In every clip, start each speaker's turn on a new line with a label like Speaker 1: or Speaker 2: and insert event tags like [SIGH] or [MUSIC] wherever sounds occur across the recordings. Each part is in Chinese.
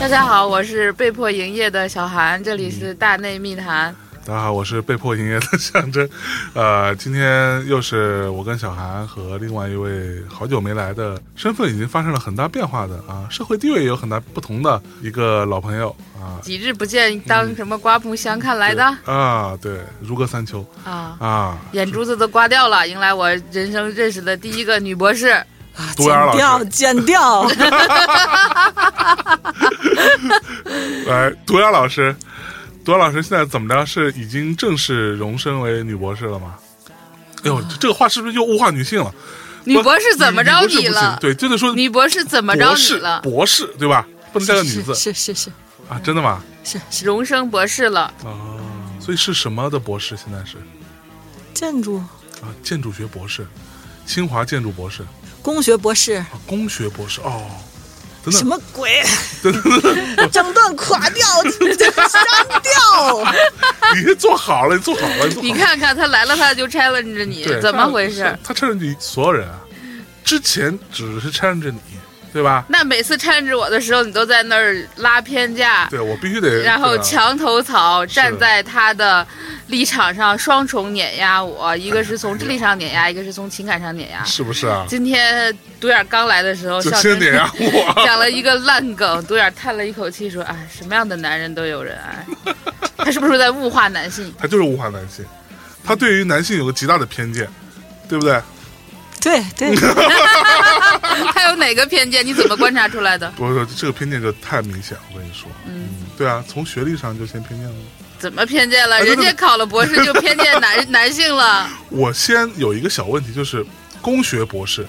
Speaker 1: 大家好，我是被迫营业的小韩，这里是大内密谈。
Speaker 2: 大家好，我是被迫营业的象征。呃，今天又是我跟小韩和另外一位好久没来的，身份已经发生了很大变化的啊，社会地位也有很大不同的一个老朋友啊。
Speaker 1: 几日不见，当什么刮目相看来的、
Speaker 2: 对啊，对，如隔三秋
Speaker 1: 啊！
Speaker 2: 啊，
Speaker 1: 眼珠子都刮掉了，迎来我人生认识的第一个女博士。
Speaker 2: 独眼
Speaker 3: 剪
Speaker 2: 老师
Speaker 3: 掉，啊剪掉，
Speaker 2: [LAUGHS] 来，毒牙老师，啊毒牙老师现在怎么着？是已经正式荣升为女博士了吗？哎呦，这这个话是不是又物化女性了？
Speaker 1: 女博士怎么着
Speaker 2: 女博
Speaker 1: 你
Speaker 2: 士不行
Speaker 1: 了？
Speaker 2: 对，就得说
Speaker 1: 女博士怎么着
Speaker 2: 博
Speaker 1: 你
Speaker 2: 士，
Speaker 1: 了？
Speaker 2: 博士对吧？不能加个女字
Speaker 3: 是是是是
Speaker 2: 啊？真的吗？
Speaker 3: 是是
Speaker 1: 荣升博士了，
Speaker 2: 啊，所以是什么的博士？现在是
Speaker 3: 建筑
Speaker 2: 啊，建筑学博士，清华建筑博士，啊，
Speaker 3: 工学博士，
Speaker 2: 工学博士哦，等
Speaker 3: 什
Speaker 2: 等，
Speaker 3: 么鬼？ [LAUGHS] 整段垮掉，删掉。
Speaker 2: [LAUGHS] 你做好了，你做好了，做好了
Speaker 1: [LAUGHS] 你看看他来了，他就 challenge 你
Speaker 2: 对，，
Speaker 1: 怎么回事
Speaker 2: 他？？他趁着你所有人啊，之前只是趁着你，对吧？
Speaker 1: 那每次 challenge 我的时候，你都在那儿拉偏架，
Speaker 2: 对我必须得，
Speaker 1: 然后
Speaker 2: 对啊
Speaker 1: 墙头草
Speaker 2: 是
Speaker 1: 站在他的立场上，双重碾压我，
Speaker 2: 哎
Speaker 1: 一个是从智力上碾压，一个是从情感上碾压。
Speaker 2: 是不是啊？
Speaker 1: 今天独眼刚来的时候，
Speaker 2: 就
Speaker 1: 笑
Speaker 2: 先
Speaker 1: 真
Speaker 2: 点
Speaker 1: 是
Speaker 2: 压我，
Speaker 1: [LAUGHS] 讲了一个烂梗，独眼叹了一口气说：“哎，什么样的男人都有人
Speaker 2: [LAUGHS]
Speaker 1: 爱。”他是不是在物化男性？
Speaker 2: [LAUGHS]
Speaker 1: [LAUGHS]
Speaker 2: 他就是物化男性，他对于男性有个极大的偏见，对不对？
Speaker 3: 对对，
Speaker 1: 他有哪个偏见？你怎么观察出来的？
Speaker 2: 我说这个偏见就太明显，我跟你说，嗯，对啊，从学历上就先偏见了。
Speaker 1: 怎么偏见了？
Speaker 2: 哎
Speaker 1: 人
Speaker 2: 对
Speaker 1: 家考了博士就偏见
Speaker 2: [LAUGHS]
Speaker 1: 男男性了。
Speaker 2: 我先有一个小问题，就是工学博士，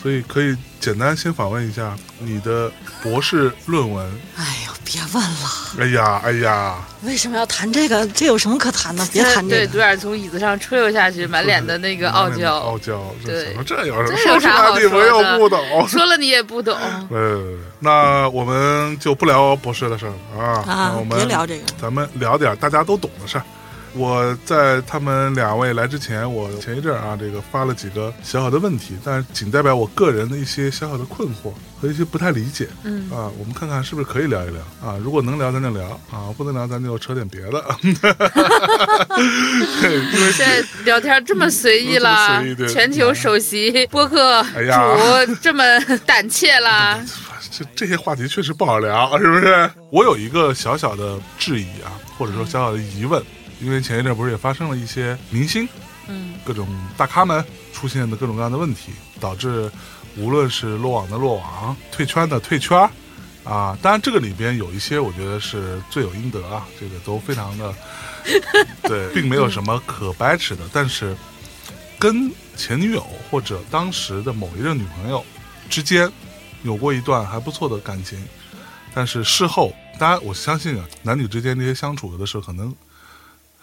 Speaker 2: 所以可以简单先访问一下你的博士论文。
Speaker 3: 哎呦，别问了，
Speaker 2: 哎呀，哎呀，
Speaker 3: 为什么要谈这个？这有什么可谈的？别谈
Speaker 1: 对，
Speaker 3: 这个。
Speaker 1: 独眼从椅子上吹了下去，满脸的那个傲
Speaker 2: 满脸的
Speaker 1: 娇。
Speaker 2: 傲娇，
Speaker 1: 对
Speaker 2: 想说这有什么
Speaker 1: 这有啥好
Speaker 2: 你们
Speaker 1: 说
Speaker 2: 又
Speaker 1: 的
Speaker 2: 不懂。
Speaker 1: 说了你也不懂。
Speaker 3: 嗯
Speaker 2: 呃，那我们就不聊博士的事儿了啊，
Speaker 3: 啊
Speaker 2: 那我们
Speaker 3: 别聊这个，
Speaker 2: 咱们聊点大家都懂的事儿。我在他们两位来之前，我前一阵儿啊，这个发了几个小小的问题，但是仅代表我个人的一些小小的困惑和一些不太理解。嗯啊，我们看看是不是可以聊一聊啊？如果能聊，咱就聊啊；不能聊，咱就扯点别的。
Speaker 3: [LAUGHS]
Speaker 2: [LAUGHS]
Speaker 1: 现在聊天这么随意啦
Speaker 2: 嗯这么随意对，
Speaker 1: 全球首席播客
Speaker 2: 哎呀
Speaker 1: 主这么胆怯啦，
Speaker 2: 啊哎这这些话题确实不好聊，是不是？我有一个小小的质疑啊，或者说小小的疑问，因为前一阵不是也发生了一些明星，
Speaker 1: 嗯，
Speaker 2: 各种大咖们出现的各种各样的问题，导致无论是落网的落网，退圈的退圈儿，啊，当然这个里边有一些我觉得是罪有应得啊，这个都非常 [LAUGHS] 的，对，并没有什么可掰扯的，但是跟前女友或者当时的某一任女朋友之间有过一段还不错的感情，但是事后，当然我相信啊，男女之间这些相处有的时候可能。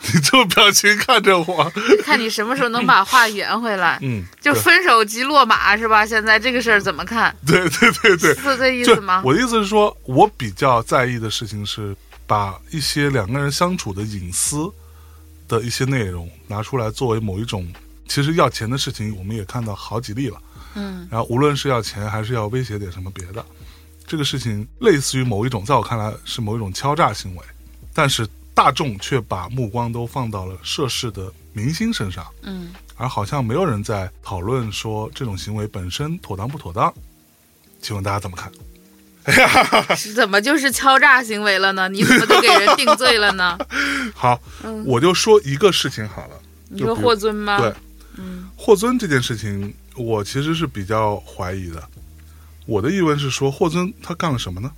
Speaker 2: 你这种表情看着我，
Speaker 1: 看你什么时候能把话圆回来。
Speaker 2: 嗯，
Speaker 1: 就
Speaker 2: 对
Speaker 1: 分手即落马是吧？现在这个事儿怎么看？
Speaker 2: 对对对对，
Speaker 1: 是这意
Speaker 2: 就
Speaker 1: 思吗？
Speaker 2: 我的意思是说，我比较在意的事情是把一些两个人相处的隐私的一些内容拿出来作为某一种，其实要钱的事情，我们也看到好几例了。
Speaker 1: 嗯，
Speaker 2: 然后无论是要钱还是要威胁点什么别的，这个事情类似于某一种，在我看来是某一种敲诈行为，但是大众却把目光都放到了涉事的明星身上。
Speaker 1: 嗯，
Speaker 2: 而好像没有人在讨论说这种行为本身妥当不妥当。请问大家怎么看？
Speaker 1: 是怎么就是敲诈行为了呢？你怎么就给人定罪了
Speaker 2: [LAUGHS]
Speaker 1: 呢？
Speaker 2: 好，我就说一个事情好了。
Speaker 1: 你
Speaker 2: 就
Speaker 1: 说
Speaker 2: 比如
Speaker 1: 霍尊吗？
Speaker 2: 对，霍尊这件事情，我其实是比较怀疑的。我的疑问是说，霍尊他干了什么呢？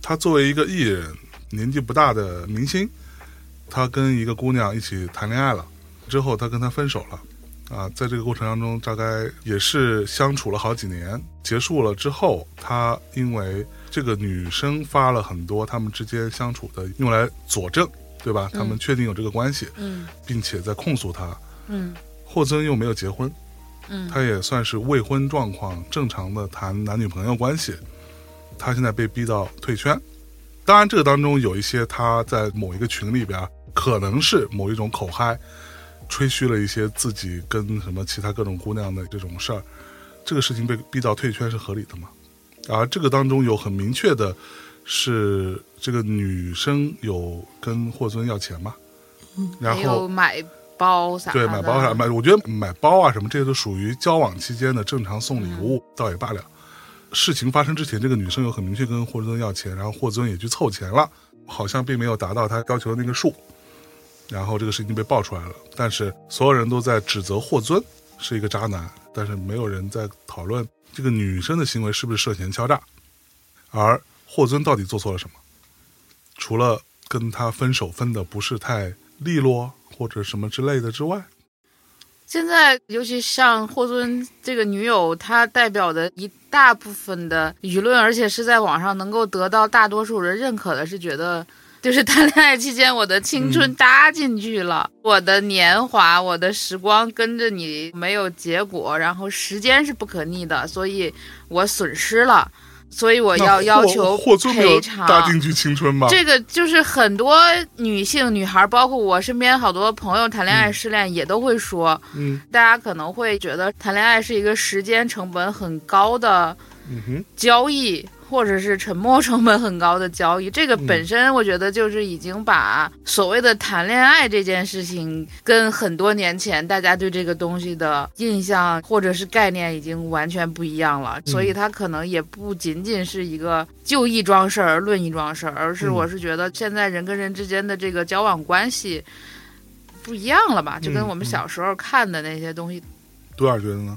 Speaker 2: 他作为一个艺人，年纪不大的明星，他跟一个姑娘一起谈恋爱了，之后他跟她分手了。啊，在这个过程当中，大概也是相处了好几年，结束了之后，他因为这个女生发了很多他们之间相处的用来佐证，对吧？他们确定有这个关系，
Speaker 1: 嗯
Speaker 2: 并且在控诉他，
Speaker 1: 嗯
Speaker 2: 霍尊又没有结婚，
Speaker 1: 嗯
Speaker 2: 他也算是未婚状况，正常的谈男女朋友关系。他现在被逼到退圈，当然这个当中有一些他在某一个群里边儿，可能是某一种口嗨，吹嘘了一些自己跟什么其他各种姑娘的这种事啊儿，这个事情被逼到退圈是合理的吗？而这个当中有很明确的是这个女生有跟霍尊要钱嘛，然
Speaker 1: 还嗯有
Speaker 2: 后
Speaker 1: 买包啥的，
Speaker 2: 对买包啥买，我觉得买包啊什么这些都属于交往期间的正常送礼物，倒也罢了。事情发生之前，这个女生有很明确跟霍尊要钱，然后霍尊也去凑钱了，好像并没有达到她要求的那个数，然后这个事情被爆出来了，但是所有人都在指责霍尊是一个渣男，但是没有人在讨论这个女生的行为是不是涉嫌敲诈，而霍尊到底做错了什么？除了跟他分手分的不是太利落或者什么之类的之外，
Speaker 1: 现在，尤其像霍尊这个女友，她代表的一大部分的舆论，而且是在网上能够得到大多数人认可的，是觉得就是谈恋爱期间，我的青
Speaker 2: 嗯
Speaker 1: 春搭进去了，我的年华，我的时光跟着你没有结果，然后时间是不可逆的，所以我损失了，所以我
Speaker 2: 那
Speaker 1: 要
Speaker 2: 霍
Speaker 1: 要求
Speaker 2: 霍尊没有
Speaker 1: 赔偿。
Speaker 2: 搭进去青春吧？
Speaker 1: 这个就是很多女性、女孩，包括我身边好多朋友谈恋爱、
Speaker 2: 嗯
Speaker 1: 失恋也都会说，
Speaker 2: 嗯
Speaker 1: 大家可能会觉得谈恋爱是一个时间成本很高的
Speaker 2: 嗯哼，
Speaker 1: 交易，或者是沉没成本很高的交易。这个
Speaker 2: 嗯
Speaker 1: 本身我觉得就是已经把所谓的谈恋爱这件事情，跟很多年前大家对这个东西的印象或者是概念已经完全不一样了。
Speaker 2: 嗯
Speaker 1: 所以它可能也不仅仅是一个就一桩事儿论一桩事儿，而是
Speaker 2: 嗯
Speaker 1: 我是觉得现在人跟人之间的这个交往关系。不一样了吧？就跟
Speaker 2: 嗯
Speaker 1: 我们
Speaker 2: 嗯
Speaker 1: 小时候看的那些东西
Speaker 2: 多少觉得呢？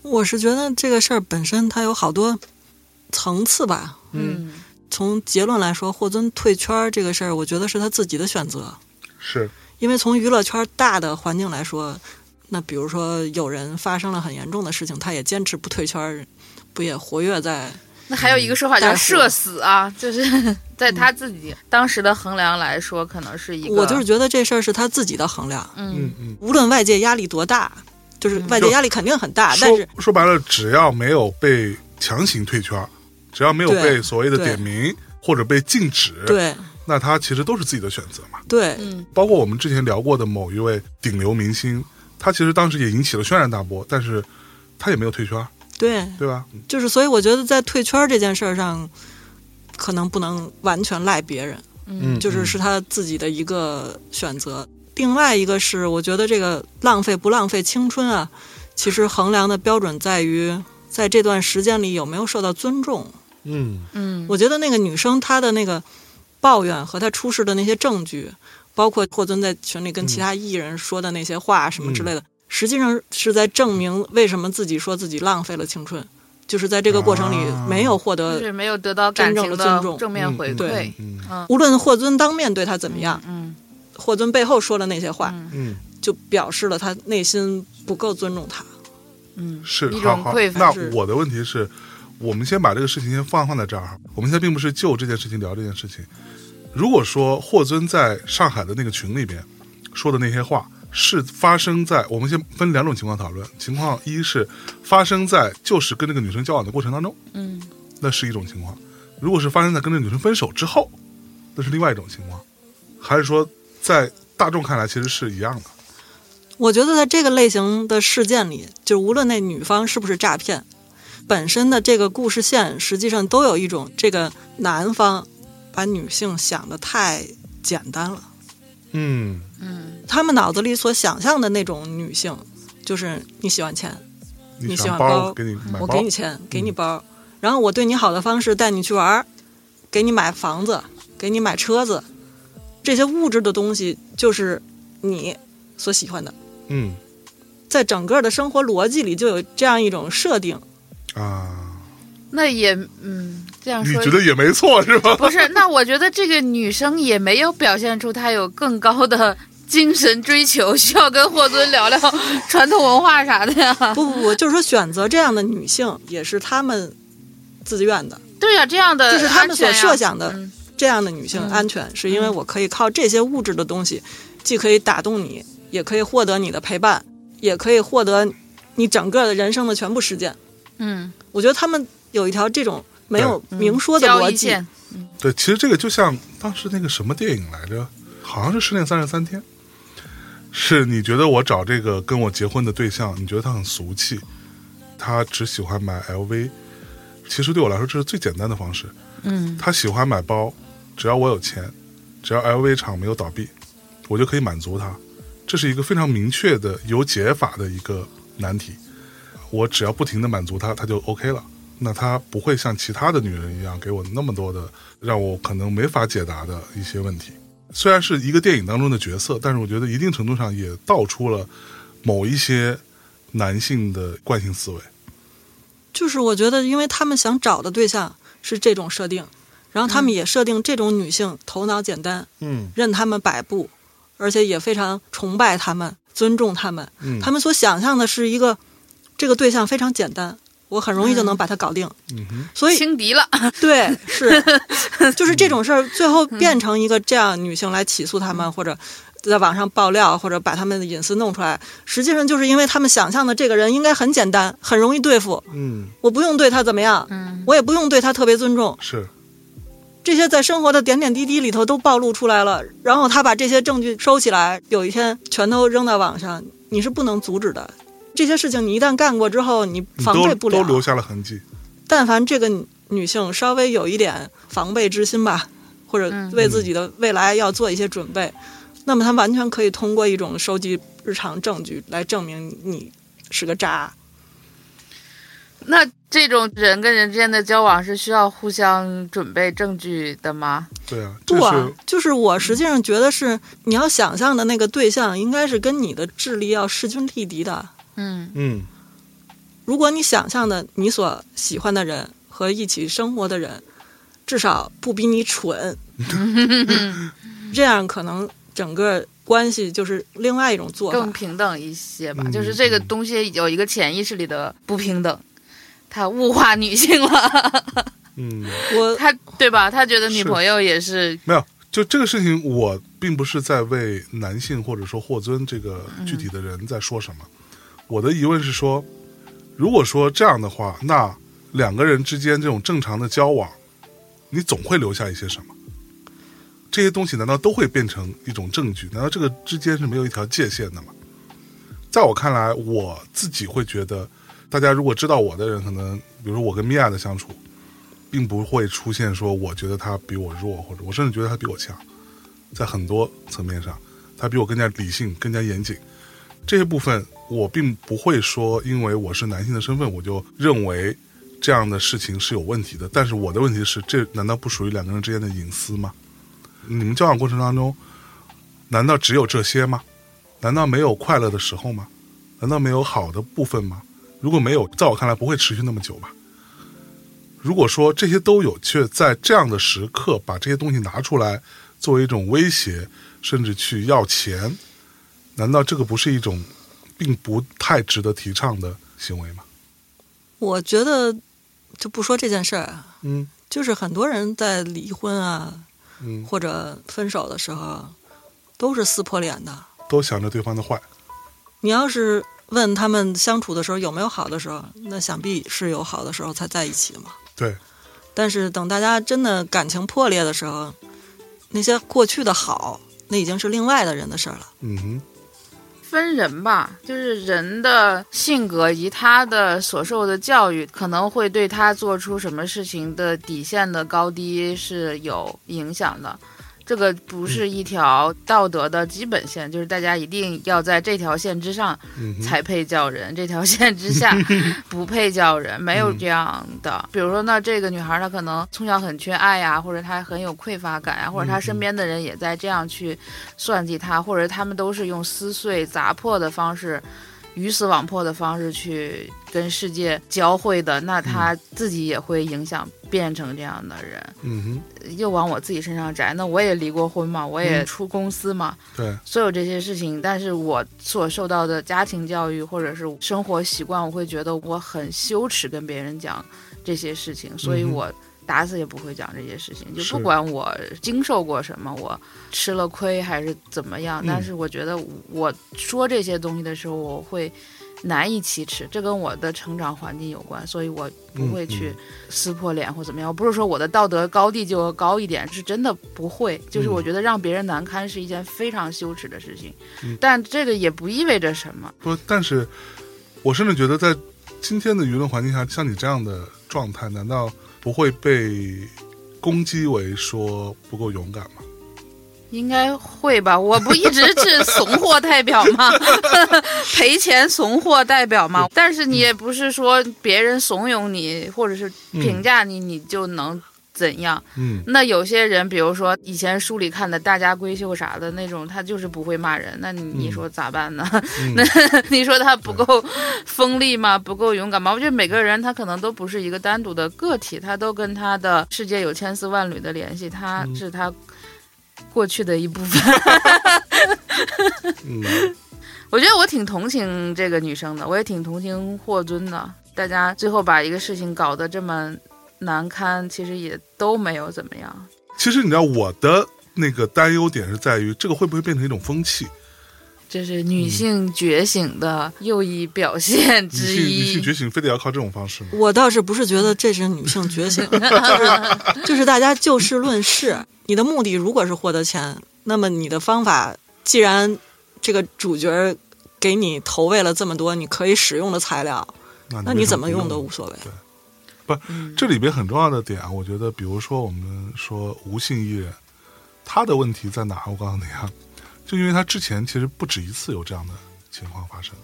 Speaker 3: 我是觉得这个事儿本身它有好多层次吧。
Speaker 1: 嗯，
Speaker 3: 从结论来说，霍尊退圈儿这个事儿，我觉得是他自己的选择。
Speaker 2: 是，
Speaker 3: 因为从娱乐圈大的环境来说，那比如说有人发生了很严重的事情，他也坚持不退圈儿，不也活跃在？
Speaker 1: 那还有一个说法叫
Speaker 3: 但是
Speaker 1: 社死啊，就是
Speaker 3: [LAUGHS]
Speaker 1: 在他自己当时的衡量来说，可能是一个，
Speaker 3: 我就是觉得这事儿是他自己的衡量，
Speaker 1: 嗯，
Speaker 2: 嗯。
Speaker 3: 无论外界压力多大，就是外界压力肯定很大，啊但
Speaker 2: 说
Speaker 3: 是
Speaker 2: 说白了，只要没有被强行退圈儿，只要没有
Speaker 3: 对
Speaker 2: 被所谓的
Speaker 3: 对
Speaker 2: 点名或者被禁止，
Speaker 3: 对
Speaker 2: 那他其实都是自己的选择嘛。
Speaker 3: 对、
Speaker 1: 嗯
Speaker 2: 包括我们之前聊过的某一位顶流明星，他其实当时也引起了轩然大波，但是他也没有退圈儿，
Speaker 3: 对，
Speaker 2: 对吧？
Speaker 3: 就是所以我觉得在退圈儿这件事儿上，可能不能完全赖别人。
Speaker 2: 嗯，
Speaker 3: 就是是他自己的一个选择。另外一个是，我觉得这个浪费不浪费青春啊，其实衡量的标准在于在这段时间里有没有受到尊重。
Speaker 2: 嗯，
Speaker 1: 嗯，
Speaker 3: 我觉得那个女生她的那个抱怨和她出示的那些证据，包括霍尊在群里跟
Speaker 2: 嗯
Speaker 3: 其他艺人说的那些话什么之类的，实际上是在证明为什么自己说自己浪费了青春，就是在这个过程里
Speaker 2: 啊
Speaker 3: 没有获得
Speaker 1: 就是没有得到感情
Speaker 3: 真正的尊重
Speaker 1: 正面回馈，
Speaker 2: 嗯
Speaker 3: 无论霍尊当面对他怎么样，
Speaker 1: 嗯
Speaker 3: 霍尊背后说的那些话，
Speaker 1: 嗯
Speaker 2: 嗯，
Speaker 3: 就表示了他内心不够尊重他。
Speaker 1: 嗯，
Speaker 2: 是
Speaker 1: 一
Speaker 2: 好
Speaker 1: 种
Speaker 2: 好
Speaker 1: 匮。乏
Speaker 2: 那
Speaker 3: 是
Speaker 2: 我的问题是，我们先把这个事情先放放在这儿哈。我们现在并不是就这件事情聊这件事情。如果说霍尊在上海的那个群里边说的那些话是发生在，我们先分两种情况讨论。情况一是发生在就是跟这个女生交往的过程当中，
Speaker 1: 嗯，
Speaker 2: 那是一种情况；如果是发生在跟这个女生分手之后，那是另外一种情况。还是说在大众看来其实是一样的？
Speaker 3: 我觉得在这个类型的事件里，就无论那女方是不是诈骗，本身的这个故事线实际上都有一种这个男方把女性想的太简单了，
Speaker 2: 嗯
Speaker 3: 他们脑子里所想象的那种女性，就是你喜欢钱，
Speaker 2: 你
Speaker 3: 你
Speaker 2: 喜
Speaker 3: 喜
Speaker 2: 欢
Speaker 3: 欢
Speaker 2: 包，
Speaker 3: 包
Speaker 2: 我给你买
Speaker 3: 我
Speaker 2: 包嗯
Speaker 3: 给你，钱，给你包，然后我对你好的方式带你去玩儿，给你买房子，给你买车子，这些物质的东西就是你所喜欢的。
Speaker 2: 嗯
Speaker 3: 在整个的生活逻辑里就有这样一种设定，
Speaker 2: 啊。
Speaker 1: 那也嗯这样
Speaker 2: 你
Speaker 1: 说
Speaker 2: 觉。
Speaker 3: [LAUGHS]
Speaker 2: 得也没错是吧？ [LAUGHS]
Speaker 1: 不是，那我觉得这个女生也没有表现出她有更高的精神追求，需要跟霍尊聊聊传统文化啥的呀。
Speaker 3: 不不不，就是说选择这样的女性也是他们自愿的，
Speaker 1: 对呀、这样的
Speaker 3: 就是他们所
Speaker 1: 呃安全呀
Speaker 3: 设想的
Speaker 1: 嗯
Speaker 3: 这样的女性
Speaker 1: 嗯
Speaker 3: 安全，是因为我可以靠这些物质的东西，既可以打动你，也可以获得你的陪伴，也可以获得你整个的人生的全部实践。
Speaker 1: 嗯，
Speaker 3: 我觉得他们有一条这种没有
Speaker 1: 嗯
Speaker 3: 明说的
Speaker 1: 交
Speaker 3: 逻
Speaker 1: 易
Speaker 3: 辑，
Speaker 1: 线
Speaker 2: 对，其实这个就像当时那个什么电影来着，好像是《失恋三十三天》，是你觉得我找这个跟我结婚的对象，你觉得他很俗气，他只喜欢买 LV，其实对我来说，这是最简单的方式。
Speaker 1: 嗯
Speaker 2: 他喜欢买包，只要我有钱，只要 LV 厂没有倒闭，我就可以满足他。这是一个非常明确的有解法的一个难题。我只要不停的满足他，他就 OK 了。那他不会像其他的女人一样给我那么多的让我可能没法解答的一些问题。虽然是一个电影当中的角色，但是我觉得一定程度上也道出了某一些男性的惯性思维。
Speaker 3: 就是我觉得，因为他们想找的对象是这种设定，然后他
Speaker 1: 嗯
Speaker 3: 们也设定这种女性头脑简单，
Speaker 2: 嗯
Speaker 3: 任他们摆布，而且也非常崇拜他们、尊重他们。
Speaker 2: 嗯
Speaker 3: 他们所想象的是一个这个对象非常简单，我很容易就能把它搞定。
Speaker 2: 嗯哼，
Speaker 3: 所以
Speaker 1: 轻敌了， [LAUGHS]
Speaker 3: 对，是就是这种事儿，最后变成一个这样女性来起诉他们，或者在网上爆料，或者把他们的隐私弄出来。实际上就是因为他们想象的这个人应该很简单，很容易对付，
Speaker 2: 嗯，
Speaker 3: 我不用对他怎么样，
Speaker 1: 嗯
Speaker 3: 我也不用对他特别尊重，
Speaker 2: 是
Speaker 3: 这些在生活的点点滴滴里头都暴露出来了。然后他把这些证据收起来，有一天全都扔到网上，你是不能阻止的。这些事情你一旦干过之后，你
Speaker 2: 你
Speaker 3: 防
Speaker 2: 都
Speaker 3: 备不
Speaker 2: 都
Speaker 3: 了。
Speaker 2: 留下了痕迹。
Speaker 3: 但凡这个女性稍微有一点防备之心吧，或者
Speaker 1: 嗯
Speaker 3: 为自己的未来要做一些准备，
Speaker 2: 嗯
Speaker 3: 那么她完全可以通过一种收集日常证据来证明你是个渣。
Speaker 1: 那这种人跟人之间的交往是需要互相准备证据的吗？
Speaker 2: 对啊，这
Speaker 3: 不啊
Speaker 2: 是，
Speaker 3: 就是我实际上觉得是你要想象的那个对象，应该是跟你的智力要势均力敌的。
Speaker 1: 嗯
Speaker 2: 嗯。
Speaker 3: 如果你想象的你所喜欢的人和一起生活的人，至少不比你蠢，这样可能整个关系就是另外一种做法
Speaker 1: 更。平等一些吧，
Speaker 2: 嗯
Speaker 1: 就是这个东西有一个潜意识里的不平等，他物化女性了， [LAUGHS]
Speaker 2: 嗯，
Speaker 3: 我
Speaker 1: 他对吧？他觉得女
Speaker 2: 是
Speaker 1: 朋友也是，
Speaker 2: 没有，就这个事情，我并不是在为男性或者说霍尊这个具体的人在说什么。我的疑问是说，如果说这样的话，那两个人之间这种正常的交往，你总会留下一些什么？这些东西难道都会变成一种证据？难道这个之间是没有一条界限的吗？在我看来，我自己会觉得，大家如果知道我的人，可能比如说我跟米娅的相处，并不会出现说我觉得他比我弱，或者我甚至觉得他比我强，在很多层面上，他比我更加理性、更加严谨。这些部分我并不会说，因为我是男性的身份，我就认为这样的事情是有问题的。但是我的问题是，这难道不属于两个人之间的隐私吗？你们交往过程当中，难道只有这些吗？难道没有快乐的时候吗？难道没有好的部分吗？如果没有，在我看来不会持续那么久吧。如果说这些都有，却在这样的时刻把这些东西拿出来作为一种威胁，甚至去要钱，难道这个不是一种并不太值得提倡的行为吗？
Speaker 3: 我觉得就不说这件事儿啊，
Speaker 2: 嗯
Speaker 3: 就是很多人在离婚啊
Speaker 2: 嗯，
Speaker 3: 或者分手的时候，都是撕破脸的。
Speaker 2: 都想着对方的坏，
Speaker 3: 你要是问他们相处的时候有没有好的时候，那想必是有好的时候才在一起嘛。
Speaker 2: 对，
Speaker 3: 但是等大家真的感情破裂的时候，那些过去的好，那已经是另外的人的事儿了。
Speaker 2: 嗯哼，
Speaker 1: 分人吧，就是人的性格以及他的所受的教育，可能会对他做出什么事情的底线的高低是有影响的。这个不是一条道德的基本线，就是大家一定要在这条线之上
Speaker 2: 嗯哼，
Speaker 1: 才配叫人， [LAUGHS] 这条线之
Speaker 2: [LAUGHS]
Speaker 1: 下不配叫人，没
Speaker 2: 嗯
Speaker 1: 有这样的。比如说，那这个女孩她可能从小很缺爱呀、或者她很有匮乏感呀、啊或者她身边的人也在这样去算计她，或者他们都是用撕碎、砸破的方式。鱼死网破的方式去跟世界交汇的，那她自己也会影响变成这样的人。
Speaker 2: 嗯
Speaker 1: 又往我自己身上摘，那我也离过婚嘛，我也
Speaker 2: 嗯
Speaker 1: 出公司嘛，
Speaker 2: 哼，对，
Speaker 1: 所有这些事情，但是我所受到的家庭教育或者是生活习惯，我会觉得我很羞耻跟别人讲这些事情，所以
Speaker 2: 嗯哼
Speaker 1: 我打死也不会讲这些事情。就是不管我经受过什么，我吃了亏还是怎么样，
Speaker 2: 嗯
Speaker 1: 但是我觉得我说这些东西的时候，我会难以启齿，这跟我的成长环境有关，所以我不会去
Speaker 2: 嗯
Speaker 1: 撕破脸或怎么样。不是说我的道德高地就高一点，是真的不会。就是
Speaker 2: 嗯
Speaker 1: 我觉得让别人难堪是一件非常羞耻的事情，
Speaker 2: 嗯
Speaker 1: 但这个也不意味着什么。
Speaker 2: 不，但是我甚至觉得在今天的舆论环境下，像你这样的状态，难道不会被攻击为说不够勇敢吗？
Speaker 1: 应该会吧？我不一直是怂货代表吗？ [LAUGHS] 赔钱怂货代表吗？但是你也不是说别人怂恿你，或者是评价你，你就能怎样？
Speaker 2: 嗯
Speaker 1: 那有些人，比如说以前书里看的大家闺秀啥的那种，他就是不会骂人，那你你说咋办呢？
Speaker 2: 嗯
Speaker 1: [LAUGHS] 你说他不够锋利吗？不够勇敢吗？我觉得每个人他可能都不是一个单独的个体，他都跟他的世界有千丝万缕的联系，他
Speaker 2: 嗯
Speaker 1: 是他过去的一部分。 [LAUGHS]
Speaker 2: 嗯，
Speaker 1: 我觉得我挺同情这个女生的，我也挺同情霍尊的。大家最后把一个事情搞得这么难堪，其实也都没有怎么样。
Speaker 2: 其实你知道我的那个担忧点是在于，这个会不会变成一种风气？
Speaker 1: 这是女性觉醒的又一表现
Speaker 2: 嗯女
Speaker 1: 之
Speaker 2: 性女
Speaker 1: 一
Speaker 2: 性。觉醒非得要靠这种方式吗？
Speaker 3: 我倒是不是觉得这是女性觉醒，就是就是大家就事论事。你的目的如果是获得钱，那么你的方法，既然这个主角给你投喂了这么多你可以使用的材料，
Speaker 2: 那
Speaker 3: 那
Speaker 2: 为
Speaker 3: 你
Speaker 2: 什
Speaker 3: 怎么
Speaker 2: 不
Speaker 3: 用都
Speaker 2: 呢
Speaker 3: 无所谓。
Speaker 2: 这里边很重要的点啊，我觉得，比如说我们说吴姓艺人，他的问题在哪？我告诉你啊，就因为他之前其实不止一次有这样的情况发生，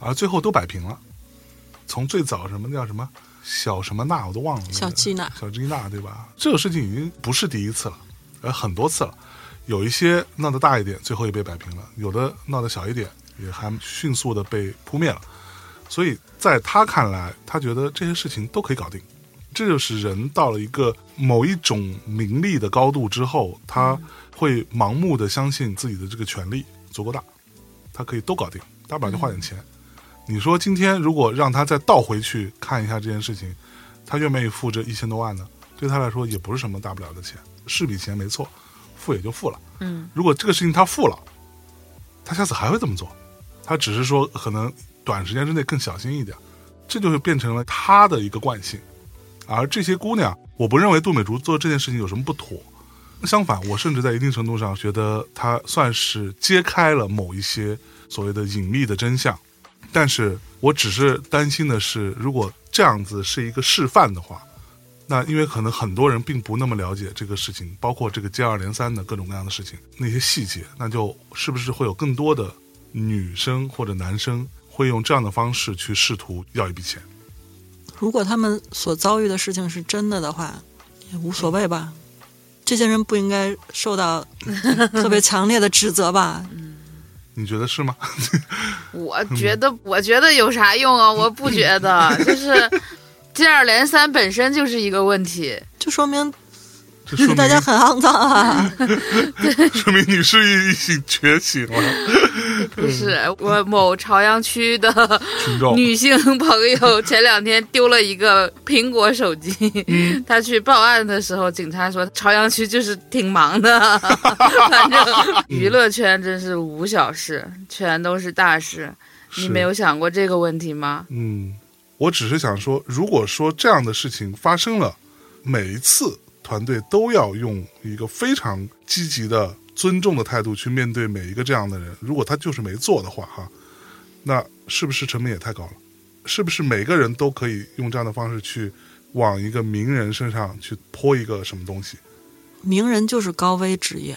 Speaker 2: 而最后都摆平了。从最早什么叫什么小什么娜，我都忘了，
Speaker 3: 小
Speaker 2: 基
Speaker 3: 季娜
Speaker 2: 小基娜对吧？这个事情已经不是第一次了，呃，很多次了。有一些闹得大一点，最后也被摆平了；有的闹得小一点，也还迅速的被扑灭了。所以在他看来，他觉得这些事情都可以搞定。这就是人到了一个某一种名利的高度之后，他会盲目的相信自己的这个权利足够大，他可以都搞定，大不了就花点钱。你说今天如果让他再倒回去看一下这件事情，他愿不愿意付这一千多万呢？对他来说也不是什么大不了的钱，是笔钱没错，付也就付了。
Speaker 1: 嗯，
Speaker 2: 如果这个事情他付了，他下次还会这么做，他只是说可能短时间之内更小心一点，这就变成了他的一个惯性。而这些姑娘，我不认为杜美竹做这件事情有什么不妥，相反，我甚至在一定程度上觉得她算是揭开了某一些所谓的隐秘的真相。但是我只是担心的是，如果这样子是一个示范的话，那因为可能很多人并不那么了解这个事情，包括这个接二连三的各种各样的事情，那些细节，那就是不是会有更多的女生或者男生会用这样的方式去试图要一笔钱？
Speaker 3: 如果他们所遭遇的事情是真的的话，也无所谓吧。这些人不应该受到特别强烈的指责吧？
Speaker 2: 你觉得是吗？
Speaker 1: 我
Speaker 2: 嗯
Speaker 1: 觉得，我觉得有啥用啊？我不觉
Speaker 2: [LAUGHS]
Speaker 1: 得，就是接二连三本身就是一个问题。
Speaker 2: 嗯
Speaker 3: 就说明
Speaker 1: [LAUGHS]
Speaker 2: 这说明
Speaker 3: 大家很肮脏啊。
Speaker 2: [LAUGHS] 说明女士已经觉醒了，
Speaker 1: 不是我某朝阳区的
Speaker 2: 群众。
Speaker 1: 女性朋友前两天丢了一个苹果手机，
Speaker 2: 嗯
Speaker 1: [LAUGHS] 她去报案的时候，警察说朝阳区就是挺忙
Speaker 2: [LAUGHS]
Speaker 1: 的，反正娱乐圈真是无小事，全都是大事。你
Speaker 2: 是
Speaker 1: 没有想过这个问题吗？
Speaker 2: 嗯，我只是想说，如果说这样的事情发生了，每一次团队都要用一个非常积极的、尊重的态度去面对每一个这样的人。如果他就是没做的话，哈，那是不是成本也太高了？是不是每个人都可以用这样的方式去往一个名人身上去泼一个什么东西？
Speaker 3: 名人就是高危职业，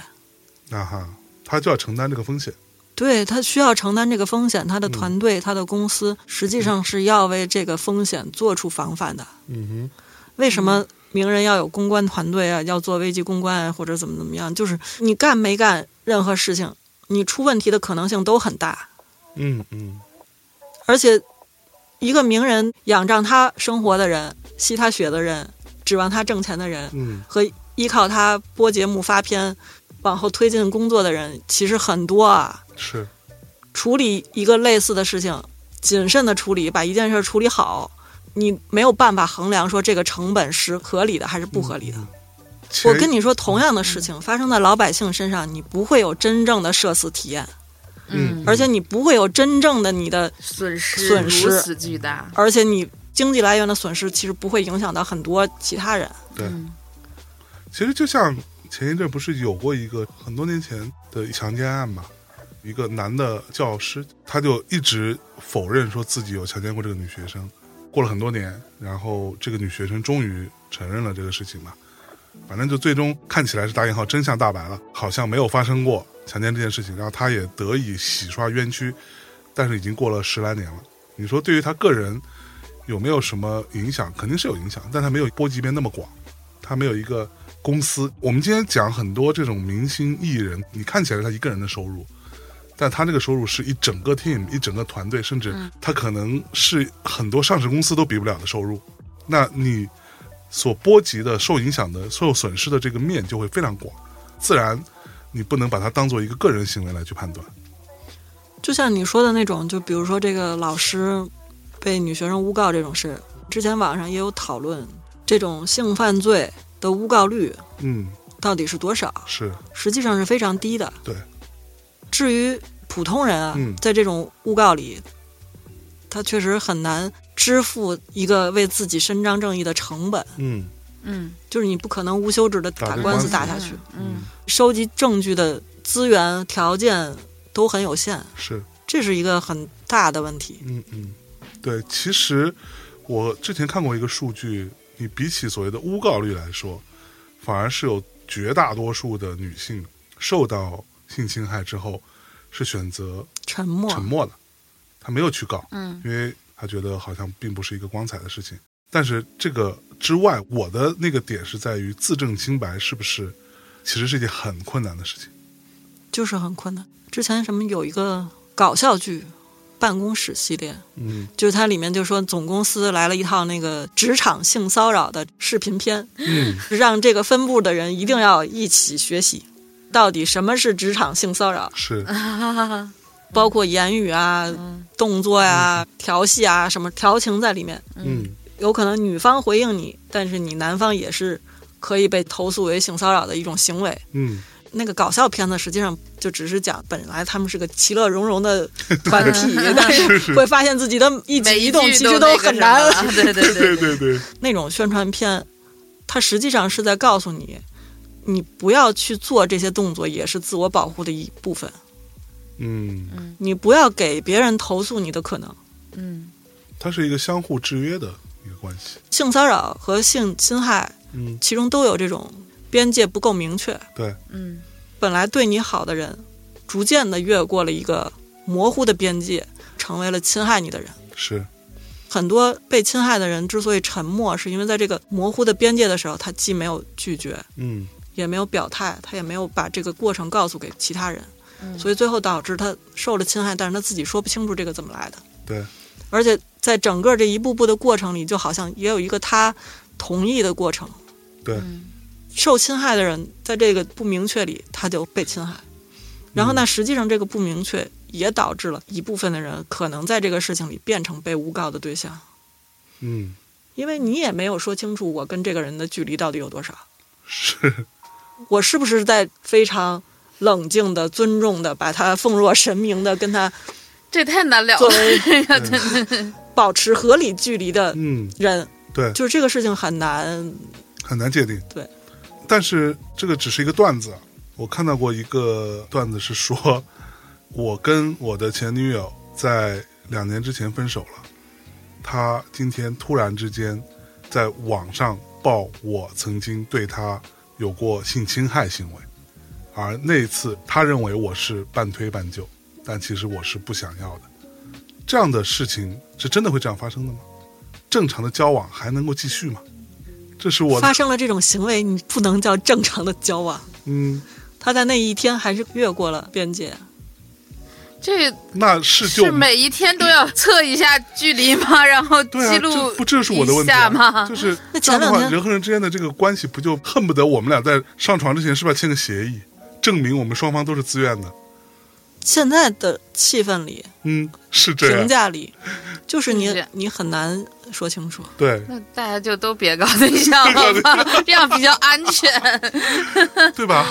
Speaker 2: 那哈，他就要承担这个风险。
Speaker 3: 对他需要承担这个风险，他的团队、他的公司实际上是要为这个风险做出防范的。
Speaker 2: 嗯哼。
Speaker 3: 为什么名人要有公关团队啊？要做危机公关啊，或者怎么怎么样？就是你干没干任何事情，你出问题的可能性都很大。
Speaker 2: 嗯嗯
Speaker 3: 而且，一个名人仰仗他生活的人、吸他血的人、指望他挣钱的人，
Speaker 2: 嗯，
Speaker 3: 和依靠他播节目发片往后推进工作的人，其实很多啊。
Speaker 2: 是
Speaker 3: 处理一个类似的事情，谨慎的处理，把一件事处理好，你没有办法衡量说这个成本是合理的还是不合
Speaker 2: 嗯
Speaker 3: 理的。
Speaker 2: 前
Speaker 3: 我跟你说，同样的事情发生在老百姓身上，你不会有真正的社死体验，
Speaker 2: 嗯
Speaker 3: 而且你不会有真正的你的，
Speaker 1: 损失
Speaker 3: 损失
Speaker 1: 如此巨大，
Speaker 3: 而且你经济来源的损失其实不会影响到很多其他人。
Speaker 2: 对
Speaker 1: 嗯
Speaker 2: 其实就像前一阵不是有过一个很多年前的强奸案嘛，一个男的教师他就一直否认说自己有强奸过这个女学生，过了很多年，然后这个女学生终于承认了这个事情嘛。反正就最终看起来是打引号真相大白了，好像没有发生过强奸这件事情，然后她也得以洗刷冤屈，但是已经过了十来年了。你说对于她个人有没有什么影响？肯定是有影响，但她没有波及面那么广，她没有一个公司。我们今天讲很多这种明星艺人，你看起来是他一个人的收入，但他这个收入是一整个 team、一整个团队，甚至他可能是很多上市公司都比不了的收入。那你所波及的、受影响的、受损失的这个面就会非常广，自然你不能把它当做一个个人行为来去判断。
Speaker 3: 就像你说的那种，就比如说这个老师被女学生诬告这种事，之前网上也有讨论，这种性犯罪的诬告率
Speaker 2: 嗯，
Speaker 3: 到底是多少？
Speaker 2: 是
Speaker 3: 实际上是非常低的。
Speaker 2: 对，
Speaker 3: 至于普通人啊，
Speaker 2: 嗯
Speaker 3: 在这种诬告里，他确实很难支付一个为自己伸张正义的成本，
Speaker 2: 嗯
Speaker 1: 嗯
Speaker 3: 就是你不可能无休止的
Speaker 2: 打
Speaker 3: 打
Speaker 2: 这
Speaker 3: 官司
Speaker 2: 官
Speaker 3: 打
Speaker 2: 司
Speaker 3: 下去，
Speaker 1: 嗯，
Speaker 3: 收集证据的资源条件都很有限，
Speaker 2: 是。
Speaker 3: 这是一个很大的问题。
Speaker 2: 嗯，嗯，对，其实我之前看过一个数据，你比起所谓的诬告率来说，反而是有绝大多数的女性受到性侵害之后是选择
Speaker 3: 沉默，
Speaker 2: 沉默的，她没有去告，
Speaker 1: 嗯
Speaker 2: 因为她觉得好像并不是一个光彩的事情。但是这个之外，我的那个点是在于自证清白是不是其实是一件很困难的事情。
Speaker 3: 就是很困难。之前什么有一个搞笑剧《办公室》系列，
Speaker 2: 嗯
Speaker 3: 就是它里面就说总公司来了一套那个职场性骚扰的视频片，
Speaker 2: 嗯，
Speaker 3: 让这个分部的人一定要一起学习，到底什么是职场性骚扰，
Speaker 2: 是，
Speaker 1: 嗯，
Speaker 3: 包括言语啊、动作呀、调戏啊、什么调情在里面。
Speaker 2: 嗯
Speaker 3: 有可能女方回应你，但是你男方也是可以被投诉为性骚扰的一种行为。
Speaker 2: 嗯
Speaker 3: 那个搞笑片子实际上就只是讲，本来他们是个其乐融融的团体，但是会发现自己的一举
Speaker 1: 每
Speaker 3: 一
Speaker 1: 一
Speaker 3: 动
Speaker 1: 句
Speaker 3: 其实
Speaker 1: 都那个
Speaker 3: 很
Speaker 1: 什
Speaker 3: 难。 [LAUGHS]
Speaker 1: 么了对对
Speaker 2: [LAUGHS] 对
Speaker 1: 对
Speaker 2: 对对，
Speaker 3: 那种宣传片，它实际上是在告诉你，你不要去做这些动作，也是自我保护的一部分。
Speaker 2: 嗯。
Speaker 3: 你不要给别人投诉你的可能。
Speaker 1: 嗯
Speaker 2: 它是一个相互制约的一个关系。
Speaker 3: 性骚扰和性侵害
Speaker 2: 嗯，
Speaker 3: 其中都有这种边界不够明确，
Speaker 2: 对，
Speaker 1: 嗯
Speaker 3: 本来对你好的人，逐渐的越过了一个模糊的边界，成为了侵害你的人。
Speaker 2: 是，
Speaker 3: 很多被侵害的人之所以沉默，是因为在这个模糊的边界的时候，他既没有拒绝，
Speaker 2: 嗯
Speaker 3: 也没有表态，他也没有把这个过程告诉给其他人，
Speaker 1: 嗯
Speaker 3: 所以最后导致他受了侵害，但是他自己说不清楚这个怎么来的。
Speaker 2: 对，
Speaker 3: 而且在整个这一步步的过程里，就好像也有一个他同意的过程。
Speaker 2: 对，
Speaker 1: 嗯
Speaker 3: 受侵害的人在这个不明确里，他就被侵害。然后
Speaker 2: 嗯
Speaker 3: 呢，实际上这个不明确也导致了一部分的人可能在这个事情里变成被诬告的对象，
Speaker 2: 嗯，
Speaker 3: 因为你也没有说清楚我跟这个人的距离到底有多少，
Speaker 2: 是，
Speaker 3: 我是不是在非常冷静的、尊重的把他奉若神明的跟他
Speaker 1: 这太难了
Speaker 3: 作
Speaker 1: 了。
Speaker 3: 为保持合理距离的
Speaker 2: 嗯，
Speaker 3: 人，
Speaker 2: 对，
Speaker 3: 就是这个事情很难。
Speaker 2: 很难界定。
Speaker 3: 对，
Speaker 2: 但是这个只是一个段子。我看到过一个段子是说， [LAUGHS] 我跟我的前女友在两年之前分手了，她今天突然之间在网上爆我曾经对她有过性侵害行为，而那一次她认为我是半推半就，但其实我是不想要的。这样的事情是真的会这样发生的吗？正常的交往还能够继续吗？这是我的
Speaker 3: 发生了这种行为，你不能叫正常的交往。
Speaker 2: 嗯，
Speaker 3: 他在那一天还是越过了边界，
Speaker 1: 这
Speaker 2: 那是就是
Speaker 1: 每一天都要测一下距离吗？然后
Speaker 2: 对啊，
Speaker 1: 记录
Speaker 2: 这不这是我的问题
Speaker 1: 一下
Speaker 2: 啊、
Speaker 1: 吗
Speaker 2: [LAUGHS] 就？是
Speaker 3: 那
Speaker 2: 这样
Speaker 3: 前
Speaker 2: 的话，
Speaker 3: 两天
Speaker 2: 人和人之间的这个关系不就恨不得我们俩在上床之前是不是要签个协议，证明我们双方都是自愿的？
Speaker 3: 现在的气氛里、
Speaker 2: 嗯，是这
Speaker 3: 评
Speaker 2: 样。
Speaker 3: 价里，就是
Speaker 1: 是这
Speaker 3: 你
Speaker 1: 样
Speaker 3: 你很难说清楚。
Speaker 2: 对
Speaker 1: 那大家就都别搞对象了吧，这样比较安全。
Speaker 2: 对
Speaker 3: [LAUGHS]
Speaker 2: 吧？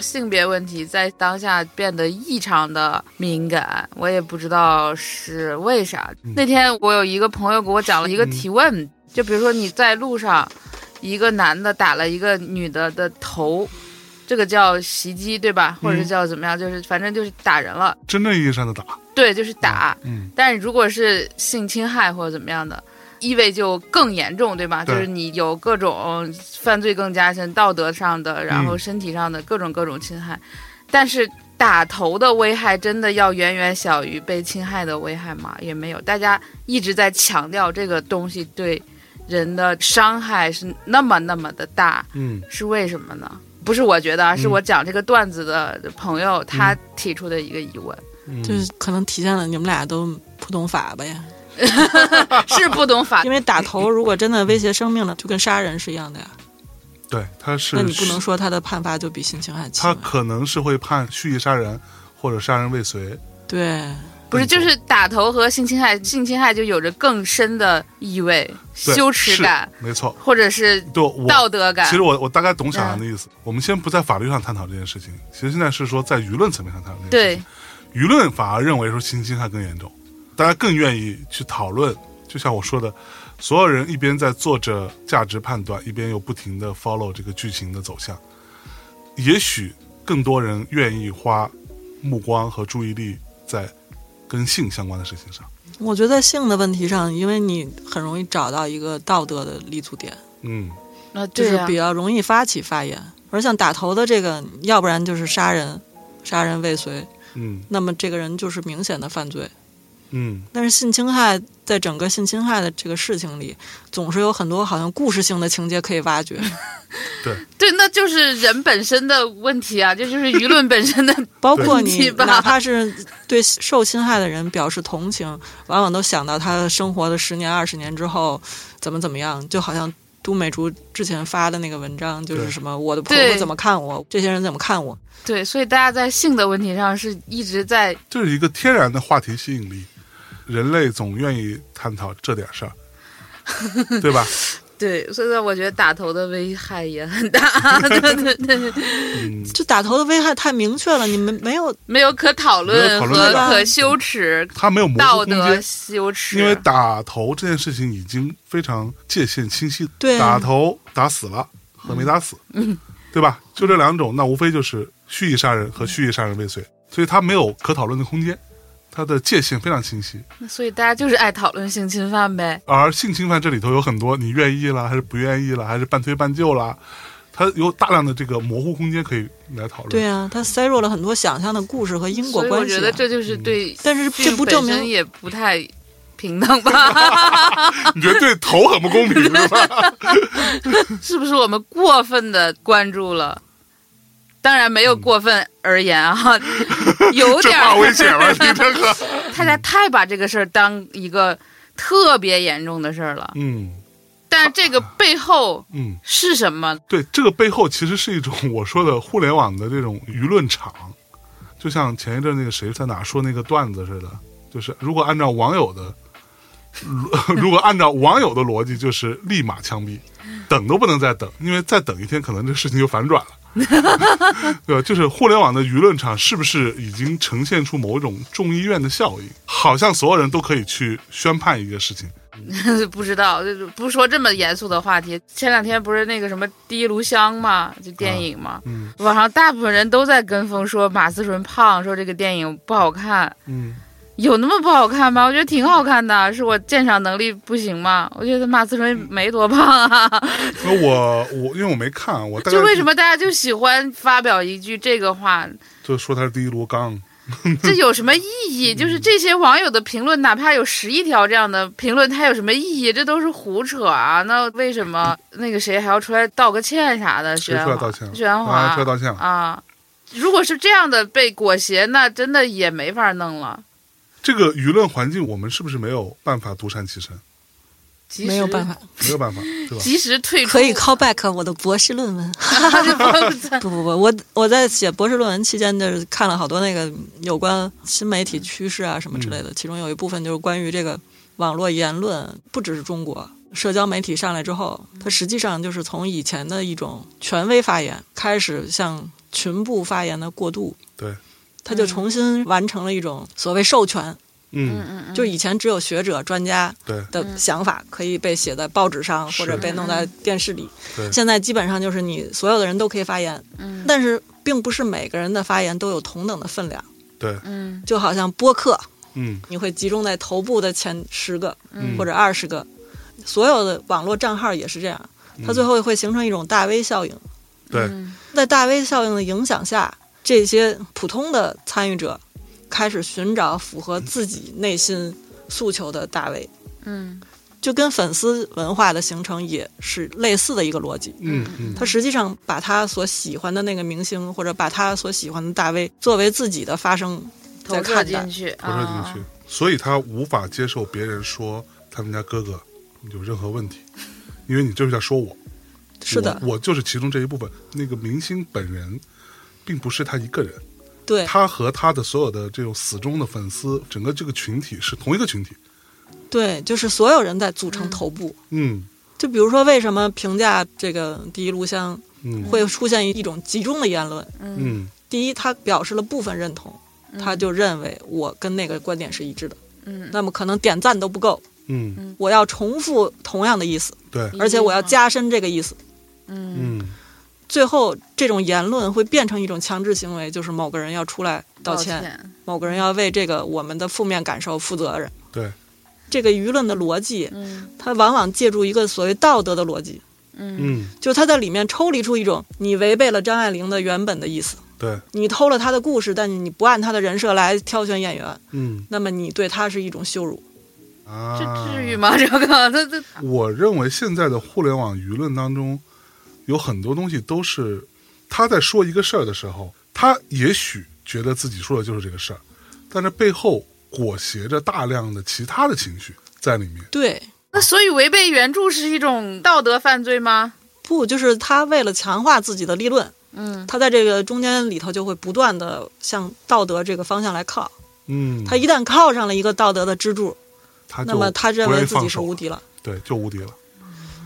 Speaker 1: 性别问题在当下变得异常的敏感，我也不知道是为啥。那天我有一个朋友给我讲了一个提问，就比如说你在路上，一个男的打了一个女的的头，这个叫袭击对吧？或者
Speaker 2: 嗯
Speaker 1: 叫怎么样？就是反正就是打人了，
Speaker 2: 真正意义上的打，
Speaker 1: 对，就是打。
Speaker 2: 嗯
Speaker 1: 但是如果是性侵害或者怎么样的，意味就更严重，对吧？
Speaker 2: 对
Speaker 1: 就是你有各种嗯犯罪更加深，道德上的，然后
Speaker 2: 嗯
Speaker 1: 身体上的各种各种侵害。但是打头的危害真的要远远小于被侵害的危害吗？也没有，大家一直在强调这个东西对人的伤害是那么那么的大，
Speaker 2: 嗯
Speaker 1: 是为什么呢？不是我觉得啊，是我讲这个段子的朋友、他提出的一个疑问，
Speaker 2: 嗯，
Speaker 3: 就是可能体现了你们俩都不懂法吧呀。
Speaker 1: 是不懂法
Speaker 3: 因为打头如果真的威胁生命了，就跟杀人是一样的呀。
Speaker 2: 对，他是
Speaker 3: 那你不能说他的判罚就比性侵害轻
Speaker 2: 他
Speaker 3: 啊。
Speaker 2: 可能是会判蓄意杀人或者杀人未遂，
Speaker 3: 对，
Speaker 1: 不是，
Speaker 2: 更
Speaker 1: 就是打头和性侵害，性侵害就有着更深的意味、
Speaker 2: 对
Speaker 1: 羞耻感，，
Speaker 2: 是没错。
Speaker 1: 或者是
Speaker 2: 对我
Speaker 1: 道德感嗯
Speaker 2: 其。实我我大概懂小杨的意思。我们先不在法律上探讨这件事情，其实现在是说在舆论层面上探讨这件事
Speaker 1: 对
Speaker 2: 情。，舆论反而认为说性侵害更严重，大家更愿意去讨论。就像我说的，所有人一边在做着价值判断，一边又不停的 follow 这个剧情的走向。也许更多人愿意花目光和注意力在跟性相关的事情上。
Speaker 3: 我觉得在性的问题上，因为你很容易找到一个道德的立足点，
Speaker 2: 嗯
Speaker 1: 那
Speaker 3: 就
Speaker 1: 对
Speaker 3: 是
Speaker 1: 呀、
Speaker 3: 比较容易发起发言。而像打头的这个，要不然就是杀人，杀人未遂，
Speaker 2: 嗯
Speaker 3: 那么这个人就是明显的犯罪。
Speaker 2: 嗯，
Speaker 3: 但是性侵害在整个性侵害的这个事情里，总是有很多好像故事性的情节可以
Speaker 1: [LAUGHS]
Speaker 3: 挖掘，
Speaker 1: 对，那就是人本身的问题啊，这 [LAUGHS] 就是舆论本身
Speaker 2: [LAUGHS]
Speaker 1: 的。
Speaker 3: 包括
Speaker 1: 对
Speaker 3: 你
Speaker 1: 是吧
Speaker 3: 哪怕是对受侵害的人表示同情，往往都想到他生活的十年、二十年之后怎么怎么样，就好像。都美竹之前发的那个文章，就是
Speaker 2: 对
Speaker 3: 什么我的婆婆
Speaker 1: 对
Speaker 3: 怎么看我，这些人怎么看我，
Speaker 1: 对，所以大家在性的问题上是一直在
Speaker 2: 这是一个天然的话题吸引力，人类总愿意探讨这点事儿，对吧？
Speaker 1: 对，所以说我觉得打头的危害也很
Speaker 2: [LAUGHS]
Speaker 1: 大，对对对，
Speaker 2: 嗯，
Speaker 3: 就打头的危害太明确了，你们没有
Speaker 1: 没有可讨
Speaker 2: 没有
Speaker 1: 论
Speaker 2: 讨
Speaker 1: 和
Speaker 2: 论
Speaker 3: 的
Speaker 1: 可羞耻、
Speaker 2: 它没有模糊
Speaker 1: 道
Speaker 2: 空间
Speaker 1: 德，羞耻，
Speaker 2: 因为打头这件事情已经非常界限清晰，
Speaker 3: 对
Speaker 2: 打头打死了和没打死，
Speaker 1: 嗯
Speaker 2: 对吧？就这两种，那无非就是蓄意杀人和蓄意杀人未遂，所以它没有可讨论的空间，它的界限非常清晰。
Speaker 1: 所以大家就是爱讨论性侵犯呗。
Speaker 2: 而性侵犯这里头有很多，你愿意啦，还是不愿意啦，还是半推半就啦，它有大量的这个模糊空间可以来讨论。
Speaker 1: [LAUGHS]
Speaker 3: 对啊，他塞入了很多想象的故事和因果
Speaker 1: 所以
Speaker 3: 关
Speaker 1: 我
Speaker 3: 系啊、
Speaker 1: 觉得这就是
Speaker 2: 嗯
Speaker 1: 对，
Speaker 3: 但是这不证明
Speaker 1: 本身也不太平等吧？ [LAUGHS]
Speaker 2: 你觉得对头很不公平是吧？
Speaker 1: 是不是我们过分的关注了？当然没有过分而言啊， [LAUGHS]
Speaker 2: [LAUGHS]
Speaker 1: 有
Speaker 2: 这
Speaker 1: 点
Speaker 2: 怕
Speaker 1: 儿
Speaker 2: 危险
Speaker 1: [LAUGHS]
Speaker 2: 了，你这个，
Speaker 1: 大家太把这个事儿当一个特别严重的事儿了。
Speaker 2: 嗯
Speaker 1: 但是这个背后
Speaker 2: 嗯。
Speaker 1: 是什么？ [LAUGHS]
Speaker 2: 对，这个背后其实是一种我说的互联网的这种舆论场，就像前一阵那个谁在哪说那个段子似的，就是如果按照网友的， [LAUGHS] 如如果按照网友的逻辑，就是立马枪毙，等都不能再等，因为再等一天，可能这事情就反转了。 [LAUGHS] 对吧？就是互联网的舆论场是不是已经呈现出某种众议院的效应？好像所有人都可以去宣判一个事情。
Speaker 1: 不知道，就是不说这么严肃的话题。前两天不是那个什么《第一炉香》嘛，就电影嘛，
Speaker 2: 嗯
Speaker 1: 网上大部分人都在跟风说马思纯胖，说这个电影不好看，
Speaker 2: 嗯，
Speaker 1: 有那么不好看吗？我觉得挺好看的，是我鉴赏能力不行吗？我觉得马思纯没多胖
Speaker 2: [LAUGHS]
Speaker 1: 啊，
Speaker 2: 那我我因为我没看，啊我大概
Speaker 1: 就为什么大家就喜欢发表一句这个话，
Speaker 2: 就说他是第一炉钢？
Speaker 1: 这有什么意
Speaker 2: 嗯
Speaker 1: 义？就是这些网友的评论，哪怕有十一条这样的评论，它有什么意义？这都是胡扯啊！那为什么那个谁还要出来道个歉啥的？徐
Speaker 2: 谁
Speaker 1: 安
Speaker 2: 出来
Speaker 1: 华，
Speaker 2: 道歉了
Speaker 1: 徐安华、
Speaker 2: 啊出来道歉了
Speaker 1: 啊！如果是这样的被裹挟，那真的也没法弄了。
Speaker 2: 这个舆论环境，我们是不是没有办法独善其身？
Speaker 1: 及时
Speaker 3: 没有办法，
Speaker 2: 没有办 [LAUGHS] 法，对吧？
Speaker 1: 及时退出，
Speaker 3: 可以 call back 我的博士论
Speaker 1: [LAUGHS]
Speaker 3: 文。 [LAUGHS] 不不不，我我在写博士论文期间，就是看了好多那个有关新媒体趋势啊什么之类的，其中有一部分就是关于这个网络言论，不只是中国。社交媒体上来之后，它实际上就是从以前的一种权威发言开始向群部发言的过渡，
Speaker 2: 对，
Speaker 3: 它就重新完成了一种所谓授权，
Speaker 2: 嗯，
Speaker 3: 就以前只有学者、专家
Speaker 2: 对
Speaker 3: 的想法可以被写在报纸上，
Speaker 2: 是
Speaker 3: 或者被弄在电视里。
Speaker 2: 对
Speaker 3: 现在基本上就是你所有的人都可以发言，
Speaker 1: 嗯
Speaker 3: 但是并不是每个人的发言都有同等的分量。
Speaker 2: 对，
Speaker 1: 嗯
Speaker 3: 就好像播客，
Speaker 2: 嗯
Speaker 3: 你会集中在头部的前十个
Speaker 2: 嗯
Speaker 3: 或者二十个，所有的网络账号也是这样，
Speaker 2: 嗯
Speaker 3: 它最后会形成一种大 V 效应。
Speaker 2: 对，
Speaker 1: 嗯
Speaker 3: 在大 V 效应的影响下，这些普通的参与者开始寻找符合自己内心诉求的大 V，
Speaker 1: 嗯
Speaker 3: 就跟粉丝文化的形成也是类似的一个逻辑。
Speaker 2: 嗯嗯
Speaker 3: 他实际上把他所喜欢的那个明星，或者把他所喜欢的大 V 作为自己的发声在
Speaker 1: 投射
Speaker 3: 看
Speaker 1: 进
Speaker 3: 待。
Speaker 1: 去，啊
Speaker 2: 投射进去，所以他无法接受别人说他们家哥哥有任何问题，因为你就是在说我，
Speaker 3: 是的，
Speaker 2: 我，我就是其中这一部分。那个明星本人，并不是他一个人，
Speaker 3: 对，
Speaker 2: 他和他的所有的这种死忠的粉丝，整个这个群体是同一个群体。
Speaker 3: 对，就是所有人在组成头部。
Speaker 2: 嗯
Speaker 3: 就比如说，为什么评价这个第一录像
Speaker 2: 嗯
Speaker 3: 会出现一种集中的言论？
Speaker 2: 嗯
Speaker 3: 第一，他表示了部分认同，他就认为我跟那个观点是一致的。
Speaker 1: 嗯
Speaker 3: 那么可能点赞都不够，
Speaker 2: 嗯，啊
Speaker 3: 我要重复同样的意思，
Speaker 2: 对，
Speaker 3: 而且我要加深这个意思。
Speaker 1: 嗯
Speaker 2: 嗯
Speaker 3: 最后，这种言论会变成一种强制行为，就是某个人要出来道
Speaker 1: 道
Speaker 3: 歉，，某个人要为这个我们的负面感受负责任。
Speaker 2: 对，
Speaker 3: 这个舆论的逻辑，
Speaker 1: 嗯
Speaker 3: 它往往借助一个所谓道德的逻辑，
Speaker 1: 嗯
Speaker 2: 嗯
Speaker 3: 就是它在里面抽离出一种你违背了张爱玲的原本的意思，
Speaker 2: 对，
Speaker 3: 你偷了她的故事，但你不按她的人设来挑选演员，
Speaker 2: 嗯
Speaker 3: 那么你对她是一种羞辱。
Speaker 2: 啊，
Speaker 1: 这至于吗？ [LAUGHS] 这个，这这，
Speaker 2: 我认为现在的互联网舆论当中，有很多东西都是他在说一个事儿的时候，他也许觉得自己说的就是这个事儿，但是背后裹挟着大量的其他的情绪在里面。
Speaker 3: 对，
Speaker 1: 那所以违背原著是一种道德犯罪吗？
Speaker 3: 不就是他为了强化自己的立论，
Speaker 1: 嗯
Speaker 3: 他在这个中间里头就会不断的向道德这个方向来靠。
Speaker 2: 嗯，
Speaker 3: 他一旦靠上了一个道德的支柱，
Speaker 2: 他就
Speaker 3: 那么他认
Speaker 2: 不愿
Speaker 3: 为
Speaker 2: 意
Speaker 3: 自己
Speaker 2: 放
Speaker 3: 是
Speaker 2: 手
Speaker 3: 无
Speaker 2: 了，
Speaker 3: 敌了。
Speaker 2: 对，就无敌了。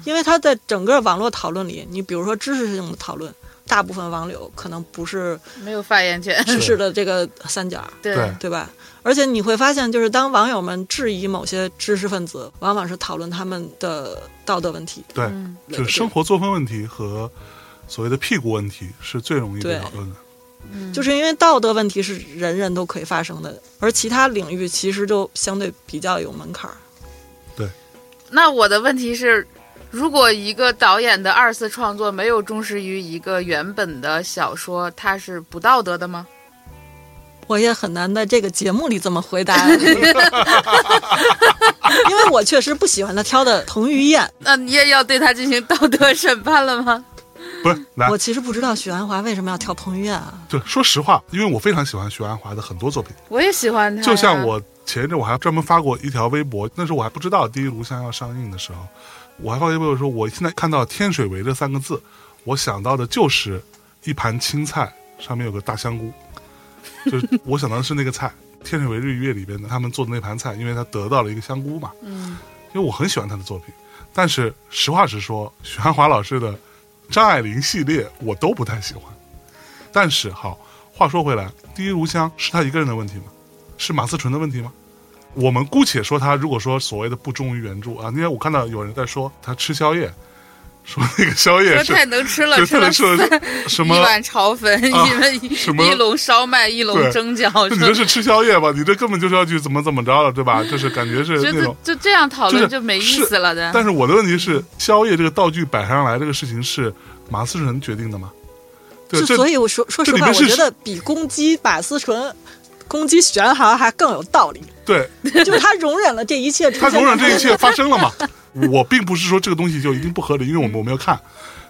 Speaker 3: 因为他在整个网络讨论里，你比如说知识性的讨论，大部分网友可能不是
Speaker 1: 没有发言权。 [LAUGHS]
Speaker 3: 知识的这个三角，
Speaker 1: 对
Speaker 2: 对
Speaker 3: 对吧？而且你会发现，就是当网友们质疑某些知识分子，往往是讨论他们的道德问题。
Speaker 2: 对，
Speaker 1: 嗯
Speaker 2: 就是生活作风问题和所谓的屁股问题是最容易被
Speaker 3: 对
Speaker 2: 讨论的。
Speaker 3: 就是因为道德问题是人人都可以发生的，而其他领域其实就相对比较有门槛儿。
Speaker 1: 那我的问题是，如果一个导演的二次创作没有忠实于一个原本的小说，它是不道德的吗？
Speaker 3: 我也很难在这个节目里这么回答， [LAUGHS] 因为我确实不喜欢他挑的彭于晏。
Speaker 2: 啊
Speaker 1: 那你也要对它进行道德审判了吗？
Speaker 2: 不是，来
Speaker 3: 我，其实不知道许鞍华为什么要挑彭于晏啊？
Speaker 2: 对，说实话，因为我非常喜欢徐安华的很多作品。
Speaker 1: 我也喜欢它呀，
Speaker 2: 就像我前一阵我还专门发过一条微博，那时候我还不知道《第一炉香》要上映的时候，我还发微博说，我现在看到“天水围”这三个字，我想到的就是一盘青菜，上面有个大香菇，就是我想到的是那个菜，《天水围日月》里边的他们做的那盘菜，因为他得到了一个香菇嘛。嗯，因为我很喜欢他的作品，但是实话实说，许鞍华老师的张爱玲系列我都不太喜欢。但是好，话说回来，《第一炉香》是他一个人的问题吗？是马思纯的问题吗？我们姑且说他如果说所谓的不忠于原著啊，因为我看到有人在说他吃宵夜，说那个宵夜
Speaker 1: 说
Speaker 2: 是
Speaker 1: 太能吃了，
Speaker 2: 就
Speaker 1: 吃
Speaker 2: 特
Speaker 1: 了
Speaker 2: 别
Speaker 1: [LAUGHS]
Speaker 2: 是什么
Speaker 1: 一碗炒粉，
Speaker 2: 啊
Speaker 1: 一碗
Speaker 2: 什么
Speaker 1: 一笼烧麦，一笼
Speaker 2: 对
Speaker 1: 蒸饺，
Speaker 2: 就你
Speaker 1: 说
Speaker 2: 这是吃宵夜吧？你这根本就是要去怎么怎么着了，对吧？就是感觉是
Speaker 1: 就
Speaker 2: 那种
Speaker 1: 就。就这样讨
Speaker 2: 就
Speaker 1: 论
Speaker 2: 是
Speaker 1: 就没意
Speaker 2: 是
Speaker 1: 思
Speaker 3: 啊
Speaker 1: 了的。
Speaker 2: 但是我的问题是，宵夜这个道具摆上来这个事情是马思纯决定的吗？对，
Speaker 3: 就
Speaker 2: 这
Speaker 3: 所以我说说实
Speaker 2: 这里
Speaker 3: 话，
Speaker 2: 面
Speaker 3: 我
Speaker 2: 是
Speaker 3: 觉得比攻击马思纯、攻击许鞍华还更有道理， [LAUGHS]
Speaker 2: 对
Speaker 3: 就是他容忍了这一切出
Speaker 2: 他
Speaker 3: 现在
Speaker 2: 容
Speaker 3: 他
Speaker 2: 忍
Speaker 3: 的。
Speaker 2: 这一切发生了嘛？我并不是说这个东西就一定不合理，因为我们我没有看。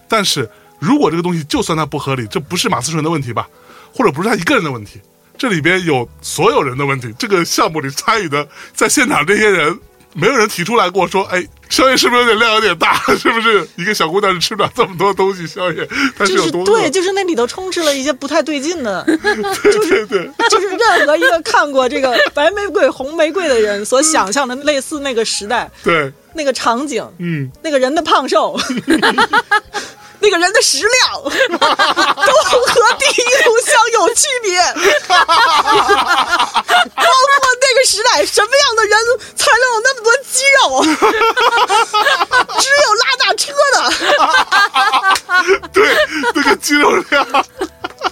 Speaker 2: 但是如果这个东西就算它不合理，这不是马思纯的问题吧？或者不是他一个人的问题，这里边有所有人的问题。这个项目里参与的，在现场这些人，没有人提出来过说，哎，宵夜是不是有点量有点大？ [LAUGHS] 是不是一个小姑娘是吃不了这么多东西？宵夜她
Speaker 3: 就
Speaker 2: 有
Speaker 3: 是
Speaker 2: 多
Speaker 3: 对，
Speaker 2: 饿？
Speaker 3: 就是那里头充斥了一些不太对劲的，
Speaker 2: [LAUGHS] 对对
Speaker 3: 就是任何一个看过这个白玫瑰、红玫瑰的人所想象的类似那个时代、
Speaker 2: 对，
Speaker 3: 那个场景、
Speaker 2: 嗯，
Speaker 3: 那个人的胖
Speaker 2: [LAUGHS]
Speaker 3: 瘦、那个人的食量，都和第一炉香有区别。包括那个时代，什么样的人才能有那么多肌
Speaker 2: [LAUGHS]
Speaker 3: 肉？只有拉大车的，
Speaker 2: 对，那个肌肉量，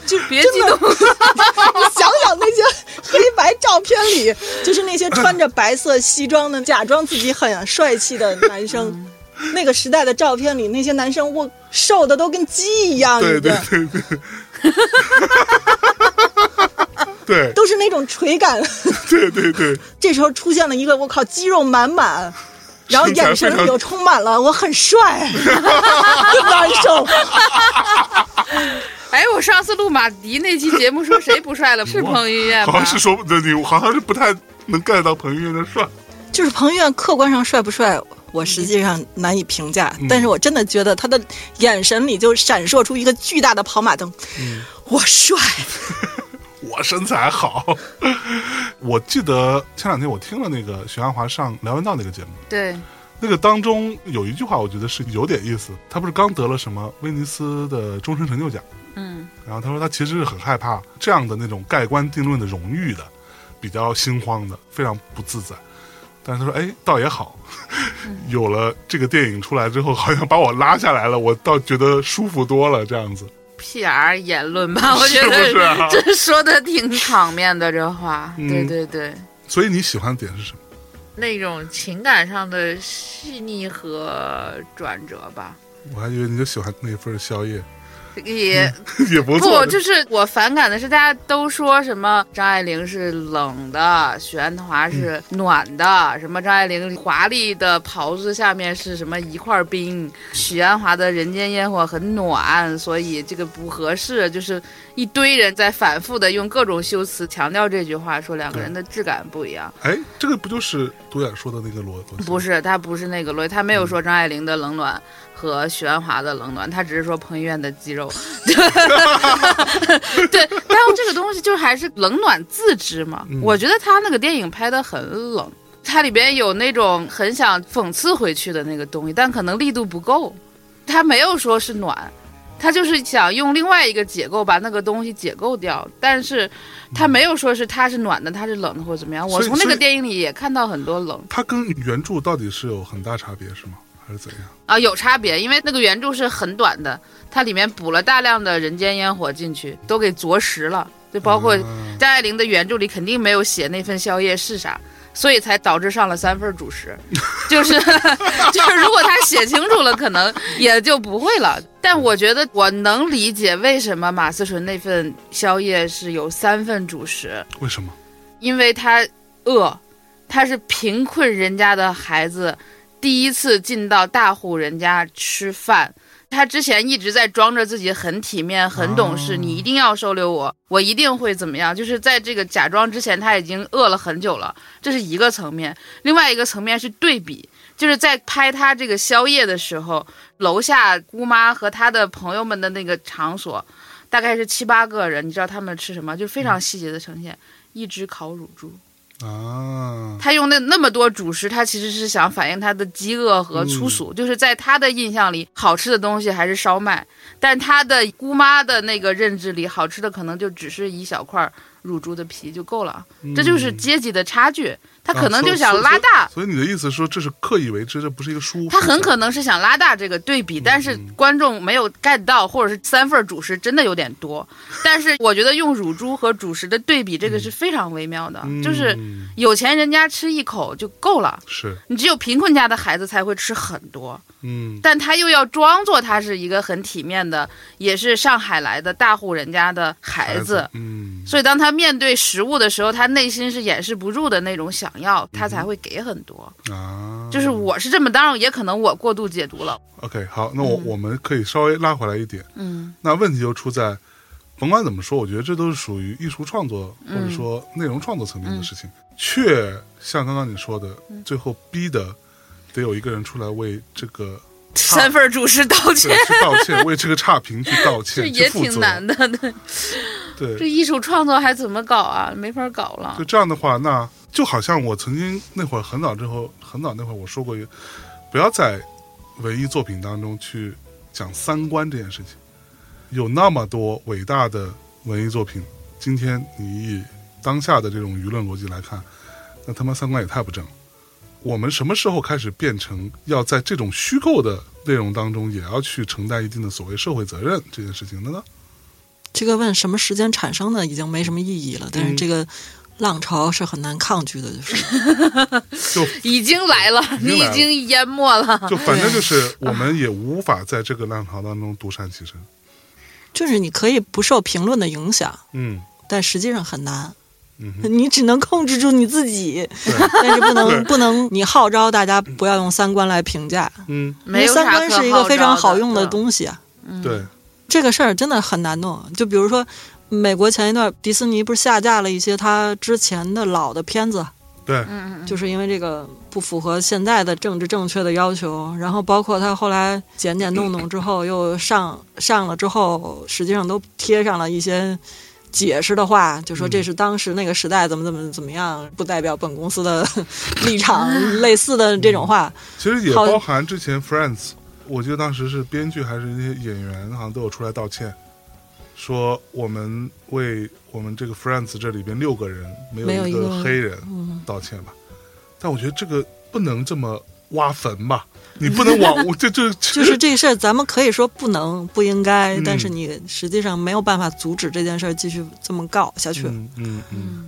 Speaker 1: 就别激动， [LAUGHS]
Speaker 3: 你想想那些黑白照片里西，就是那些穿着白色西装的、假装自己很帅气的男
Speaker 2: 嗯
Speaker 3: 生。那个时代的照片里，那些男生我瘦的都跟鸡啊一样，
Speaker 2: 对
Speaker 3: 你知
Speaker 2: 对
Speaker 3: 道
Speaker 2: 对对，对
Speaker 3: 都是那种垂感。 [LAUGHS]
Speaker 2: 对对对，
Speaker 3: 这时候出现了一个我靠，肌肉满满，然后眼
Speaker 2: 身材非常
Speaker 3: 神有充满了我很帅， [LAUGHS] 难受。
Speaker 1: 哎，我上次录马迪那期节目说谁不帅
Speaker 2: [LAUGHS]
Speaker 1: 了？是彭于晏
Speaker 2: 好
Speaker 1: 吧
Speaker 2: 像？是说对你好像是不太能 get 到彭于晏的帅，
Speaker 3: 就是彭于晏客观上帅不帅，我实际上难以评价，
Speaker 2: 嗯
Speaker 3: 但是我真的觉得他的眼神里就闪烁出一个巨大的跑马灯，我帅。
Speaker 2: 我身材好。我记得前两天我听了那个许鞍华上梁文道那个节目，
Speaker 1: 对，
Speaker 2: 那个当中有一句话，我觉得是有点意思。他不是刚得了什么威尼斯的终身成就奖，
Speaker 1: 嗯，
Speaker 2: 然后他说他其实是很害怕这样的那种盖棺定论的荣誉的，比较心慌的，非常不自在。但是他说，哎，倒也好，
Speaker 1: 嗯
Speaker 2: [LAUGHS] 有了这个电影出来之后，好像把我拉下来了，我倒觉得舒服多了。这样子，
Speaker 1: PR 言论吧，我觉得
Speaker 2: [LAUGHS] 是不是啊
Speaker 1: 这说的挺场面的，这话，
Speaker 2: 嗯
Speaker 1: 对对对，
Speaker 2: 所以你喜欢的点是什么？
Speaker 1: 那种情感上的细腻和转折吧，
Speaker 2: 我还以为你就喜欢那份宵夜， [LAUGHS]
Speaker 1: 也
Speaker 2: 也嗯不
Speaker 1: 不
Speaker 2: 错。
Speaker 1: 就是我反感的是，大家都说什么张爱玲是冷的，许鞍华是
Speaker 2: 嗯
Speaker 1: 暖的，什么张爱玲华丽的袍子下面是什么一块冰，许鞍华的《人间烟火》很暖，所以这个不合适，就是一堆人在反复的用各种修辞强调这句话，说两个人的质感不一样。
Speaker 2: 哎，这个不就是独眼说的那个罗？罗辑
Speaker 1: 不是，他不是那个罗，他没
Speaker 2: 嗯
Speaker 1: 有说张爱玲的冷暖和许鞍华的冷暖，他只是说彭于晏的肌
Speaker 2: [LAUGHS]
Speaker 1: 肉。 [LAUGHS] 对，但是这个东西就是还是冷暖自知嘛。
Speaker 2: 嗯
Speaker 1: 我觉得他那个电影拍的很冷，它里边有那种很想讽刺回去的那个东西，但可能力度不够，他没有说是暖。他就是想用另外一个解构把那个东西解构掉，但是他没有说是他是暖的，他是冷的或者怎么样。我
Speaker 2: 所以
Speaker 1: 从那
Speaker 2: 所
Speaker 1: 个
Speaker 2: 以
Speaker 1: 电影里也看到很多冷。
Speaker 2: 它跟原著到底是有很大差别是吗？还是怎样？
Speaker 1: 啊，有差别，因为那个原著是很短的，它里面补了大量的人间烟火进去，都给啄食了。就包括
Speaker 2: 嗯
Speaker 1: 张爱玲的原著里肯定没有写那份宵夜是啥，所以才导致上了三份主食。就是就是，如果她写清楚了，可能也就不会了。但我觉得我能理解为什么马思纯那份宵夜是有三份主食，
Speaker 2: 为什么？
Speaker 1: 因为他饿，他是贫困人家的孩子，第一次进到大户人家吃饭。他之前一直在装着自己很体面、很懂事，
Speaker 2: 哦
Speaker 1: 你一定要收留我，我一定会怎么样？就是在这个假装之前，他已经饿了很久了，这是一个层面。另外一个层面是对比，就是在拍他这个宵夜的时候，楼下姑妈和他的朋友们的那个场所，大概是七八个人，你知道他们吃什么？就非常细节的呈现。一只烤乳猪，
Speaker 2: 啊，
Speaker 1: 他用那那么多主食，他其实是想反映他的饥饿和粗俗，
Speaker 2: 嗯
Speaker 1: 就是在他的印象里，好吃的东西还是烧麦，但他的姑妈的那个认知里，好吃的可能就只是一小块乳猪的皮就够了，这就是阶级的差距，他可能就想拉大。
Speaker 2: 嗯啊所以你的意思说这是刻意为之，这不是一个疏忽？
Speaker 1: 他很可能是想拉大这个对
Speaker 2: 嗯
Speaker 1: 比，但是观众没有 get 到，或者是三份主食真的有点多。但是我觉得用乳猪和主食的对比，这个是非常微妙的，
Speaker 2: 嗯
Speaker 1: 就是有钱人家吃一口就够了，
Speaker 2: 是，
Speaker 1: 你只有贫困家的孩子才会吃很多，
Speaker 2: 嗯
Speaker 1: 但他又要装作他是一个很体面的，也是上海来的大户人家的孩子。
Speaker 2: 嗯，
Speaker 1: 所以，当他面对食物的时候，他内心是掩饰不住的那种想要，他才会给很多。
Speaker 2: 啊，
Speaker 1: 就是我是这么，当然也可能我过度解读了。
Speaker 2: OK，好，那我、我们可以稍微拉回来一点。
Speaker 1: 嗯
Speaker 2: 那问题就出在，甭管怎么说，我觉得这都是属于艺术创作或者说
Speaker 1: 嗯
Speaker 2: 内容创作层面的事情，却像刚刚你说的，
Speaker 1: 嗯
Speaker 2: 最后逼的得有一个人出来为这个，
Speaker 1: 三份主食道
Speaker 2: 对，
Speaker 1: 歉，
Speaker 2: 去道
Speaker 1: [LAUGHS]
Speaker 2: 歉，为这个差评去道
Speaker 1: 这
Speaker 2: 歉，去
Speaker 1: 也
Speaker 2: 负
Speaker 1: 挺
Speaker 2: 责。
Speaker 1: 难的。对
Speaker 2: 对，
Speaker 1: 这艺术创作还怎么搞啊？没法搞了
Speaker 2: 就。这样的话，那就好像我曾经那会儿很早之后，很早那会儿我说过一个，不要在文艺作品当中去讲三观这件事情。有那么多伟大的文艺作品，今天你以当下的这种舆论逻辑来看，那他妈三观也太不正了。我们什么时候开始变成要在这种虚构的内容当中，也要去承担一定的所谓社会责任这件事情的呢？
Speaker 3: 这个问什么时间产生的已经没什么意义了，但是这个浪潮是很难抗拒的，就是 [LAUGHS]
Speaker 2: 就
Speaker 1: 已经来了，
Speaker 2: 已经
Speaker 1: 你
Speaker 2: 来
Speaker 1: 已
Speaker 2: 了
Speaker 1: 经淹没了。
Speaker 2: 就反正就是我们也无法在这个浪潮当中独善其身。
Speaker 3: 就是你可以不受评论的影响，
Speaker 2: 嗯
Speaker 3: 但实际上很难，
Speaker 2: 嗯哼，
Speaker 3: 你只能控制住你自己，
Speaker 2: 对，
Speaker 3: 但是
Speaker 2: 对
Speaker 3: 不能不能你号召大家不要用三观来评价，
Speaker 2: 嗯
Speaker 3: 因为
Speaker 1: 没有
Speaker 3: 三
Speaker 1: 啥
Speaker 3: 观
Speaker 1: 可
Speaker 3: 是一个非常
Speaker 1: 号召
Speaker 3: 好用
Speaker 1: 的嗯
Speaker 3: 的东西啊。
Speaker 2: 对，
Speaker 3: 这个事儿真的很难弄。就比如说，美国前一段迪士尼不是下架了一些他之前的老的片子，
Speaker 2: 对，
Speaker 1: 嗯嗯
Speaker 3: 就是因为这个不符合现在的政治正确的要求。然后包括他后来剪剪弄弄之后，又上上了之后，实际上都贴上了一些。解释的话，就说这是当时那个时代怎么怎么怎么样，不代表本公司的 [LAUGHS] 立场，类似的这种话，
Speaker 2: 其实也
Speaker 3: 好
Speaker 2: 包含之前 Friends，我记得当时是编剧还是那些演员，好像都有出来道歉，说我们为我们这个 Friends 这里边六个人没
Speaker 3: 没
Speaker 2: 有
Speaker 3: 有
Speaker 2: 一
Speaker 3: 一
Speaker 2: 个
Speaker 3: 个
Speaker 2: 黑人
Speaker 3: 嗯
Speaker 2: 道歉吧。但我觉得这个不能这么挖坟吧，你不能往我这这
Speaker 3: 就是 [LAUGHS] 这事儿，咱们可以说不能、不应该，
Speaker 2: 嗯
Speaker 3: 但是你实际上没有办法阻止这件事儿继续这么告下去。
Speaker 2: 嗯嗯嗯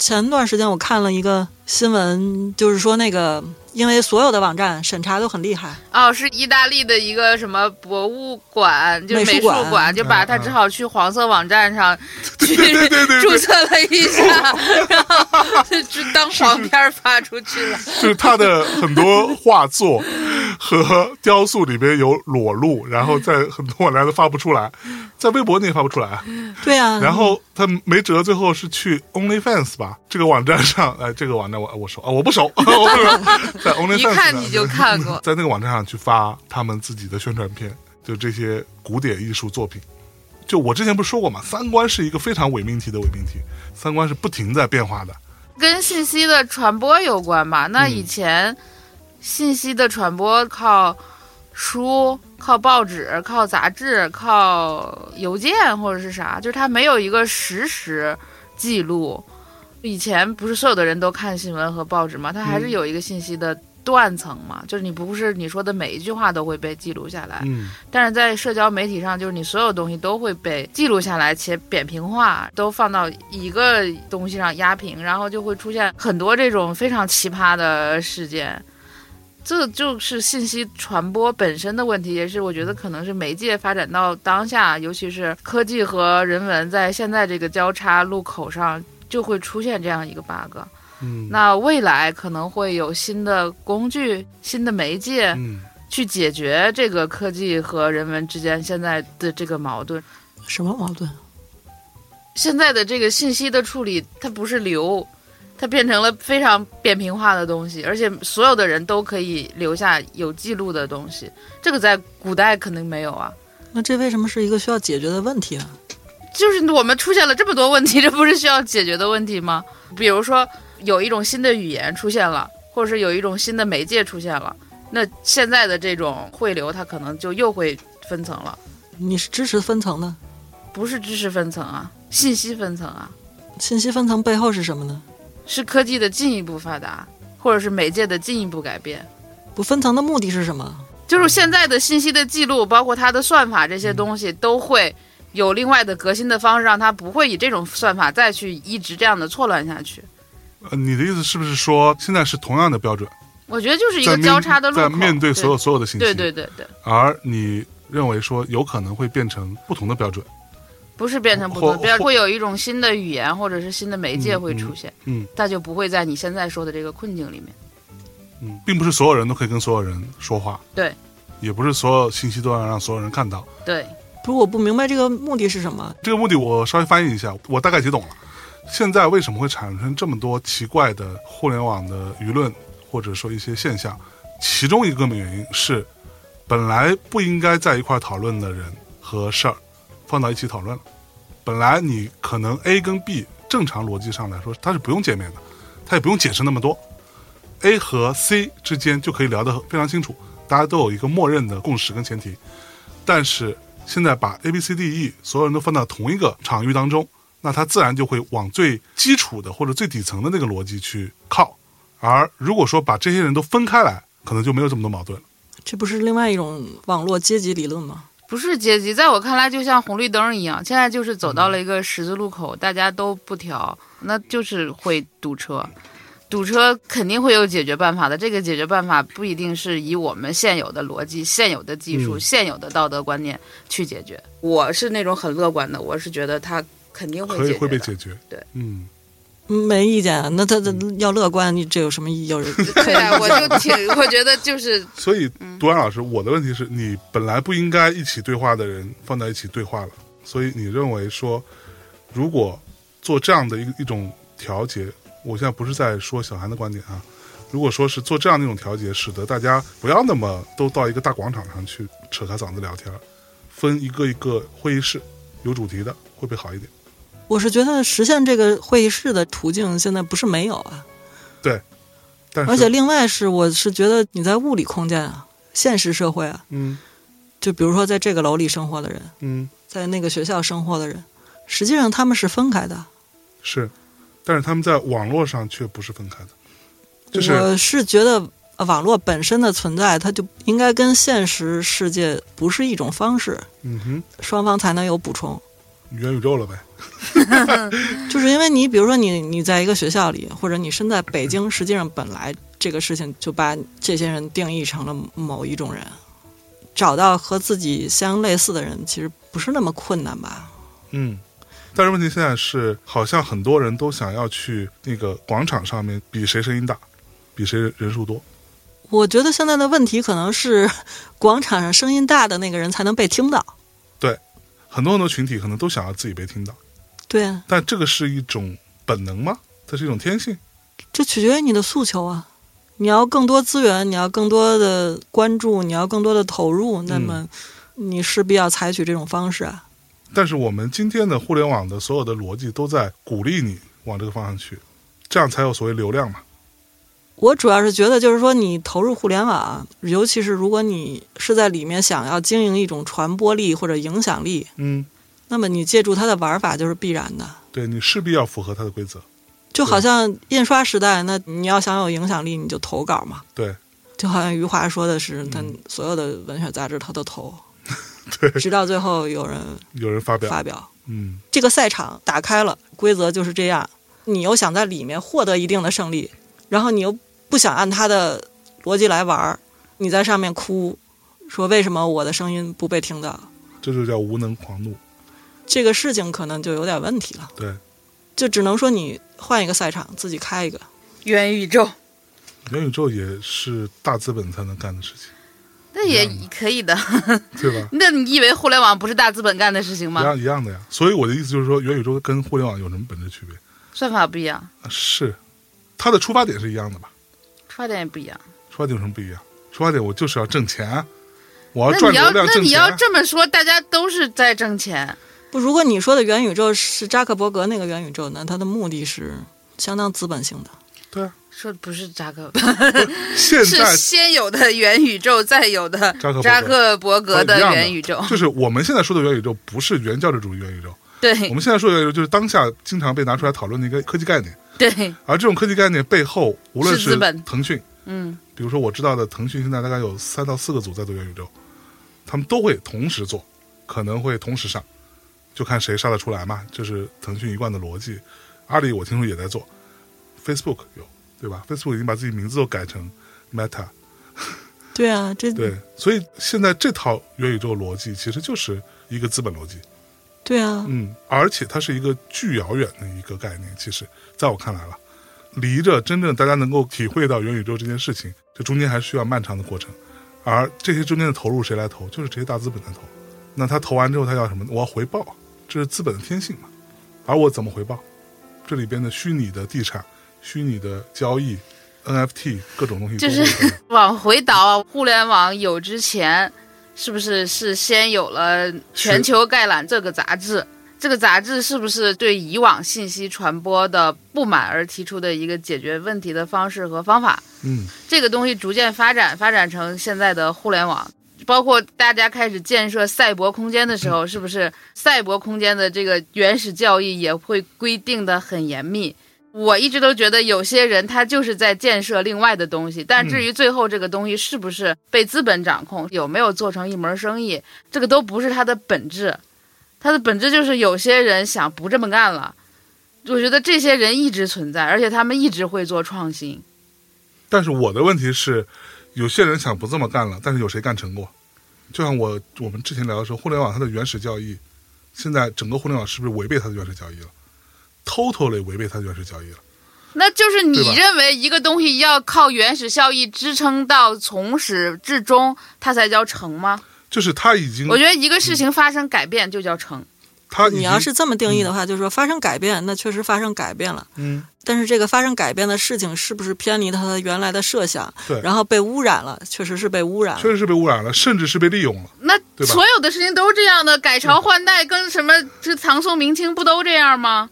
Speaker 3: 前段时间我看了一个新闻，就是说那个，因为所有的网站审查都很厉
Speaker 2: [LAUGHS]
Speaker 3: 害，
Speaker 1: 哦，是意大利的一个什么博物馆，就是
Speaker 3: 美
Speaker 1: 美
Speaker 3: 术
Speaker 1: 术
Speaker 3: 馆嗯
Speaker 1: 馆，就把他只好去黄色网站
Speaker 3: [LAUGHS]
Speaker 1: 上去
Speaker 2: 对对对
Speaker 1: 注册了一下，然后就当黄片儿发出去了。
Speaker 2: 就是他的很多画作和雕塑里边有裸露，然后在很多网站都发不出来，在微博那也发不出来。
Speaker 3: 对呀、
Speaker 1: 嗯
Speaker 2: 然后他没辙，最后是去 OnlyFans 吧这个网站上， [LAUGHS] 哎，这个网站我我熟啊，我不熟， [LAUGHS] 我不熟，
Speaker 1: [LAUGHS]
Speaker 2: 在 OnlyFans
Speaker 1: 一看
Speaker 2: 上
Speaker 1: 你就看过
Speaker 2: [LAUGHS] 在那个网站上去发他们自己的宣传片，就这些古典艺术作品。就我之前不是说过嘛，三观是一个非常伪命题的伪命题，三观是不停在变化的。
Speaker 1: 跟信息的传播有关吧？那以前信息的传播靠书、靠报纸、靠杂志、靠邮件或者是啥，就是它没有一个实时记录。以前不是所有的人都看新闻和报纸嘛，它还是有一个信息的断层嘛，就是你不是你说的每一句话都会被记录下来，
Speaker 2: 嗯，
Speaker 1: 但是在社交媒体上，就是你所有东西都会被记录下来且扁平化，都放到一个东西上压平，然后就会出现很多这种非常奇葩的事件。这就是信息传播本身的问题，也是我觉得可能是媒介发展到当下，尤其是科技和人文在现在这个交叉路口上，就会出现这样一个 bug。
Speaker 2: 嗯
Speaker 1: 那未来可能会有新的工具、新的媒介，
Speaker 2: 嗯
Speaker 1: 去解决这个科技和人文之间现在的这个矛盾。
Speaker 3: 什么矛盾？
Speaker 1: 现在的这个信息的处理，它不是流，它变成了非常扁平化的东西，而且所有的人都可以留下有记录的东西。这个在古代肯定没有啊。
Speaker 3: 那这为什么是一个需要解决的问题啊？
Speaker 1: 就是我们出现了这么多问题，这不是需要解决的问题吗？比如说有一种新的语言出现了，或者是有一种新的媒介出现了，那现在的这种汇流，它可能就又会分层了。
Speaker 3: 你是支持分层的，
Speaker 1: 不是知识分层啊，信息分层啊，
Speaker 3: 信息分层背后是什么呢？
Speaker 1: 是科技的进一步发达，或者是媒介的进一步改变。
Speaker 3: 不分层的目的是什么？
Speaker 1: 就是现在的信息的记录，包括它的算法这些东西，都会有另外的革新的方式，让它不会以这种算法再去一直这样的错乱下去。
Speaker 2: 呃你的意思是不是说现在是同样的标准，
Speaker 1: 我觉得就是一
Speaker 2: 在
Speaker 1: 个
Speaker 2: 面
Speaker 1: 交叉的路
Speaker 2: 在
Speaker 1: 口，
Speaker 2: 面对所有所有的信息，
Speaker 1: 对对对对对，
Speaker 2: 而你认为说有可能会变成不同的标准，
Speaker 1: 不是变成不
Speaker 2: 或
Speaker 1: 同，变
Speaker 2: 或
Speaker 1: 会有一种新的语言或者是新的媒介
Speaker 2: 嗯
Speaker 1: 会
Speaker 2: 嗯
Speaker 1: 出现，
Speaker 2: 嗯
Speaker 1: 它就不会在你现在说的这个困境里面。
Speaker 2: 嗯，并不是所有人都可以跟所有人说话，
Speaker 1: 对，
Speaker 2: 也不是所有信息都要让所有人看到。
Speaker 1: 对，
Speaker 3: 不是我不明白这个目的是什么。
Speaker 2: 这个目的我稍微翻译一下，我大概解懂了。现在为什么会产生这么多奇怪的互联网的舆论，或者说一些现象？其中一个根本原因是，本来不应该在一块儿讨论的人和事儿放到一起讨论了。本来你可能 A 跟 B 正常逻辑上来说，它是不用见面的，它也不用解释那么多。A 和 C 之间就可以聊得非常清楚，大家都有一个默认的共识跟前提。但是现在把 A B C D E 所有人都放到同一个场域当中，那它自然就会往最基础的或者最底层的那个逻辑去靠。而如果说把这些人都分开来，可能就没有这么多矛盾了。
Speaker 3: 这不是另外一种网络阶级理论吗？
Speaker 1: 不是阶级，在我看来就像红绿灯一样，现在就是走
Speaker 2: 嗯
Speaker 1: 到了一个十字路口，大家都不调，那就是会堵车。堵车肯定会有解决办法的，这个解决办法不一定是以我们现有的逻辑、现有的技术、
Speaker 2: 嗯
Speaker 1: 现有的道德观念去解决。我是那种很乐观的，我是觉得它肯定会
Speaker 2: 可
Speaker 1: 解
Speaker 2: 以
Speaker 1: 决
Speaker 2: 会被
Speaker 1: 的
Speaker 2: 解决。
Speaker 1: 对，
Speaker 2: 嗯，
Speaker 3: 没意见啊。那他他要乐观，你这有 [LAUGHS] 什么意义？要是
Speaker 1: 对啊，我就挺，我觉得就是
Speaker 2: 所以
Speaker 3: 嗯
Speaker 2: 读完老师，我的问题是你本来不应该一起对话的人放在一起对话了，所以你认为说，如果做这样的一一种调节，我现在不是在说小韩的观点啊，如果说是做这样的一种调节，使得大家不要那么都到一个大广场上去扯开嗓子聊天儿，分一个一个会议室，有主题的会不会好一点？
Speaker 3: 我是觉得实现这个会议室的途径现在不是没有啊，
Speaker 2: [LAUGHS] 但是，
Speaker 3: 而且另外是我是觉得你在物理空间啊，现实社会啊，
Speaker 2: 嗯
Speaker 3: 就比如说在这个楼里生活的人，
Speaker 2: 嗯
Speaker 3: 在那个学校生活的人，实际上他们是分开的。
Speaker 2: 是，但是他们在网络上却不是分开的，就是
Speaker 3: 我是觉得呃网络本身的存在，它就应该跟现实世界不是一种方式，
Speaker 2: 嗯哼，
Speaker 3: 双方才能有补充。
Speaker 2: 元宇宙了呗。
Speaker 3: 就是因为你，比如说你你在一个学校里，或者你身在北京，实际上本来这个事情就把这些人定义成了某一种人，找到和自己相类似的人，其实不是那么困难吧？
Speaker 2: 嗯，但是问题现在是，好像很多人都想要去那个广场上面比谁声音大，比谁人数多。
Speaker 3: 我觉得现在的问题可能是，广场上声音大的那个人才能被听到。
Speaker 2: 很多很多群体可能都想要自己被听到，
Speaker 3: 对啊，
Speaker 2: 但这个是一种本能吗？它是一种天性？
Speaker 3: 这取决于你的诉求啊。你要更多资源，你要更多的关注，你要更多的投入，那么你势必要采取这种方式啊。
Speaker 2: 但是我们今天的互联网的所有的逻辑都在鼓励你往这个方向去，这样才有所谓流量嘛。
Speaker 3: 我主要是觉得，就是说你投入互联网，尤其是如果你是在里面想要经营一种传播力或者影响力，
Speaker 2: 嗯，
Speaker 3: 那么你借助它的玩法就是必然的。
Speaker 2: 对你势必要符合它的规则。
Speaker 3: 就好像印刷时代，那你要想有影响力，你就投稿嘛。
Speaker 2: 对，嗯
Speaker 3: 就好像余华说的是，他所有的文学杂志他都投，
Speaker 2: [LAUGHS] 对，
Speaker 3: 直到最后有人
Speaker 2: 有人发表，
Speaker 3: 发表。
Speaker 2: 嗯，
Speaker 3: 这个赛场打开了，规则就是这样。你又想在里面获得一定的胜利，然后你又不想按他的逻辑来玩儿，你在上面哭，说为什么我的声音不被听到？
Speaker 2: 这就叫无能狂怒。
Speaker 3: 这个事情可能就有点问题了，
Speaker 2: 对，
Speaker 3: 就只能说你换一个赛场，自己开一个。
Speaker 1: 元宇宙，
Speaker 2: 元宇宙也是大资本才能干的事情，
Speaker 1: 那也
Speaker 2: 嗯
Speaker 1: 可以的。 [LAUGHS]
Speaker 2: 对吧？
Speaker 1: 那你以为互联网不是大资本干的事情
Speaker 2: 一
Speaker 1: 吗？
Speaker 2: 样一样的呀。所以我的意思就是说，元宇宙跟互联网有什么本质区别？
Speaker 1: 算法不一样，
Speaker 2: 啊是，它的出发点是一样的吧？
Speaker 1: 出发点也不一样。
Speaker 2: 出发点有什么不一样？出发点我就是要挣钱啊，我
Speaker 1: 那
Speaker 2: 赚
Speaker 1: 你要
Speaker 2: 流量
Speaker 1: 那
Speaker 2: 挣
Speaker 1: 你
Speaker 2: 钱
Speaker 1: 要
Speaker 2: 啊。
Speaker 1: 这么说，大家都是在挣钱。
Speaker 3: 不，如果你说的元宇宙是扎克伯格那个元宇宙，那他的目的是相当资本性的。
Speaker 2: 对啊，
Speaker 1: 说不是扎
Speaker 2: [LAUGHS]
Speaker 1: 克，
Speaker 2: 现在
Speaker 1: 是先有的元宇宙，再有的
Speaker 2: 扎克伯格
Speaker 1: 扎克伯格
Speaker 2: 哦
Speaker 1: 的
Speaker 2: 一样的
Speaker 1: 元宇宙。
Speaker 2: 就是我们现在说的元宇宙，不是原教旨主义元宇宙。我
Speaker 1: 对
Speaker 2: 们现在说的元宇宙，就是当下经常被拿出来讨论的一个科技概念。
Speaker 1: 对，
Speaker 2: 而这种科技概念背后，无论
Speaker 1: 是资
Speaker 2: 是
Speaker 1: 本
Speaker 2: 腾讯，
Speaker 1: 嗯，
Speaker 2: 比如说我知道的，腾讯现在大概有三到四个组在做元宇宙，他们都会同时做，可能会同时上，就看谁杀得出来嘛。这是腾讯一贯的逻辑。阿里我听说也在做，Facebook 有对吧？Facebook 已经把自己名字都改成 Meta，
Speaker 3: 对啊，这
Speaker 2: 对，
Speaker 1: 嗯
Speaker 2: 所以现在这套元宇宙逻辑其实就是一个资本逻辑，
Speaker 3: 对啊，
Speaker 2: 嗯，而且它是一个巨遥远的一个概念。其实，在我看来了，离着真正大家能够体会到元宇宙这件事情，这中间还需要漫长的过程。而这些中间的投入谁来投？就是这些大资本来投。那他投完之后，他要什么？我要回报，这是资本的天性嘛。而我怎么回报？这里边的虚拟的地产、虚拟的交易、NFT 各种东西都
Speaker 1: 就
Speaker 2: 会
Speaker 1: 是
Speaker 2: 有，
Speaker 1: 往回倒，啊互联网有之前，是不是是先有了《全球概览》这个杂志？这个杂志是不是对以往信息传播的不满而提出的一个解决问题的方式和方法？
Speaker 2: 嗯，
Speaker 1: 这个东西逐渐发展，发展成现在的互联网。包括大家开始建设赛博空间的时候，是不是赛博空间的这个原始教义也会规定的很严密？我一直都觉得有些人他就是在建设另外的东西，但至于最后这个东西是不是被资本掌控，有没有做成一门生意，这个都不是他的本质。他的本质就是有些人想不这么干了。我觉得这些人一直存在，而且他们一直会做创新。
Speaker 2: 但是我的问题是，有些人想不这么干了，但是有谁干成过？就像我我们之前聊的时候，互联网它的原始教义，现在整个互联网是不是违背它的原始教义了？totally 违背它的原始教义了。
Speaker 1: 那就是
Speaker 2: 对
Speaker 1: 你
Speaker 2: 吧
Speaker 1: 认为一个东西要靠原始效益支撑到从始至终，它才叫成吗？
Speaker 2: 就是它已经
Speaker 1: 我，觉得一个事情发生改变就叫成。
Speaker 2: 它已经
Speaker 3: 你要是这么定义的话，就是说发生改变，那确实发生改变了。
Speaker 2: 嗯，
Speaker 3: 但是这个发生改变的事情是不是偏离了他原来的设想？
Speaker 2: 对
Speaker 3: 然后被污染了，确实是被污染
Speaker 2: 确
Speaker 3: 了。
Speaker 2: 实是被污染了，甚至是被利用了。
Speaker 1: 那
Speaker 2: 对吧
Speaker 1: 所有的事情都是这样的，改朝换代跟什么这唐宋明清不都这样吗？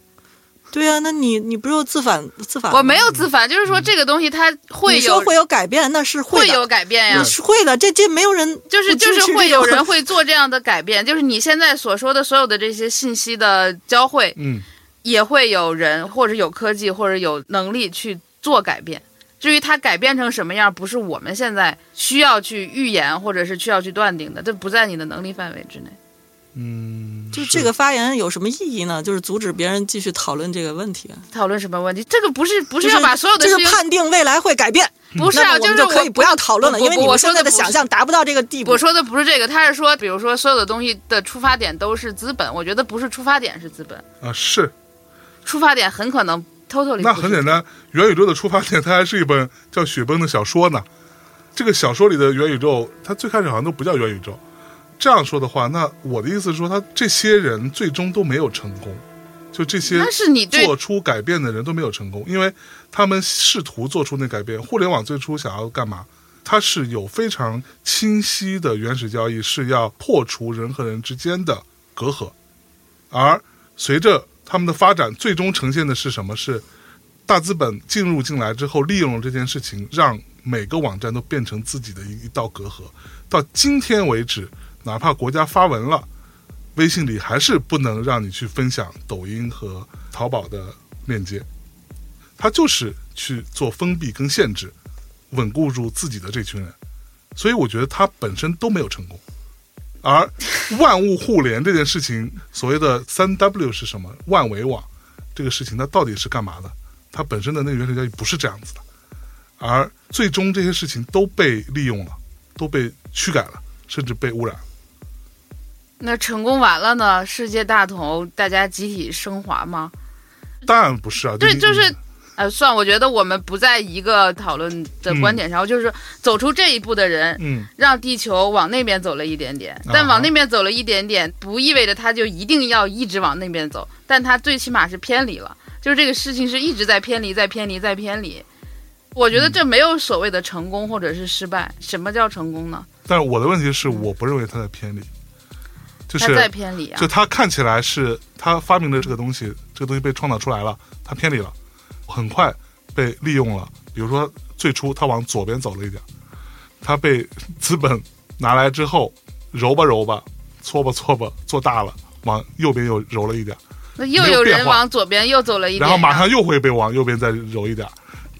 Speaker 3: 对呀、那你你不就自反自反吗？
Speaker 1: 我没有自反，就是说这个东西它会
Speaker 3: 啊你说
Speaker 1: 有
Speaker 3: 会有改变，那是
Speaker 1: 会
Speaker 3: 的，
Speaker 1: 有改变呀
Speaker 3: 你，是会的。这这没有人
Speaker 1: 就是
Speaker 3: 不支
Speaker 1: 就
Speaker 3: 持
Speaker 1: 是会有
Speaker 3: 这种
Speaker 1: 人会做这样的改变，就是你现在所说的所有的这些信息的交汇，
Speaker 2: 嗯，
Speaker 1: 也会有人或者有科技或者有能力去做改变。至于它改变成什么样，不是我们现在需要去预言或者是需要去断定的，这不在你的能力范围之内。
Speaker 2: 嗯，
Speaker 3: [LAUGHS] 就是这个发言有什么意义呢？就是阻止别人继续讨论这个问题，
Speaker 1: 讨论什么问题？这个不是不
Speaker 3: 不
Speaker 1: 是要把所有的事
Speaker 3: 就
Speaker 1: 情
Speaker 3: 是判定未来会改变，
Speaker 1: 不是啊，
Speaker 3: 那么我
Speaker 1: 就
Speaker 3: 们
Speaker 1: 是
Speaker 3: 就可以不要讨论了，
Speaker 1: 不
Speaker 3: 因为
Speaker 1: 不
Speaker 3: 你
Speaker 1: 我
Speaker 3: 们
Speaker 1: 说
Speaker 3: 现
Speaker 1: 的
Speaker 3: 在的
Speaker 1: 不是
Speaker 3: 想象达不到这个地步
Speaker 1: 我。说的不是这个，他是说，比如说所有的东西的出发点都是资本，我觉得不是出发点是资本，
Speaker 2: 啊，是
Speaker 1: 出发点很可能 totally
Speaker 2: 那
Speaker 1: 不是
Speaker 2: 很简单，元宇宙的出发点它还是一本叫《雪崩》的小说呢。这个小说里的元宇宙，它最开始好像都不叫元宇宙。这样说的话，那我的意思是说，他这些人最终都没有成功，就这些
Speaker 1: 那是你对
Speaker 2: 做出改变的人都没有成功，因为他们试图做出那改变。互联网最初想要干嘛？它是有非常清晰的原始交易，是要破除人和人之间的隔阂。而随着他们的发展，最终呈现的是什么？是大资本进入进来之后，利用了这件事情，让每个网站都变成自己的一一道隔阂。到今天为止，哪怕国家发文了。微信里还是不能让你去分享抖音和淘宝的链接，它就是去做封闭跟限制，稳固住自己的这群人。所以我觉得它本身都没有成功。
Speaker 1: [LAUGHS]
Speaker 2: 而万物互联这件事情，所谓的三 W 是什么？万维网这个事情，它到底是干嘛的？它本身的那个原始交易不是这样子的，而最终这些事情都被利用了，都被驱改了，甚至被污染了。
Speaker 1: 那成功完了呢？世界大同，大家集体升华吗？
Speaker 2: 当然不是啊，
Speaker 1: 对，
Speaker 2: 你
Speaker 1: 就是。呃，算，我觉得我们不在一个讨论的观点上，就是走出这一步的人，
Speaker 2: 嗯，
Speaker 1: 让地球往那边走了一点点，但
Speaker 2: 啊
Speaker 1: 往那边走了一点点，不意味着它就一定要一直往那边走，但它最起码是偏离了，就是这个事情是一直在偏离，在偏离，在偏离。我
Speaker 2: 嗯
Speaker 1: 觉得这没有所谓的成功或者是失败，什么叫成功呢？
Speaker 2: 但是我的问题是，我不认为他在偏离，就
Speaker 1: 它在
Speaker 2: 是
Speaker 1: 偏离啊
Speaker 2: 就，他看起来是他发明了这个东西，这个东西被创造出来了，他偏离了，很快被利用了。比如说最初他往左边走了一点，他被资本拿来之后揉吧揉吧，搓吧搓吧，做大了，往右边又揉了一点，
Speaker 1: 那又
Speaker 2: 没有
Speaker 1: 有
Speaker 2: 变
Speaker 1: 人
Speaker 2: 化
Speaker 1: 往左边又走了一点，
Speaker 2: 然后马上又会被往右边再揉一点，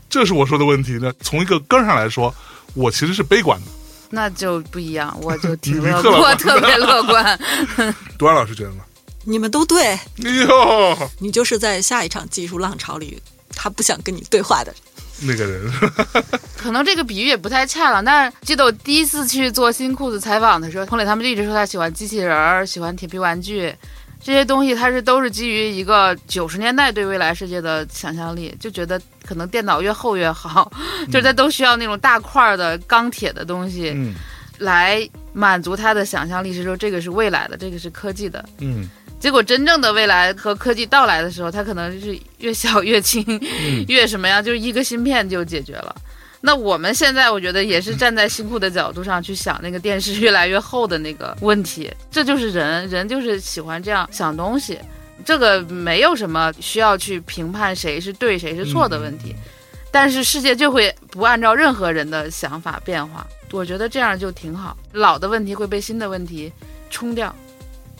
Speaker 2: 这是我说的问题。那从一个根儿上来说，我其实是悲观的。
Speaker 1: 那就不一样，我就挺
Speaker 2: 你
Speaker 1: 乐
Speaker 2: 特
Speaker 1: 观，
Speaker 2: 乐
Speaker 1: 我
Speaker 2: 观
Speaker 1: 特别乐观。
Speaker 2: 杜安老师觉得呢？
Speaker 3: 你们都对，
Speaker 2: 哎呦，
Speaker 3: 你就是在下一场技术浪潮里，他不想跟你对话的人。
Speaker 2: 那个人。
Speaker 1: 可能这个比喻也不太恰当，但是记得我第一次去做新裤子采访的时候，彭磊他们就一直说他喜欢机器人儿，喜欢铁皮玩具，这些东西他是都是基于一个九十年代对未来世界的想象力，就觉得可能电脑越厚越好， [LAUGHS] 就是他都需要那种大块儿的钢铁的东西
Speaker 2: 嗯
Speaker 1: 来满足他的想象力，是说这个是未来的，这个是科技的。
Speaker 2: 嗯
Speaker 1: 结果真正的未来和科技到来的时候，它可能就是越小越轻，越什么样，就是一个芯片就解决了。那我们现在我觉得也是站在新裤的角度上去想那个电视越来越厚的那个问题，这就是人，人就是喜欢这样想东西，这个没有什么需要去评判谁是对谁是错的问题，但是世界就会不按照任何人的想法变化，我觉得这样就挺好，老的问题会被新的问题冲掉。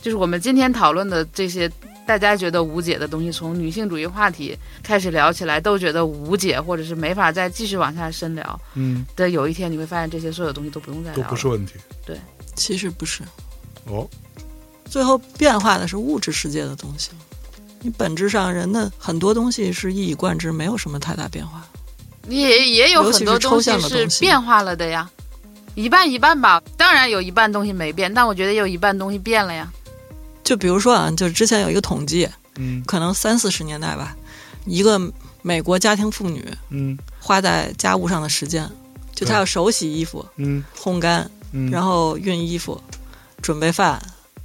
Speaker 1: 就是我们今天讨论的这些大家觉得无解的东西，从女性主义话题开始聊起来，都觉得无解，或者是没法再继续往下深聊
Speaker 2: 嗯，
Speaker 1: 的，有一天你会发现这些所有东西都不用再
Speaker 2: 都
Speaker 1: 聊了。
Speaker 2: 不是问题。
Speaker 3: 其实不是，
Speaker 2: 哦，
Speaker 3: 最后变化的是物质世界的东西。你本质上人的很多东西是一以贯之，没有什么太大变化。
Speaker 1: 也也有
Speaker 3: 尤其
Speaker 1: 很多
Speaker 3: 是抽
Speaker 1: 东西
Speaker 3: 象的
Speaker 1: 是
Speaker 3: 东西
Speaker 1: 变化了的呀，一半一半吧。当然有一半东西没变，但我觉得也有一半东西变了呀。
Speaker 3: 就比如说啊，就是之前有一个统计，
Speaker 2: 嗯
Speaker 3: 可能三四十年代吧，一个美国家庭妇女
Speaker 2: 嗯
Speaker 3: 花在家务上的时间，就她
Speaker 2: 对
Speaker 3: 要手洗衣服、
Speaker 2: 嗯
Speaker 3: 烘干，
Speaker 2: 嗯，
Speaker 3: 然后熨衣服、准备饭。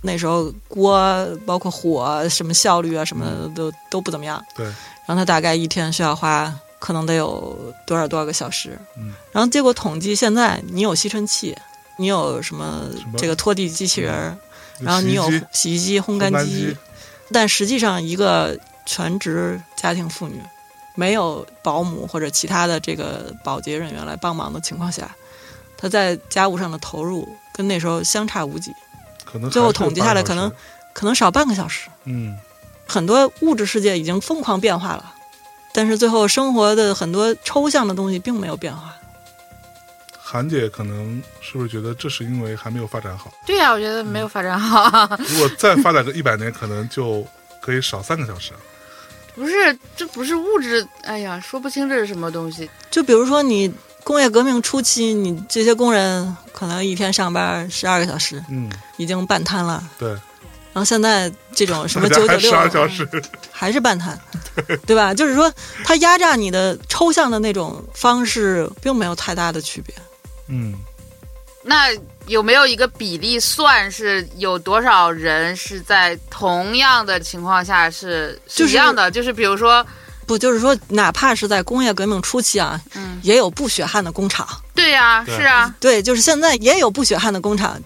Speaker 3: 那时候锅包括火什么效率啊什么的都都不怎么样。
Speaker 2: 对，
Speaker 3: 然后他大概一天需要花可能得有多少多少个小时。
Speaker 2: 嗯，
Speaker 3: 然后结果统计现在你有吸尘器，你有什么
Speaker 2: 什么
Speaker 3: 这个拖地机器人儿，然后
Speaker 2: 嗯洗衣
Speaker 3: 你有
Speaker 2: 机
Speaker 3: 洗衣机、烘
Speaker 2: 烘
Speaker 3: 干
Speaker 2: 干
Speaker 3: 机，，但实际上一个全职家庭妇女没有保姆或者其他的这个保洁人员来帮忙的情况下，她在家务上的投入跟那时候相差无几，
Speaker 2: 可能
Speaker 3: 最后
Speaker 2: 还是
Speaker 3: 统计下来
Speaker 2: 半个
Speaker 3: 可能
Speaker 2: 小时
Speaker 3: 可能少半个小时。
Speaker 2: 嗯
Speaker 3: 很多物质世界已经疯狂变化了，但是最后生活的很多抽象的东西并没有变化。
Speaker 2: 韩姐可能是不是觉得这是因为还没有发展
Speaker 3: [LAUGHS]
Speaker 2: 好？
Speaker 1: 对啊呀、我觉得没有发展好。
Speaker 2: 如果再发展个一百年，可能就可以少三个小时。
Speaker 1: 不是，这不是物质，哎呀，说不清这是什么东西。
Speaker 3: 就比如说你工业革命初期，你这些工人可能一天上班十二个小时，
Speaker 2: 嗯，
Speaker 3: 已经半瘫了。
Speaker 2: 对，
Speaker 3: 然后现在这种什么
Speaker 2: 大
Speaker 3: 九
Speaker 2: 家 [LAUGHS]
Speaker 3: 九
Speaker 2: 还
Speaker 3: 六嗯
Speaker 2: 十二小时，
Speaker 3: 还是
Speaker 2: [LAUGHS]
Speaker 3: 半瘫，对吧？就是说，它压榨你的抽象的那种方式，并没有太大的区别。
Speaker 2: 嗯，
Speaker 1: 那有没有一个比例算是有多少人是在同样的情况下是
Speaker 3: 就是
Speaker 1: 一样的？就是比如说，
Speaker 3: 不，就是说，哪怕是在工业革命初期啊，
Speaker 1: 嗯，
Speaker 3: 也有不血汗的工厂。
Speaker 1: 对呀、
Speaker 2: 对
Speaker 1: 是啊，
Speaker 3: 对，就是现在也有不血汗的工厂，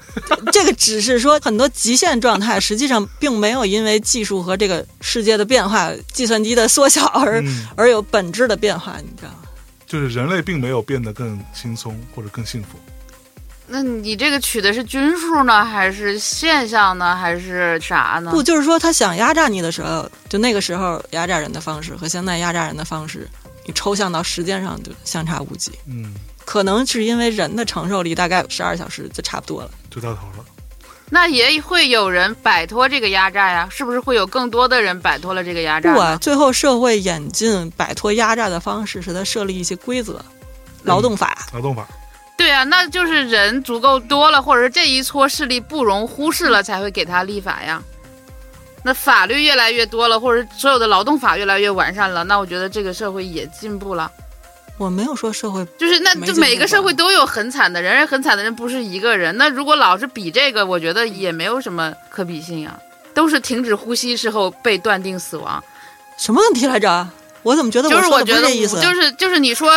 Speaker 3: 这个只是说很多极限状态，实际上并没有因为技术和这个世界的变化、计算机的缩小而、
Speaker 2: 嗯
Speaker 3: [LAUGHS] 而有本质的变化，你知道吗？
Speaker 2: 就是人类并没有变得更轻松或者更幸福。
Speaker 1: 那你这个取的是均数呢，还是现象呢，还是啥呢？
Speaker 3: 不，就是说他想压榨你的时候，就那个时候压榨人的方式和现在压榨人的方式，你抽象到时间上就相差无几。
Speaker 2: 嗯，
Speaker 3: 可能是因为人的承受力大概十二小时就差不多了。
Speaker 2: 就到头了。
Speaker 1: 那也会有人摆脱这个压榨呀，是不是会有更多的人摆脱了这个压榨
Speaker 3: 不
Speaker 1: 呢？
Speaker 3: 啊，最后社会演进摆脱压榨的方式是他设立一些规则，劳动法。
Speaker 2: 劳动法，
Speaker 1: 对啊，那就是人足够多了，或者是这一撮势力不容忽视了，才会给他立法呀。那法律越来越多了，或者所有的劳动法越来越完善了，那我觉得这个社会也进步了。
Speaker 3: 我没有说社会
Speaker 1: 就是那
Speaker 3: 没
Speaker 1: 就
Speaker 3: 进步
Speaker 1: 每个社会
Speaker 3: 吧
Speaker 1: 都有很惨的人，而很惨的人不是一个人。那如果老是比这个，我觉得也没有什么可比性啊。都是停止呼吸之后被断定死亡，
Speaker 3: 什么问题来着？我怎么觉得
Speaker 1: 就是
Speaker 3: 说
Speaker 1: 我
Speaker 3: 的不
Speaker 1: 觉
Speaker 3: 是
Speaker 1: 得
Speaker 3: 这意思？啊
Speaker 1: 就是就是你
Speaker 3: [LAUGHS]
Speaker 1: 说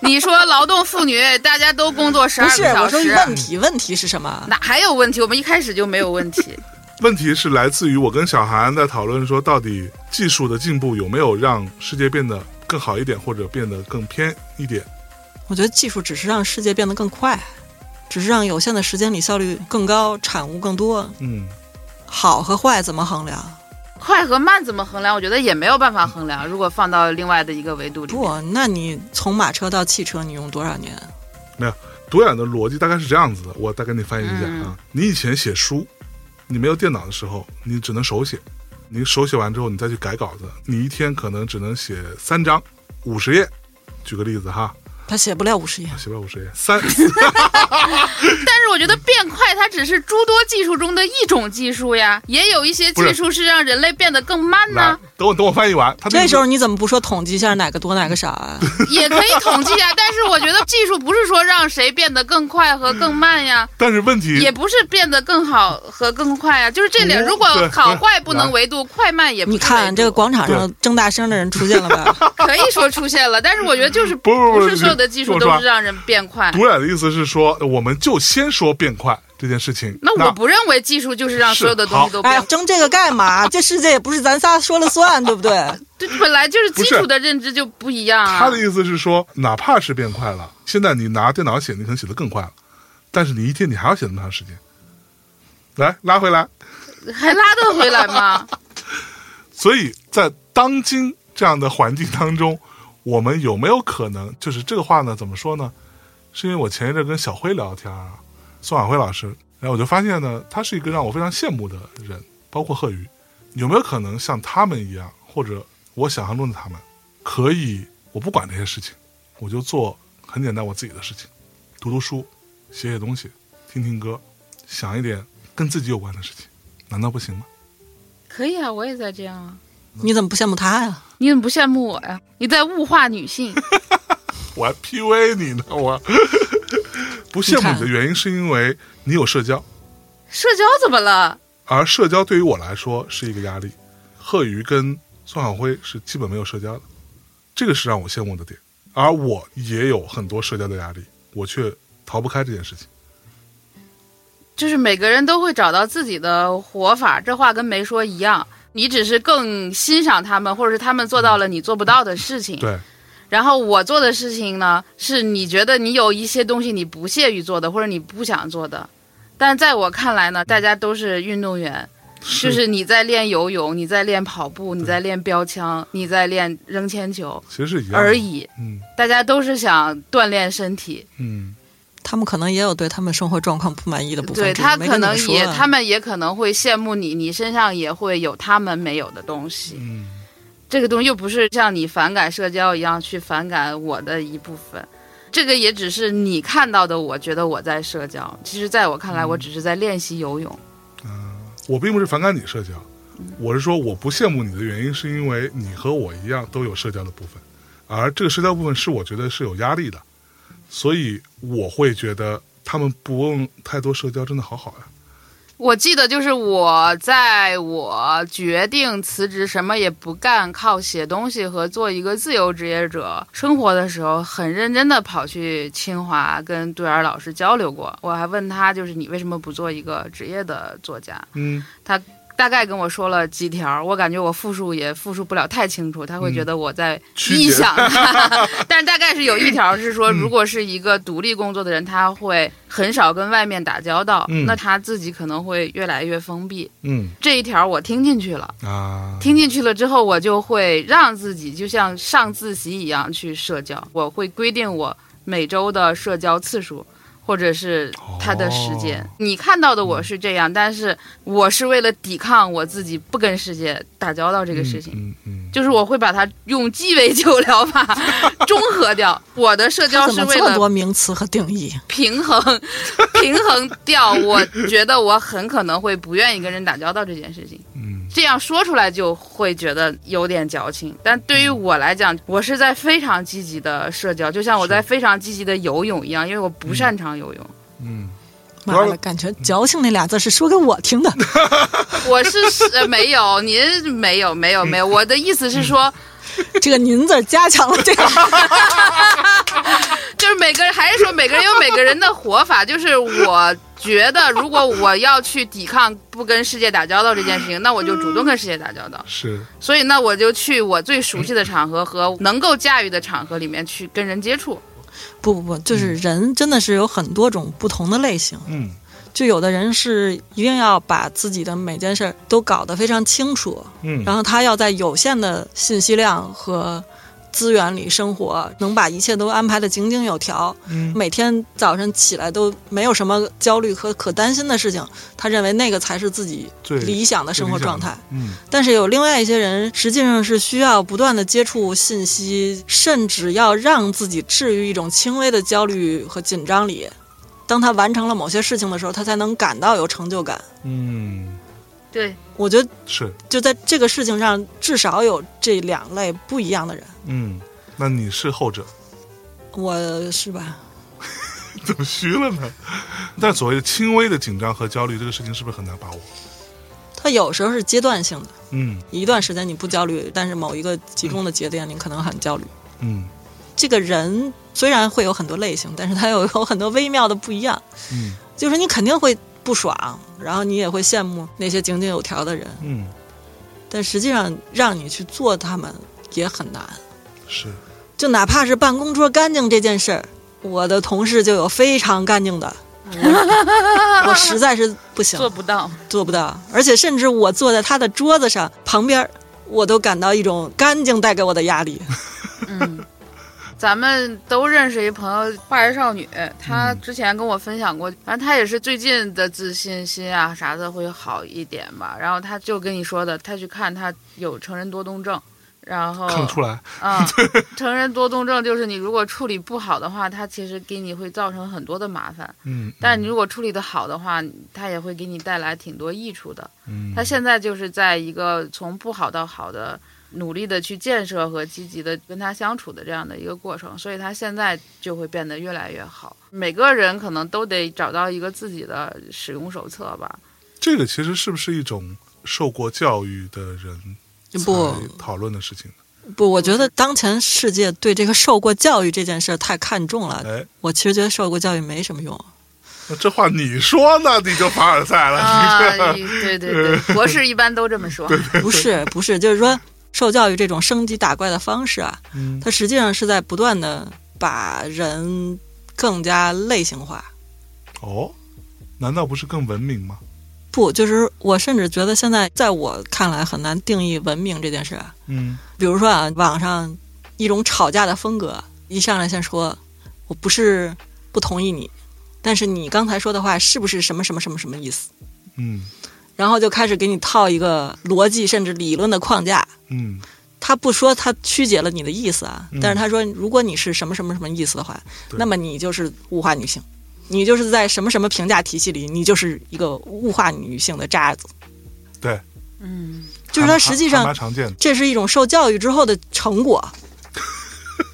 Speaker 1: 你说劳动妇女大家都工作十
Speaker 3: 不
Speaker 1: 二
Speaker 3: 是
Speaker 1: 个小
Speaker 3: 我说
Speaker 1: 时，
Speaker 3: 问题，问题是什么？
Speaker 1: 哪还有问题？我们一开始就没有问题。
Speaker 2: 问题是来自于我跟小韩在讨论说，到底技术的进步有没有让世界变得更好一点，或者变得更偏一点？
Speaker 3: 我觉得技术只是让世界变得更快，只是让有限的时间里效率更高，产物更多。
Speaker 2: 嗯，
Speaker 3: 好和坏怎么衡量？
Speaker 1: 快和慢怎么衡量？我觉得也没有办法衡量。如果放到另外的一个维度里面，
Speaker 3: 不，那你从马车到汽车，你用多少年？
Speaker 2: 独眼的逻辑大概是这样子的，我再给你翻译一下
Speaker 1: 嗯
Speaker 2: 啊。你以前写书，你没有电脑的时候，你只能手写，你手写完之后，你再去改稿子，你一天可能只能写三章，五十页。举个例子哈，
Speaker 3: 他写不了五十页。
Speaker 2: 写不了五十页，
Speaker 1: [LAUGHS]
Speaker 2: 三
Speaker 1: 但是我觉得变快，它只是诸多技术中的一种技术呀，也有一些技术是让人类变得更慢呢、
Speaker 2: 来，等我等我翻译完。他的意
Speaker 3: 这
Speaker 2: 思
Speaker 3: 时候你怎么不说统计一下哪个多哪个少 [LAUGHS] 啊？
Speaker 1: 也可以统计啊。但是我觉得技术不是说让谁变得更快和更慢呀，
Speaker 2: 但是问题
Speaker 1: 也不是变得更好和更快呀，就是这里
Speaker 2: 嗯
Speaker 1: 如果
Speaker 2: 对
Speaker 1: 好
Speaker 2: 对
Speaker 1: 坏不能
Speaker 2: 来
Speaker 1: 维度，快慢也不
Speaker 3: 你
Speaker 1: 是维
Speaker 3: 看
Speaker 1: 度
Speaker 3: 这个广场上争大声的人出现了吧？
Speaker 1: [LAUGHS] 可以说出现了，但是我觉得就是
Speaker 2: 不不不
Speaker 1: 是所有的技
Speaker 2: 听
Speaker 1: 术
Speaker 2: 我说
Speaker 1: 都
Speaker 2: 啊
Speaker 1: 是让人变快。
Speaker 2: 独眼的意思是说，我们就先说变快这件事情。
Speaker 1: 那我不认为技术就是让所有的
Speaker 2: 是
Speaker 1: 东
Speaker 2: 好
Speaker 1: 西都变
Speaker 3: 哎
Speaker 1: 快。，
Speaker 3: 争这个干嘛？这世界也不是咱仨说了算，对不对？
Speaker 1: 对，本来就是基
Speaker 2: 不是
Speaker 1: 础的认知就不一样啊。
Speaker 2: 他的意思是说，哪怕是变快了，现在你拿电脑写，你可能写的更快了，但是你一天你还要写那么长时间。来拉回来， [LAUGHS]
Speaker 1: 还拉得回来吗？
Speaker 2: 所以在当今这样的环境当中，我们有没有可能，就是这个话呢？怎么说呢？是因为我前一阵跟小辉聊天啊，宋晓辉老师，然后我就发现呢，他是一个让我非常羡慕的人，包括贺宇，有没有可能像他们一样，或者我想象中的他们，可以我不管这些事情，我就做很简单我自己的事情，读读书，写写东西，听听歌，想一点跟自己有关的事情，难道不行吗？
Speaker 1: 可以啊，我也在这样啊。
Speaker 3: 你怎么不羡慕他呀？
Speaker 1: 你怎么不羡慕我呀？你在物化女性。
Speaker 2: 我还 PUA 你呢，我不羡慕你的原因是因为你有社交，
Speaker 1: 社交怎么了？
Speaker 2: 而社交对于我来说是一个压力。贺鱼跟宋晓辉是基本没有社交的，这个是让我羡慕的点。而我也有很多社交的压力，我却逃不开这件事情。
Speaker 1: 就是每个人都会找到自己的活法，这话跟没说一样。你只是更欣赏他们，或者是他们做到了你做不到的事情。
Speaker 2: 对，
Speaker 1: 然后我做的事情呢，是你觉得你有一些东西你不屑于做的，或者你不想做的。但在我看来呢，大家都是运动员，就是你在练游泳，你在练跑步，你在练标枪，你在练扔铅球
Speaker 2: 其实是一样的
Speaker 1: 而。已。
Speaker 2: 嗯
Speaker 1: 大家都是想锻炼身体，
Speaker 2: 嗯，
Speaker 3: 他们可能也有对他们生活状况不满意的部分，
Speaker 1: 对
Speaker 3: 只是
Speaker 1: 他
Speaker 3: 没
Speaker 1: 可
Speaker 3: 跟你
Speaker 1: 能
Speaker 3: 说
Speaker 1: 也，
Speaker 3: 啊
Speaker 1: 他们也可能会羡慕你，你身上也会有他们没有的东西。
Speaker 2: 嗯
Speaker 1: 这个东西又不是像你反感社交一样去反感我的一部分，这个也只是你看到的。我觉得我在社交，其实在我看来，
Speaker 3: 嗯
Speaker 1: 我只是在练习游泳。
Speaker 2: 我并不是反感你社交，我是说我不羡慕你的原因是因为你和我一样都有社交的部分，而这个社交部分是我觉得是有压力的，所以我会觉得他们不用太多社交真的好啊好呀、
Speaker 1: 我记得就是我在我决定辞职，什么也不干，靠写东西和做一个自由职业者生活的时候，很认真的跑去清华跟杜源老师交流过。我还问他，就是你为什么不做一个职业的作家？
Speaker 2: 嗯
Speaker 1: 大概跟我说了几条，我感觉我复述也复述不了太清楚，他会觉得我在
Speaker 2: 嗯曲
Speaker 1: 臆
Speaker 2: 解 [LAUGHS] 嗯
Speaker 1: 想他。但是大概是有一条是说，如果是一个独立工作的人，他会很少跟外面打交道，
Speaker 2: 嗯
Speaker 1: 那他自己可能会越来越封闭。
Speaker 2: 嗯
Speaker 1: 这一条我听进去了，
Speaker 2: 啊，
Speaker 1: 听进去了之后，我就会让自己就像上自习一样去社交，我会规定我每周的社交次数。或者是他的时间，
Speaker 2: 哦
Speaker 1: 你看到的我是这样，但是我是为了抵抗我自己不跟世界打交道这个事情，
Speaker 2: 嗯嗯，
Speaker 1: 就是我会把它用鸡尾酒疗法
Speaker 2: [LAUGHS]
Speaker 1: 中和掉。我的社交
Speaker 3: 他怎
Speaker 1: 是
Speaker 3: 么
Speaker 1: 为
Speaker 3: 这么
Speaker 1: 了
Speaker 3: 多名词和定义？
Speaker 1: 平衡平衡掉，我觉得我很可能会不愿意跟人打交道这件事情。
Speaker 2: 嗯
Speaker 1: 这样说出来就会觉得有点矫情，但对于我来讲，我是在非常积极的社交，就像我在非常积极的游泳一样，因为我不擅长游泳，
Speaker 2: 嗯
Speaker 3: 妈的，感觉“矫情”那俩字是说给我听的。
Speaker 1: [LAUGHS] 我是呃没有，您没有没有没有，我的意思是说，
Speaker 3: 这个“您”字加强了这个。
Speaker 1: 就是每个人还是说每个人有每个人的活法，就是我觉得如果我要去抵抗不跟世界打交道这件事情，那我就主动跟世界打交道，
Speaker 2: 是
Speaker 1: 所以那我就去我最熟悉的场合和能够驾驭的场合里面去跟人接触。
Speaker 3: 不不不，就是人真的是有很多种不同的类型。
Speaker 2: 嗯
Speaker 3: 就有的人是一定要把自己的每件事儿都搞得非常清楚，
Speaker 2: 嗯，
Speaker 3: 然后他要在有限的信息量和资源里生活，能把一切都安排得井井有条。
Speaker 2: 嗯
Speaker 3: 每天早上起来都没有什么焦虑和可担心的事情，他认为那个才是自己
Speaker 2: 最
Speaker 3: 理想的生活状态。，
Speaker 2: 嗯
Speaker 3: 但是有另外一些人，实际上是需要不断的接触信息，甚至要让自己置于一种轻微的焦虑和紧张里。当他完成了某些事情的时候，他才能感到有成就感。
Speaker 2: 嗯
Speaker 1: 对，
Speaker 3: 我觉得
Speaker 2: 是
Speaker 3: 就在这个事情上，至少有这两类不一样的人，
Speaker 2: 嗯，那你是后者，
Speaker 3: 我是吧？
Speaker 2: 怎么虚了呢？ [LAUGHS] 但所谓的轻微的紧张和焦虑，这个事情是不是很难把握？
Speaker 3: 他有时候是阶段性的，
Speaker 2: 嗯
Speaker 3: 一段时间你不焦虑，但是某一个集中的节点，你可能很焦虑。
Speaker 2: 嗯
Speaker 3: 这个人虽然会有很多类型，但是他有有很多微妙的不一样。
Speaker 2: 嗯
Speaker 3: 就是你肯定会不爽，然后你也会羡慕那些井井有条的人，
Speaker 2: 嗯，
Speaker 3: 但实际上让你去做他们也很难。
Speaker 2: 是
Speaker 3: 就哪怕是办公桌干净这件事儿，我的同事就有非常干净的，我我实在是不行，
Speaker 1: 做不到。
Speaker 3: 做不到。而且甚至我坐在他的桌子上旁边儿，我都感到一种干净带给我的压力。
Speaker 1: 嗯，咱们都认识一朋友，化学少女，她
Speaker 2: 嗯
Speaker 1: 之前跟我分享过，反正她也是最近的自信心啊啥的会好一点吧。然后她就跟你说的，她去看她有成人多动症，然后
Speaker 2: 看得出来，
Speaker 1: 嗯，成人多动症就是你如果处理不好的话，它其实给你会造成很多的麻烦；
Speaker 2: 嗯，
Speaker 1: 但你如果处理的好的话，它也会给你带来挺多益处的。
Speaker 2: 嗯，
Speaker 1: 他现在就是在一个从不好到好的努力的去建设和积极的跟他相处的这样的一个过程，所以他现在就会变得越来越好。每个人可能都得找到一个自己的使用手册
Speaker 2: [LAUGHS]
Speaker 1: 吧。
Speaker 2: 这个其实是不是一种受过教育的人
Speaker 3: 不
Speaker 2: 才讨论的事情呢？
Speaker 3: 不，我觉得当前世界对这个受过教育这件事儿太看重了。
Speaker 2: 哎，
Speaker 3: 我其实觉得受过教育没什么用。
Speaker 2: 那这话你说呢，你就凡尔赛了，
Speaker 1: 啊
Speaker 2: 你，
Speaker 1: 对
Speaker 2: 这
Speaker 1: 对
Speaker 2: [LAUGHS]
Speaker 1: 对，博士一般都这么说。
Speaker 3: 不是不是，就是说受教育这种升级打怪的方式啊，
Speaker 2: 嗯
Speaker 3: 它实际上是在不断的把人更加类型化。
Speaker 2: 哦，难道不是更文明吗？
Speaker 3: 不，就是我甚至觉得现在在我看来很难定义文明这件事啊。
Speaker 2: 嗯
Speaker 3: 比如说啊，网上一种吵架的风格，啊一上来先说我不是不同意你，但是你刚才说的话是不是什么什么什么什么意思？
Speaker 2: 嗯
Speaker 3: 然后就开始给你套一个逻辑甚至理论的框架。
Speaker 2: 嗯
Speaker 3: 他不说他曲解了你的意思啊，
Speaker 2: 嗯
Speaker 3: 但是他说如果你是什么什么什么意思的话，
Speaker 2: 对
Speaker 3: 那么你就是物化女性，你就是在什么什么评价体系里，你就是一个物化女性的渣子。
Speaker 2: 对，
Speaker 1: 嗯，
Speaker 3: 就是
Speaker 2: 他
Speaker 3: 他实际上
Speaker 2: 蛮常见的，
Speaker 3: 这是一种受教育之后的成果，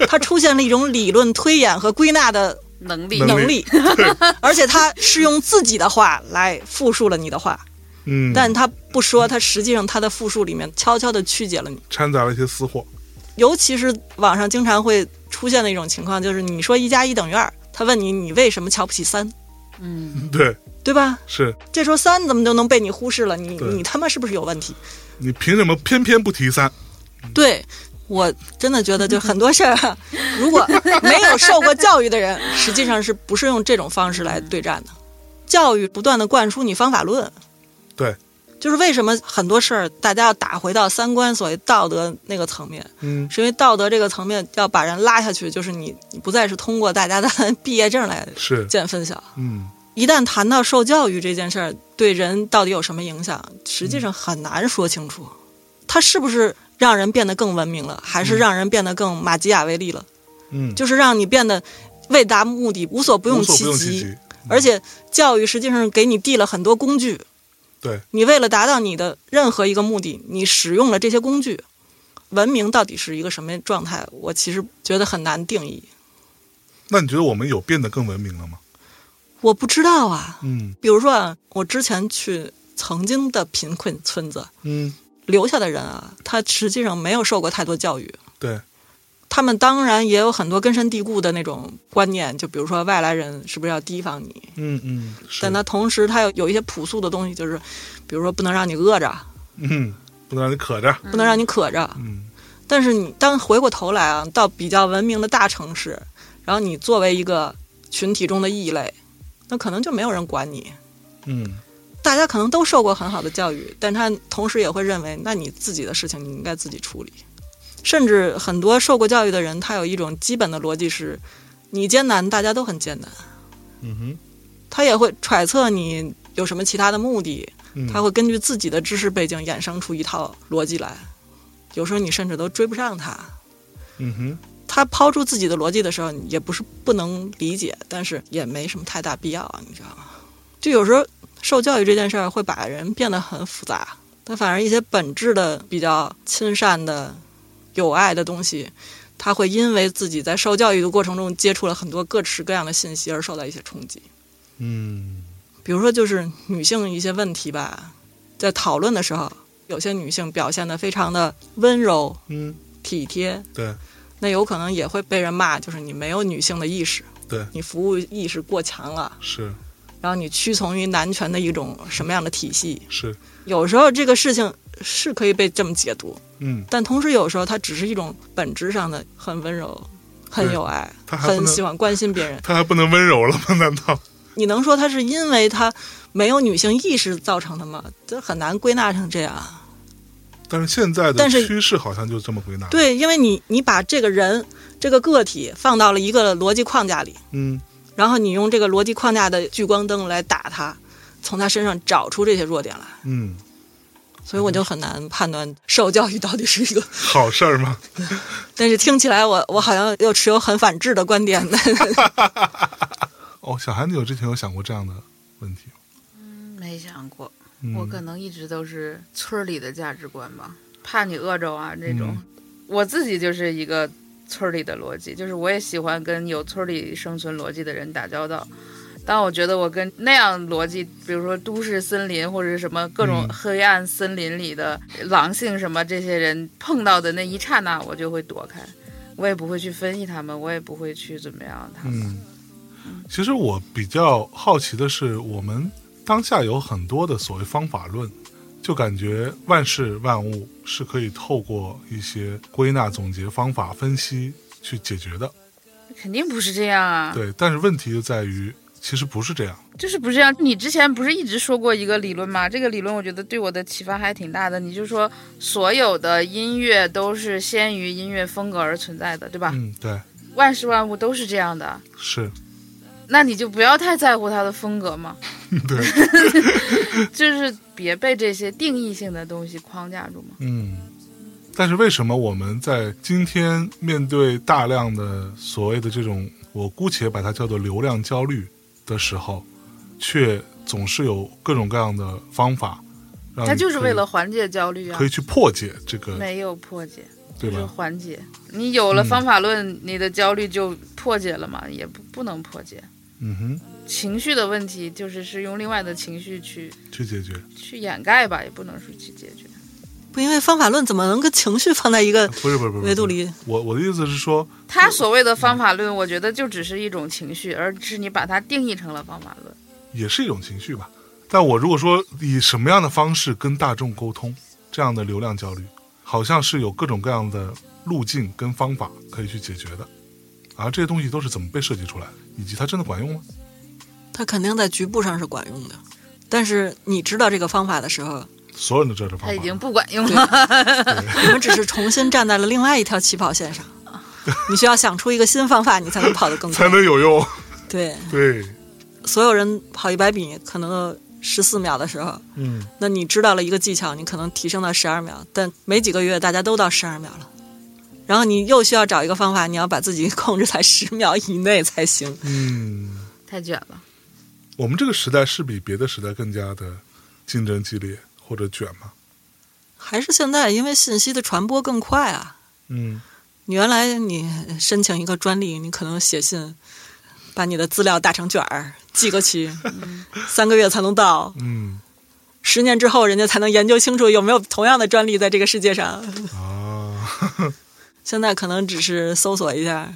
Speaker 3: 它出现了一种理论推演和归纳的
Speaker 1: 能力
Speaker 2: 能力 [LAUGHS]
Speaker 3: 能力，而且它是用自己的话来复述了你的话，
Speaker 2: 嗯，
Speaker 3: 但他不说，他实际上他的复述里面悄悄地曲解了你。
Speaker 2: 掺杂了一些私货，
Speaker 3: 尤其是网上经常会出现的一种情况，就是你说一加一等于二，他问你你为什么瞧不起三，
Speaker 1: 嗯，
Speaker 2: 对，
Speaker 3: 对吧？
Speaker 2: 是
Speaker 3: 这时候三怎么就能被你忽视了？你
Speaker 2: 对
Speaker 3: 你他妈是不是有问题？
Speaker 2: 你凭什么偏偏不提三？嗯
Speaker 3: 对我真的觉得，就很多事儿啊，如果没有受过教育的人，实际上是不是用这种方式来对战的？教育不断的灌输你方法论，
Speaker 2: 对，
Speaker 3: 就是为什么很多事儿大家要打回到三观所谓道德那个层面，
Speaker 2: 嗯
Speaker 3: 是因为道德这个层面要把人拉下去，就是你你不再是通过大家的 [LAUGHS] 毕业证来
Speaker 2: 是，
Speaker 3: 见分晓。
Speaker 2: 嗯
Speaker 3: 一旦谈到受教育这件事儿对人到底有什么影响，实
Speaker 2: 嗯
Speaker 3: 际上很难说清楚。它是不是让人变得更文明了，还是让人变得更马基雅维利了？
Speaker 2: 嗯，
Speaker 3: 就是让你变得为达目的无所不用
Speaker 2: 无所
Speaker 3: 其
Speaker 2: 不用
Speaker 3: 极。
Speaker 2: 其极，
Speaker 3: 而且教育实际上给你递了很多工具，
Speaker 2: 对
Speaker 3: 你为了达到你的任何一个目的，你使用了这些工具。文明到底是一个什么状态？我其实觉得很难定义，
Speaker 2: 那你觉得我们有变得更文明了吗？
Speaker 3: 我不知道啊。
Speaker 2: 嗯
Speaker 3: 比如说啊，我之前去曾经的贫困村子
Speaker 2: 嗯，
Speaker 3: 留下的人啊，他实际上没有受过太多教育，
Speaker 2: 对，
Speaker 3: 他们当然也有很多根深蒂固的那种观念，就比如说外来人是不是要提防你，
Speaker 2: 嗯嗯，是
Speaker 3: 但他同时他有有一些朴素的东西，就是比如说不能让你饿着，
Speaker 2: 嗯，不能让你渴着，
Speaker 3: 不能让你渴着。
Speaker 2: 嗯
Speaker 3: 但是你当回过头来啊，到比较文明的大城市，然后你作为一个群体中的异类，那可能就没有人管你。
Speaker 2: 嗯，
Speaker 3: 大家可能都受过很好的教育，但他同时也会认为，那你自己的事情你应该自己处理。甚至很多受过教育的人，他有一种基本的逻辑是：你艰难，大家都很艰难。
Speaker 2: 嗯哼，
Speaker 3: 他也会揣测你有什么其他的目的，
Speaker 2: 嗯
Speaker 3: 他会根据自己的知识背景衍生出一套逻辑来。有时候你甚至都追不上他。
Speaker 2: 嗯哼，
Speaker 3: 他抛出自己的逻辑的时候，你也不是不能理解，但是也没什么太大必要啊，你知道吗？就有时候受教育这件事儿会把人变得很复杂，但反而一些本质的、比较亲善的、友爱的东西，他会因为自己在受教育的过程中接触了很多各式各样的信息而受到一些冲击。
Speaker 2: 嗯
Speaker 3: 比如说，就是女性一些问题吧，在讨论的时候，有些女性表现得非常的温柔
Speaker 2: 嗯，
Speaker 3: 体贴，
Speaker 2: 对
Speaker 3: 那有可能也会被人骂，就是你没有女性的意识，
Speaker 2: 对
Speaker 3: 你服务意识过强了，
Speaker 2: 是
Speaker 3: 然后你屈从于男权的一种什么样的体系？
Speaker 2: 是，
Speaker 3: 有时候这个事情是可以被这么解读，
Speaker 2: 嗯，
Speaker 3: 但同时有时候它只是一种本质上的很温柔、很有爱、
Speaker 2: 它还不
Speaker 3: 很
Speaker 2: 能
Speaker 3: 喜欢关心别人。
Speaker 2: 他还不能温柔了吗？难道？
Speaker 3: 你能说它是因啊为它没有女性意识造成的吗？这很难归纳成这样。
Speaker 2: 但是现在的
Speaker 3: 但是
Speaker 2: 趋势好像就这么归纳。，
Speaker 3: 对，因为你你把这个人这个个体放到了一个逻辑框架里，
Speaker 2: 嗯
Speaker 3: 然后你用这个逻辑框架的聚光灯来打他，从他身上找出这些弱点来，
Speaker 2: 嗯，
Speaker 3: 所以我就很难判断受教育到底是一个。 [LAUGHS]
Speaker 2: 好事儿吗？
Speaker 3: 但是听起来我我好像又持有很反制的观点呢。
Speaker 2: 哦，小韩，你有之前有想过这样的问题吗？
Speaker 1: 没想过，
Speaker 2: 嗯、
Speaker 1: 我可能一直都是村儿里的价值观吧，怕你饿着啊这
Speaker 2: 嗯
Speaker 1: 种。我自己就是一个村儿里的逻辑，就是我也喜欢跟有村儿里生存逻辑的人打交道。但我觉得我跟那样逻辑，比如说都市森林或者是什么各种
Speaker 2: 嗯
Speaker 1: 黑暗森林里的狼性什么这些人碰到的那一刹那，我就会躲开，我也不会去分析他们，我也不会去怎么样他们。
Speaker 2: 嗯，其实我比较好奇的是，我们当下有很多的所谓方法论，就感觉万事万物是可以透过一些归纳、总结、方法、分析去解决的。
Speaker 1: 肯定不是这样啊。
Speaker 2: 对，但是问题就在于，其实不是这样。
Speaker 1: 就是不是这样？你之前不是一直说过一个理论吗？这个理论我觉得对我的启发还挺大的。你就说所有的音乐都是先于音乐风格而存在的，对吧？
Speaker 2: 嗯，对，
Speaker 1: 万事万物都是这样的，
Speaker 2: 是，
Speaker 1: 那你就不要太在乎它的风格嘛，
Speaker 2: 对，
Speaker 1: [LAUGHS] 就是别被这些定义性的东西框架住嘛。
Speaker 2: 嗯。但是为什么我们在今天面对大量的所谓的这种，我姑且把它叫做流量焦虑的时候，却总是有各种各样的方法，让
Speaker 1: 它
Speaker 2: 你
Speaker 1: 就是
Speaker 2: 嗯可以
Speaker 1: 为了缓解焦虑啊
Speaker 2: 可以，去破解这个，
Speaker 1: 没有破解，
Speaker 2: 对
Speaker 1: 就是
Speaker 2: 吧？
Speaker 1: 缓解。你有了
Speaker 2: 嗯
Speaker 1: 方法论，你的焦虑就破解了嘛？也不不能破解。
Speaker 2: 嗯哼，
Speaker 1: 情绪的问题就是是用另外的情绪去
Speaker 2: 去解决，
Speaker 1: 去掩盖吧，也不能说去解决。
Speaker 3: [LAUGHS] 不，因为方法论怎么能跟情绪放在一
Speaker 1: 呃
Speaker 3: 个
Speaker 2: 不是不是不是
Speaker 3: 维度。
Speaker 2: 不是
Speaker 3: 里？
Speaker 2: 我我的意思是说，
Speaker 1: 他所谓的方法论，我觉得就只是一种情绪，而是你把它定义成了方法论。
Speaker 2: 也是一种情绪吧。但我如果说以什么样的方式跟大众沟通，这样的流量焦虑，好像是有各种各样的路径跟方法可以去解决的。而这些东西都是怎么被设计出来的，以及它真的管用吗？
Speaker 3: 它肯定在局部上是管用的，但是你知道这个方法的时候，
Speaker 2: 所有人都知道这
Speaker 1: 它
Speaker 2: 方法，
Speaker 1: 已经不管用了。
Speaker 3: 你们只是重新站在了另外一条起跑线上。你需要想出一个新方法，你才能跑得
Speaker 2: [LAUGHS]
Speaker 3: 更
Speaker 2: 才
Speaker 3: 快。
Speaker 2: 能有用。
Speaker 3: 对，
Speaker 2: 对，
Speaker 3: 所有人跑一百米可能十四秒的时候，
Speaker 2: 嗯，
Speaker 3: 那你知道了一个技巧，你可能提升到十二秒，但没几个月大家都到十二秒了，然后你又需要找一个方法，你要把自己控制在十秒以内才行。
Speaker 2: 嗯，
Speaker 1: 太卷了，
Speaker 2: 我们这个时代是比别的时代更加的竞争激烈或者卷吗？
Speaker 3: 还是现在，因为信息的传播更快啊，
Speaker 2: 嗯，
Speaker 3: 你原来你申请一个专利，你可能写信，把你的资料打成卷儿寄过去，三个月才能到，
Speaker 2: 嗯
Speaker 3: 十年之后人家才能研究清楚有没有同样的专利在这个世界上。
Speaker 2: 啊，
Speaker 3: 现在可能只是搜索一下，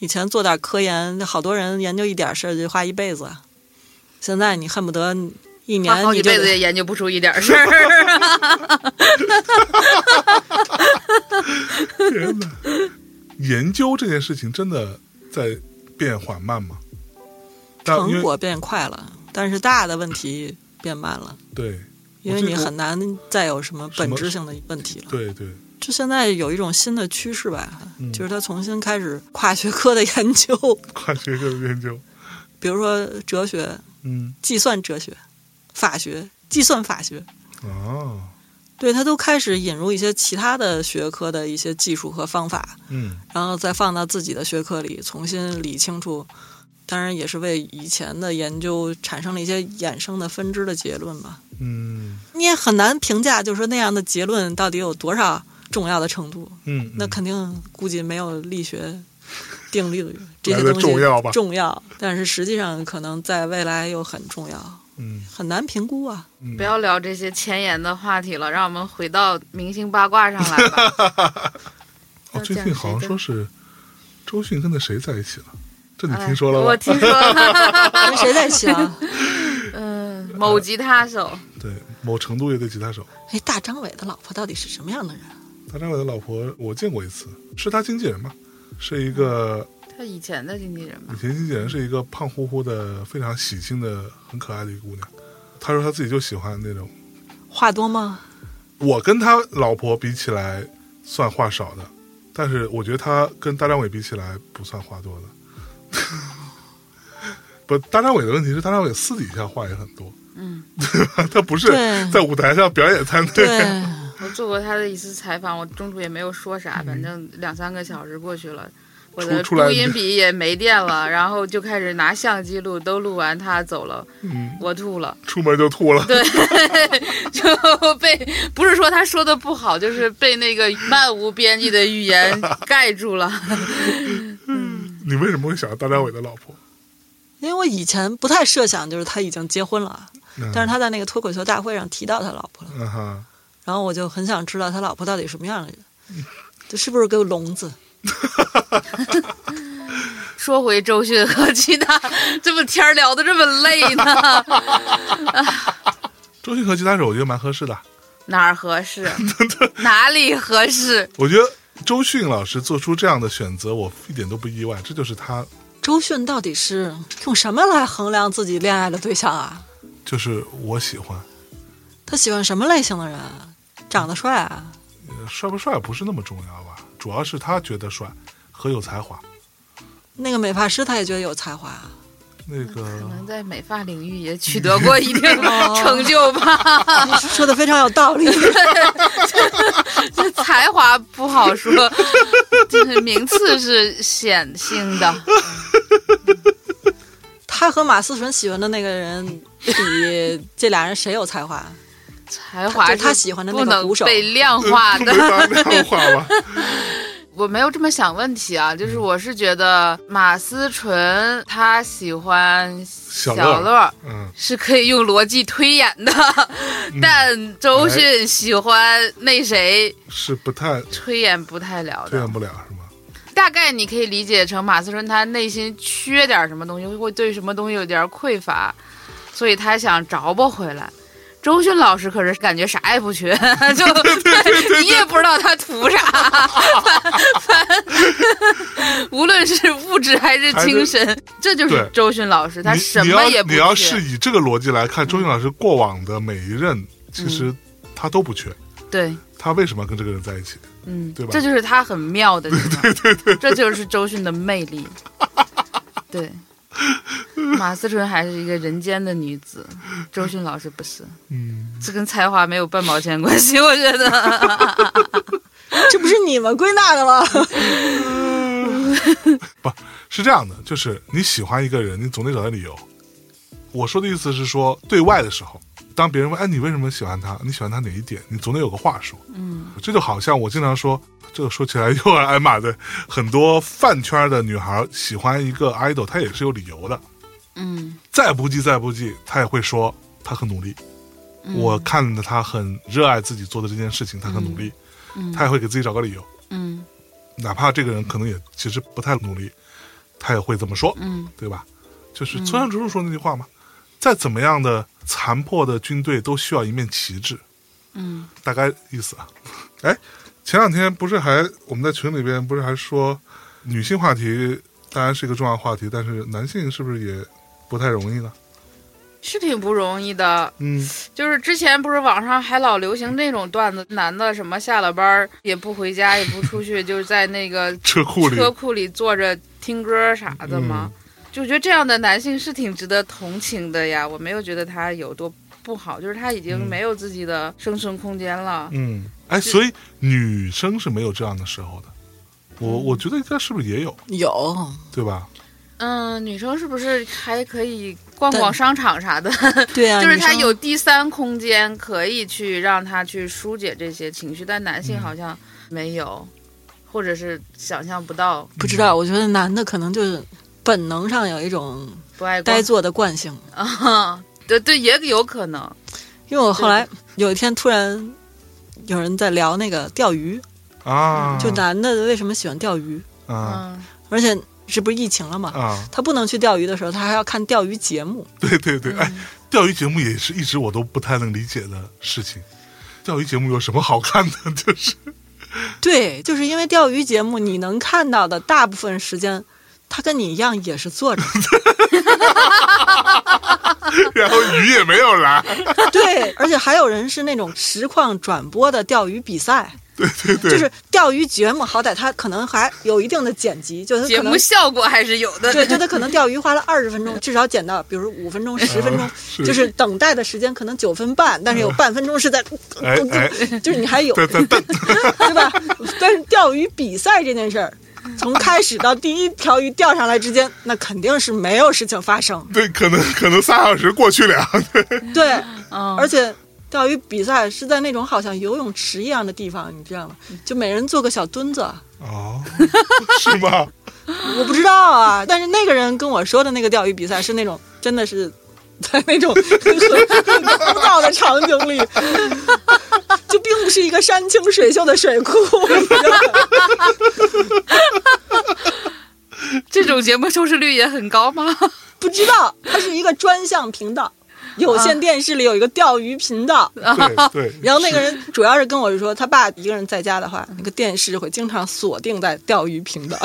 Speaker 3: 以前做点科研，好多人研究一点事儿就花一辈子，现在你恨不得一
Speaker 1: 他
Speaker 3: 年
Speaker 1: 好
Speaker 3: 你
Speaker 1: 几
Speaker 3: 就
Speaker 1: 辈子
Speaker 3: 得
Speaker 1: 也研究不出一点事
Speaker 3: [LAUGHS]
Speaker 1: 儿。 [LAUGHS]
Speaker 2: 天哪！研究这件事情真的在变缓慢吗？但因
Speaker 3: 成
Speaker 2: 为
Speaker 3: 果变快了，但是大的问题变慢了，
Speaker 2: 对
Speaker 3: 因为
Speaker 2: 我记
Speaker 3: 你
Speaker 2: 得
Speaker 3: 很难再有什么
Speaker 2: 什
Speaker 3: 本
Speaker 2: 么
Speaker 3: 质性的问题了。
Speaker 2: 对对，
Speaker 3: 就现在有一种新的趋势吧，
Speaker 2: 嗯
Speaker 3: 就是他重新开始跨学科的研究，
Speaker 2: 跨学科的研究，
Speaker 3: 比如说哲学、
Speaker 2: 嗯
Speaker 3: 计算哲学、法学、计算法学，
Speaker 2: 哦，
Speaker 3: 对他都开始引入一些其他的学科的一些技术和方法，
Speaker 2: 嗯
Speaker 3: 然后再放到自己的学科里重新理清楚。当然，也是为以前的研究产生了一些衍生的分支的结论吧。
Speaker 2: 嗯
Speaker 3: 你也很难评价，就是说那样的结论到底有多少重要的程度。
Speaker 2: 嗯，
Speaker 3: 那
Speaker 2: 嗯
Speaker 3: 肯定估计没有力学
Speaker 2: [LAUGHS]
Speaker 3: 定律这
Speaker 2: 来
Speaker 3: 些
Speaker 2: 得
Speaker 3: 东西
Speaker 2: 重要吧啊
Speaker 3: 重要但是实际上可能在未来又很重要，
Speaker 2: 嗯
Speaker 3: 很难评估啊。
Speaker 2: [LAUGHS] 嗯，
Speaker 1: 不要聊这些前沿的话题了，让我们回到明星八卦上来吧。
Speaker 2: 哦，最近好像说是周迅跟那谁在一起了，这 [LAUGHS] 你
Speaker 1: 哎
Speaker 2: 听说了
Speaker 1: 我
Speaker 2: 吗？
Speaker 1: 听说了。
Speaker 3: [LAUGHS]
Speaker 1: [LAUGHS]
Speaker 3: 跟谁在一起啊？
Speaker 1: 嗯，某吉他手
Speaker 2: 对，某程度乐队吉他手
Speaker 3: 哎，大张伟的老婆到底是什么样的人？
Speaker 2: 大张伟的老婆，我见过一次，是他经纪人吧？是一个
Speaker 1: 他以前的经纪人吧
Speaker 2: 以？前经纪人是一个胖乎乎的、非常喜庆的、很可爱的一个姑娘。她说她自己就喜欢那种
Speaker 3: 话多吗？
Speaker 2: 我跟他老婆比起来算话少的，但是我觉得他跟大张伟比起来不算话多的。不，大张伟的问题是，大张伟私底下话也很多，
Speaker 1: 嗯，
Speaker 2: 对吧？他不是
Speaker 3: 对
Speaker 2: 在舞台上表演才
Speaker 3: 对，
Speaker 1: 我做过他的一次采访，我中途也没有说啥，反正两三个小时过去了，我的
Speaker 2: 出出来
Speaker 1: 录音笔也没电了，然后就开始拿相机录，都录完他走了，
Speaker 2: 嗯，
Speaker 1: 我吐了， [LAUGHS]
Speaker 2: 出门就吐了。
Speaker 1: 对， [LAUGHS] 就被不是说他说的不好，就是被那个漫无边际的语言盖住了。 [LAUGHS]
Speaker 2: 你为什么会想到大张伟的老婆？
Speaker 3: 因为我以前不太设想，就是他已经结婚了啊，
Speaker 2: 嗯、
Speaker 3: 但是他在那个脱口秀大会上提到他老婆了，
Speaker 2: 嗯哈，
Speaker 3: 然后我就很想知道他老婆到底什么样的人，这是不是个聋子？
Speaker 1: 说回周迅和其他，这么天儿聊的这么累呢，
Speaker 2: 周迅和吉他手我觉得蛮合适的。
Speaker 1: 哪儿合适？哪里合适？
Speaker 2: 我觉得周迅老师做出这样的选择，我一点都不意外，这就是他，
Speaker 3: 周迅到底是用什么来衡量自己恋爱的对象啊？
Speaker 2: 就是我喜欢。
Speaker 3: 他喜欢什么类型的人啊？长得帅啊？
Speaker 2: 呃帅不帅不是那么重要吧，主要是他觉得帅和有才华。
Speaker 3: 那个美发师他也觉得有才华啊，
Speaker 2: 那
Speaker 1: [LAUGHS] 可
Speaker 2: 个
Speaker 1: 能在美发领域也取得过一定成就吧，
Speaker 3: 说的非常有道理。
Speaker 1: [LAUGHS] 这才华不好说，就是名次是显性的。
Speaker 3: 他和马思纯喜欢的那个人比这俩人谁有才华？啊
Speaker 1: 才华
Speaker 3: 就是他喜欢的那
Speaker 1: 不
Speaker 3: 个
Speaker 1: 能
Speaker 3: 鼓手
Speaker 1: 被量化的
Speaker 2: 没。法量化吧？
Speaker 1: [LAUGHS] 我没有这么想问题啊，就是我是觉得马思纯她喜欢小
Speaker 2: 乐儿
Speaker 1: 乐儿，
Speaker 2: 嗯，
Speaker 1: 是可以用逻辑推演的，但
Speaker 2: 哎
Speaker 1: 周迅喜欢那谁，
Speaker 2: 是不太
Speaker 1: 推演不太了
Speaker 2: 推
Speaker 1: 的
Speaker 2: 演。不了是吗？
Speaker 1: 大概你可以理解成马思纯她内心缺点什么东西，会对什么东西有点匮乏，所以她想找补回来。周迅老师可是感觉啥也不缺， [LAUGHS] 就 [LAUGHS] 你也不知道他图啥， [LAUGHS] 反反无论是物质还是精神，这就是
Speaker 2: 对
Speaker 1: 周迅老师，他
Speaker 2: 你
Speaker 1: 什
Speaker 2: 你
Speaker 1: 么
Speaker 2: 要
Speaker 1: 也不缺。
Speaker 2: 你要是以这个逻辑来看，周迅老师过往的每一任，其实
Speaker 1: 嗯
Speaker 2: 他都不缺。
Speaker 1: 对，
Speaker 2: 他为什么要跟这个人在一起？
Speaker 1: 嗯，
Speaker 2: 对吧
Speaker 1: 这就是他很妙的地方，对对对这就是周迅的魅力。 [LAUGHS] 对，马思纯还是一个人间的女子，周迅老师不是，
Speaker 2: 嗯，
Speaker 1: 这跟才华没有半毛钱关系，我 [LAUGHS] 觉得。
Speaker 3: 这不是你们归纳的吗？
Speaker 2: 是这样的，就是你喜欢一个人，你总得找到理由。我说的意思是说，对外的时候，当别人问“哎，你为什么喜欢他？你喜欢他哪一点？”你总得有个话说。
Speaker 1: 嗯，
Speaker 2: 这就好像我经常说，这个说起来又要挨骂的。很多饭圈的女孩喜欢一个 idol，她也是有理由的。
Speaker 1: [LAUGHS] 嗯，
Speaker 2: 再不济，再不济，她也会说她很努力。
Speaker 1: 嗯
Speaker 2: 我看着她很热爱自己做的这件事情，她很努力，
Speaker 1: 嗯
Speaker 2: 她也会给自己找个理由。
Speaker 1: 嗯
Speaker 2: 哪怕这个人可能也其实不太努力，她也会这么说，
Speaker 1: 嗯
Speaker 2: 对吧？就是村上春树说那句话嘛，再怎么样的残破的军队都需要一面旗帜。
Speaker 1: 嗯
Speaker 2: 大概意思啊。哎，前两天不是还我们在群里边不是还说，女性话题当然是一个重要话题，但是男性是不是也不太容易呢？
Speaker 1: 是挺不容易的，
Speaker 2: 嗯，
Speaker 1: 就是之前不是网上还老流行那种段子，男的什么下了班儿也不回家，也不出去，就是在那个
Speaker 2: 车库里，嗯
Speaker 1: 车库里坐着听歌啥的吗？就觉得这样的男性是挺值得同情的呀，我没有觉得他有多不好，就是他已经
Speaker 2: 嗯
Speaker 1: 没有自己的生存空间了。
Speaker 2: 嗯，哎，所以女生是没有这样的时候的。我我觉得应该是不是也有，
Speaker 3: 有，
Speaker 2: 对吧？
Speaker 1: 嗯，女生是不是还可以逛
Speaker 3: 对
Speaker 1: 逛商场啥的？
Speaker 3: [LAUGHS] 对啊，
Speaker 1: 就是他
Speaker 3: 女生
Speaker 1: 有第三空间可以去让他去疏解这些情绪，但男性
Speaker 2: 嗯
Speaker 1: 好像没有，或者是想象不到，
Speaker 3: 不知道，我觉得男的可能就是本能上有一种
Speaker 1: 不爱
Speaker 3: 呆
Speaker 1: 逛
Speaker 3: 坐的惯性。
Speaker 1: 啊。 [LAUGHS] 对对，也有可能。
Speaker 3: 因为我后来有一天突然有人在聊那个钓鱼，
Speaker 2: 啊，
Speaker 3: 就男的为什么喜欢钓鱼，
Speaker 2: 啊
Speaker 1: 嗯，
Speaker 3: 而且这不是疫情了嘛，
Speaker 2: 啊，
Speaker 3: 他不能去钓鱼的时候，他还要看钓鱼节目。
Speaker 2: [LAUGHS] 对对对，
Speaker 3: 嗯
Speaker 2: 哎，钓鱼节目也是一直我都不太能理解的事情。钓鱼节目有什么好看的？ [LAUGHS] 就是
Speaker 3: 对，就是因为钓鱼节目，你能看到的大部分时间，他跟你一样也是坐着。
Speaker 2: 然后鱼也没有
Speaker 3: [LAUGHS]
Speaker 2: 来，
Speaker 1: [LAUGHS]
Speaker 3: 对，而且还有人是那种实况转播的钓鱼比赛，
Speaker 2: 对对，
Speaker 3: 就是钓鱼节目，好歹他可能还有一定的剪辑，就是他
Speaker 1: 节
Speaker 3: 可能
Speaker 1: 目效果还是有的。
Speaker 3: 对，就他可能钓鱼花了二十分
Speaker 1: [LAUGHS]
Speaker 3: 钟，至少剪到，比如五分钟、十分钟，
Speaker 2: [LAUGHS] 是
Speaker 3: 就是等待的时间可能九分半，但是有半分钟是在，
Speaker 2: 哎哎，
Speaker 3: 就是你还有，
Speaker 2: 对对
Speaker 3: [LAUGHS]
Speaker 2: 对，
Speaker 3: 对吧？但是钓鱼比赛这件事儿，从开始到第一条鱼钓上来之间，那肯定是没有事情发生，
Speaker 2: 对，可能可能仨小时过去了，
Speaker 3: 对，
Speaker 1: 嗯，
Speaker 3: 而且。钓鱼比赛是在那种好像游泳池一样的地方，你知道吗？就每人做个小墩子，
Speaker 2: [LAUGHS]
Speaker 3: 啊
Speaker 2: 哦，是
Speaker 3: [LAUGHS]
Speaker 2: 吗？
Speaker 3: 我不知道啊， [LAUGHS] 但是那个人跟我说的那个钓鱼比赛是那种真的是在那种 [LAUGHS] 很枯燥的场景里，就并不是一个山清水秀的水库。
Speaker 1: 这种节目收视率也很高吗？
Speaker 3: 不知道它是一个专项频道，有线电视里有一个钓鱼频道。
Speaker 2: 对对，
Speaker 3: [LAUGHS] 然后那个人主要是跟我说，他爸一个人在家的话，那个电视会经常锁定在钓鱼频道。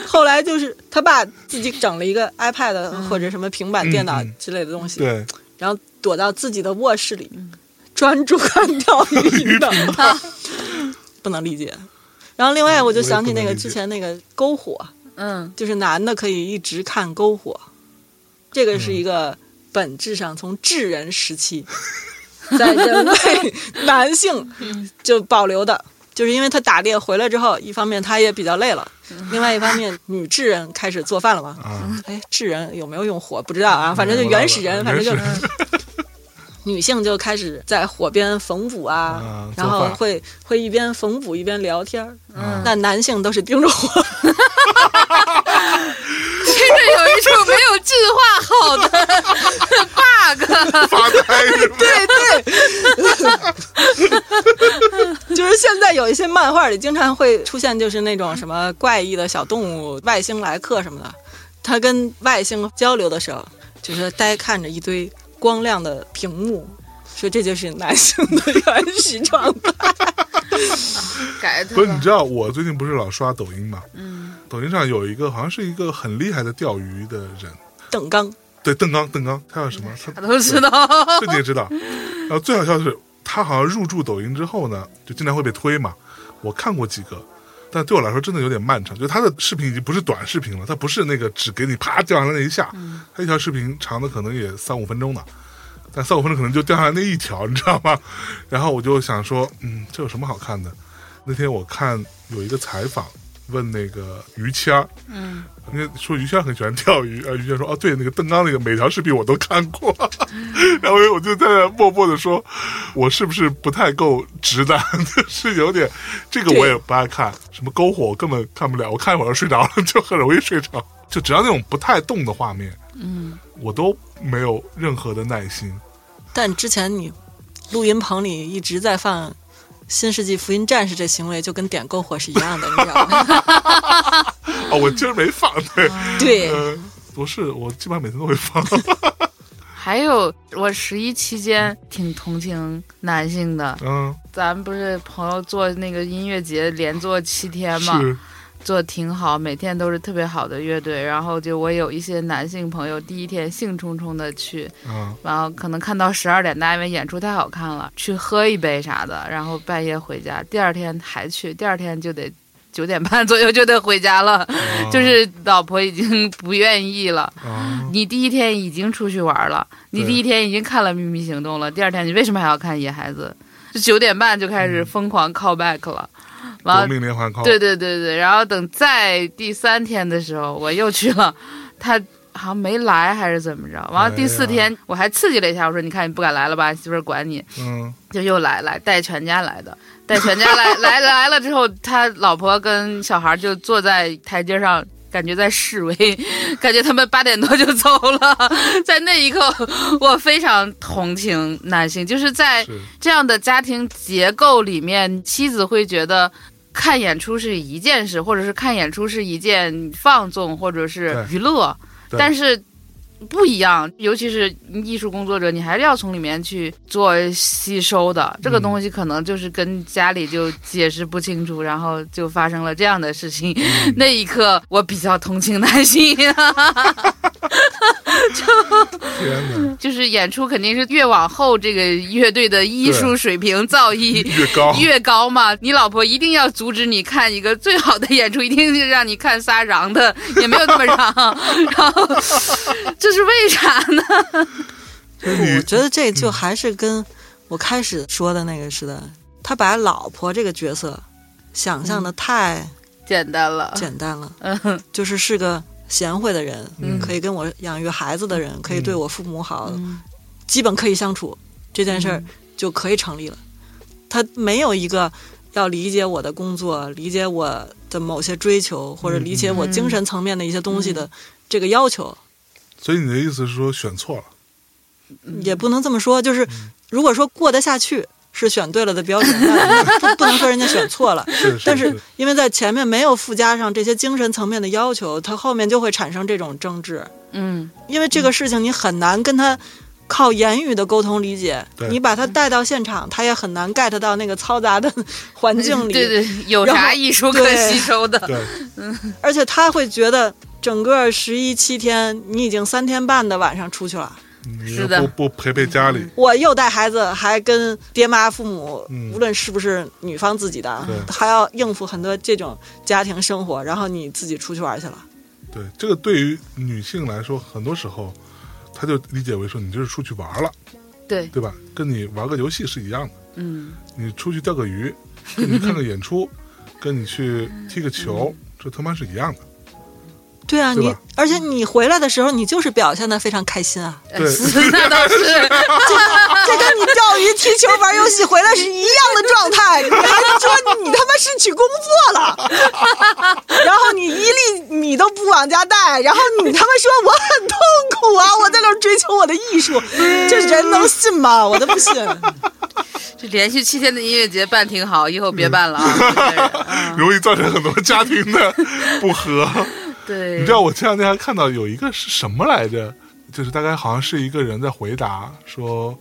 Speaker 3: [LAUGHS] 后来就是他爸自己整了一个 iPad 或者什么平板电脑
Speaker 2: 嗯嗯
Speaker 3: 之类的东西，
Speaker 2: 对，
Speaker 3: 然后躲到自己的卧室里，专注看钓鱼频道， [LAUGHS] 不能理解。然后另外我就想起那
Speaker 2: 我也不能
Speaker 3: 个
Speaker 2: 理解
Speaker 3: 之前那个篝火，
Speaker 1: [LAUGHS] 嗯，
Speaker 3: 就是男的可以一直看篝火，这个
Speaker 2: 嗯
Speaker 3: 是一个本质上从智人时期，在
Speaker 2: [LAUGHS]
Speaker 3: 人类男性
Speaker 2: 嗯
Speaker 3: 就保留的，就是因为他打猎回来之后，一方面他也比较累了，
Speaker 2: 嗯
Speaker 3: 另外一方面女智人开始做饭了嘛。
Speaker 2: 啊，
Speaker 3: 哎，智人有没有用火不知道啊， [LAUGHS] 反正
Speaker 2: 嗯
Speaker 3: 就原始
Speaker 2: [LAUGHS]
Speaker 3: 人，反正就
Speaker 2: 原始
Speaker 3: 女性就开始在火边缝补啊，
Speaker 2: 啊
Speaker 3: 然
Speaker 2: 做
Speaker 3: 后
Speaker 2: 饭
Speaker 3: 会会一边缝补一边聊天儿。
Speaker 2: 嗯
Speaker 3: 那男性都是盯着火，
Speaker 1: [LAUGHS] 听着有一种没有进化好的 bug。
Speaker 2: 发呆
Speaker 3: [LAUGHS]
Speaker 2: 是吗？
Speaker 3: 就是现在有一些漫画里经常会出现，就是那种什么怪异的小动物、外星来客什么的。他跟外星交流的时候，就是呆看着一堆光亮的屏幕，说这 [LAUGHS] 就是男性的原始状态。
Speaker 1: [LAUGHS] 改它
Speaker 2: 不是，你
Speaker 1: 了。
Speaker 2: 知道我最近不是老刷抖音嘛？
Speaker 1: 嗯，
Speaker 2: 抖音上有一个好像是一个很厉害的钓鱼的人，
Speaker 3: 等刚，
Speaker 2: 对，邓刚，邓刚，他叫什么？他
Speaker 1: 我都知道
Speaker 2: 这。你也知道。然后最好笑的是，他好像入驻抖音之后呢，就经常会被推嘛。我看过几个，但对我来说真的有点漫长。就他的视频已经不是短视频了，他不是那个只给你啪掉下来那一下，他一条视频长的可能也三五分钟呢。但三五分钟可能就掉下来那一条，你知道吗？然后我就想说，嗯，这有什么好看的？那天我看有一个采访，问那个于谦儿，
Speaker 1: 嗯，
Speaker 2: 因为说于谦很喜欢钓鱼，呃，于谦说哦，对，那个邓刚那个每条视频我都看
Speaker 1: [LAUGHS]
Speaker 2: 过，然后我就在那默默的说，我是不是不太够直男， [LAUGHS] 就是有点这个我也不爱看，什么篝火我根本看不了，我看一会儿就睡着了， [LAUGHS] 就很容易睡着，就只要那种不太动的画面，
Speaker 1: 嗯，
Speaker 2: 我都没有任何的耐心。
Speaker 3: 但之前你录音棚里一直在放《新世纪福音战士》这行为，就跟点篝火是一样的，你知道吗？
Speaker 2: 哦，我今儿没放，对，
Speaker 1: 嗯
Speaker 3: 对，
Speaker 2: 呃，不是，我基本上每天都
Speaker 1: [LAUGHS]
Speaker 2: 会放，
Speaker 1: 还有我十一期间挺同情男性的，
Speaker 2: 嗯，
Speaker 1: 咱们不是朋友做那个音乐节连做七天嘛，
Speaker 2: 是，
Speaker 1: 做挺好，每天都是特别好的乐队。然后就我有一些男性朋友，第一天兴冲冲的去，
Speaker 2: 嗯，
Speaker 1: 然后可能看到十二点，大家因为演出太好看了，去喝一杯啥的，然后半夜回家，第二天还去，第二天就得九点半左右就得回家了， [LAUGHS]
Speaker 2: 哦
Speaker 1: 就是老婆已经不愿意了。
Speaker 2: 啊，
Speaker 1: 你第一天已经出去玩了，你
Speaker 2: 对
Speaker 1: 第一天已经看了《秘密行动》了，第二天你为什么还要看《野孩子》？就九点半就开始疯狂 call back 了，完了
Speaker 2: 夺命连环 call，
Speaker 1: 对对对对，然后等再第三天的时候，我又去了，他好像没来还是怎么着。完了第四天，我还刺激了一下，我说：“你看你不敢来了吧？媳妇儿管你。
Speaker 2: 嗯，”
Speaker 1: 就又来来带全家来的，带全家来来来了之后，他老婆跟小孩就坐在台阶上。感觉在示威， [LAUGHS] 感觉他们八点多就走了。 [LAUGHS] 在那一刻，我非常同情男性，就是在
Speaker 2: 是。
Speaker 1: 这样的家庭结构里面，妻子会觉得看演出是一件事，或者是看演出是一件放纵或者是娱乐，
Speaker 2: 对
Speaker 1: 但是。不一样，尤其是艺术工作者，你还是要从里面去做吸收的。这
Speaker 2: 嗯
Speaker 1: 个东西可能就是跟家里就解释不清楚，然后就发生了这样的 [LAUGHS]
Speaker 2: 嗯
Speaker 1: 事情。那一刻，我比较同情男性，
Speaker 2: 天哪，
Speaker 1: [LAUGHS] 就是演出肯定是越往后，这个乐队的艺术水平造诣
Speaker 2: 越高
Speaker 1: 越高嘛。你老婆一定要阻止你看一个最好的演出，一定是让你看仨嚷的，也没有那么嚷。
Speaker 2: [LAUGHS]
Speaker 1: 然后这是为啥呢？嗯
Speaker 3: 我觉得这就还是跟我开始说的那个似的，他把老婆这个角色想象的太
Speaker 1: 简单了，
Speaker 3: 简单了，
Speaker 1: 嗯
Speaker 3: 就是是个贤惠的人，
Speaker 2: 嗯
Speaker 3: 可以跟我养育孩子的人，可以对我父母好，
Speaker 1: 嗯
Speaker 3: 基本可以相处，这件事儿就可以成立了。他没有一个要理解我的工作，理解我的某些追求，或者理解我精神层面的一些东西
Speaker 1: 嗯
Speaker 3: 的这个要求，
Speaker 2: 所以你的意思是说选错了？
Speaker 3: 也不能这么说。就是如果说过得下去是选对了的标准，那不不 [LAUGHS] 能说人家选错了。
Speaker 1: [LAUGHS]
Speaker 2: 是，
Speaker 3: 但
Speaker 2: 是
Speaker 3: 是因为在前面没有附加上这些精神层面的要求，它后面就会产生这种争执。
Speaker 1: 嗯
Speaker 3: 因为这个事情你很难跟他靠言语的沟通理解
Speaker 2: 对，
Speaker 3: 你把他带到现场，他也很难 get 到那个嘈杂的环境里，
Speaker 1: 对对，有
Speaker 3: 然后
Speaker 1: 啥艺术可
Speaker 3: 对
Speaker 1: 吸收的？ [LAUGHS]
Speaker 2: 对，
Speaker 3: 而且他会觉得整个十一七天，你已经三天半的晚上出去了，
Speaker 2: 你
Speaker 1: 是的嗯
Speaker 2: 不不陪陪家里，
Speaker 3: 我又带孩子，还跟爹妈父母，
Speaker 2: 嗯
Speaker 3: 无论是不是女方自己的
Speaker 2: 对，
Speaker 3: 还要应付很多这种家庭生活，然后你自己出去玩去了，
Speaker 2: 对，这个对于女性来说，很多时候，她就理解为说你就是出去玩了，
Speaker 1: 对，
Speaker 2: 对吧？跟你玩个游戏是一样的，
Speaker 1: 嗯，
Speaker 2: 你出去钓个鱼，跟你看个
Speaker 1: [LAUGHS]
Speaker 2: 演出，跟你去踢个球，这他妈是一样的。
Speaker 3: 对啊，
Speaker 2: 对
Speaker 3: 你
Speaker 2: 吧
Speaker 3: 而且你回来的时候，你就是表现的非常开心啊，
Speaker 2: 对
Speaker 1: [LAUGHS] 那倒是。
Speaker 3: 这跟你钓鱼、踢球、玩游戏回来是一样的状态。你还说你他妈是去工作了，然后你一粒米都不往家带，然后你他妈说我 [LAUGHS] 很痛苦啊，我在那儿追求我的艺术，这人能信吗？我都不信。
Speaker 1: 这连续七天的音乐节办挺好，以后别办
Speaker 2: [LAUGHS]
Speaker 1: 了啊！
Speaker 2: 容易造成很多家庭的不和。
Speaker 1: [LAUGHS] 对，
Speaker 2: 你知道我前两天还看到有一个是什么来着？就是大概好像是一个人在回答说，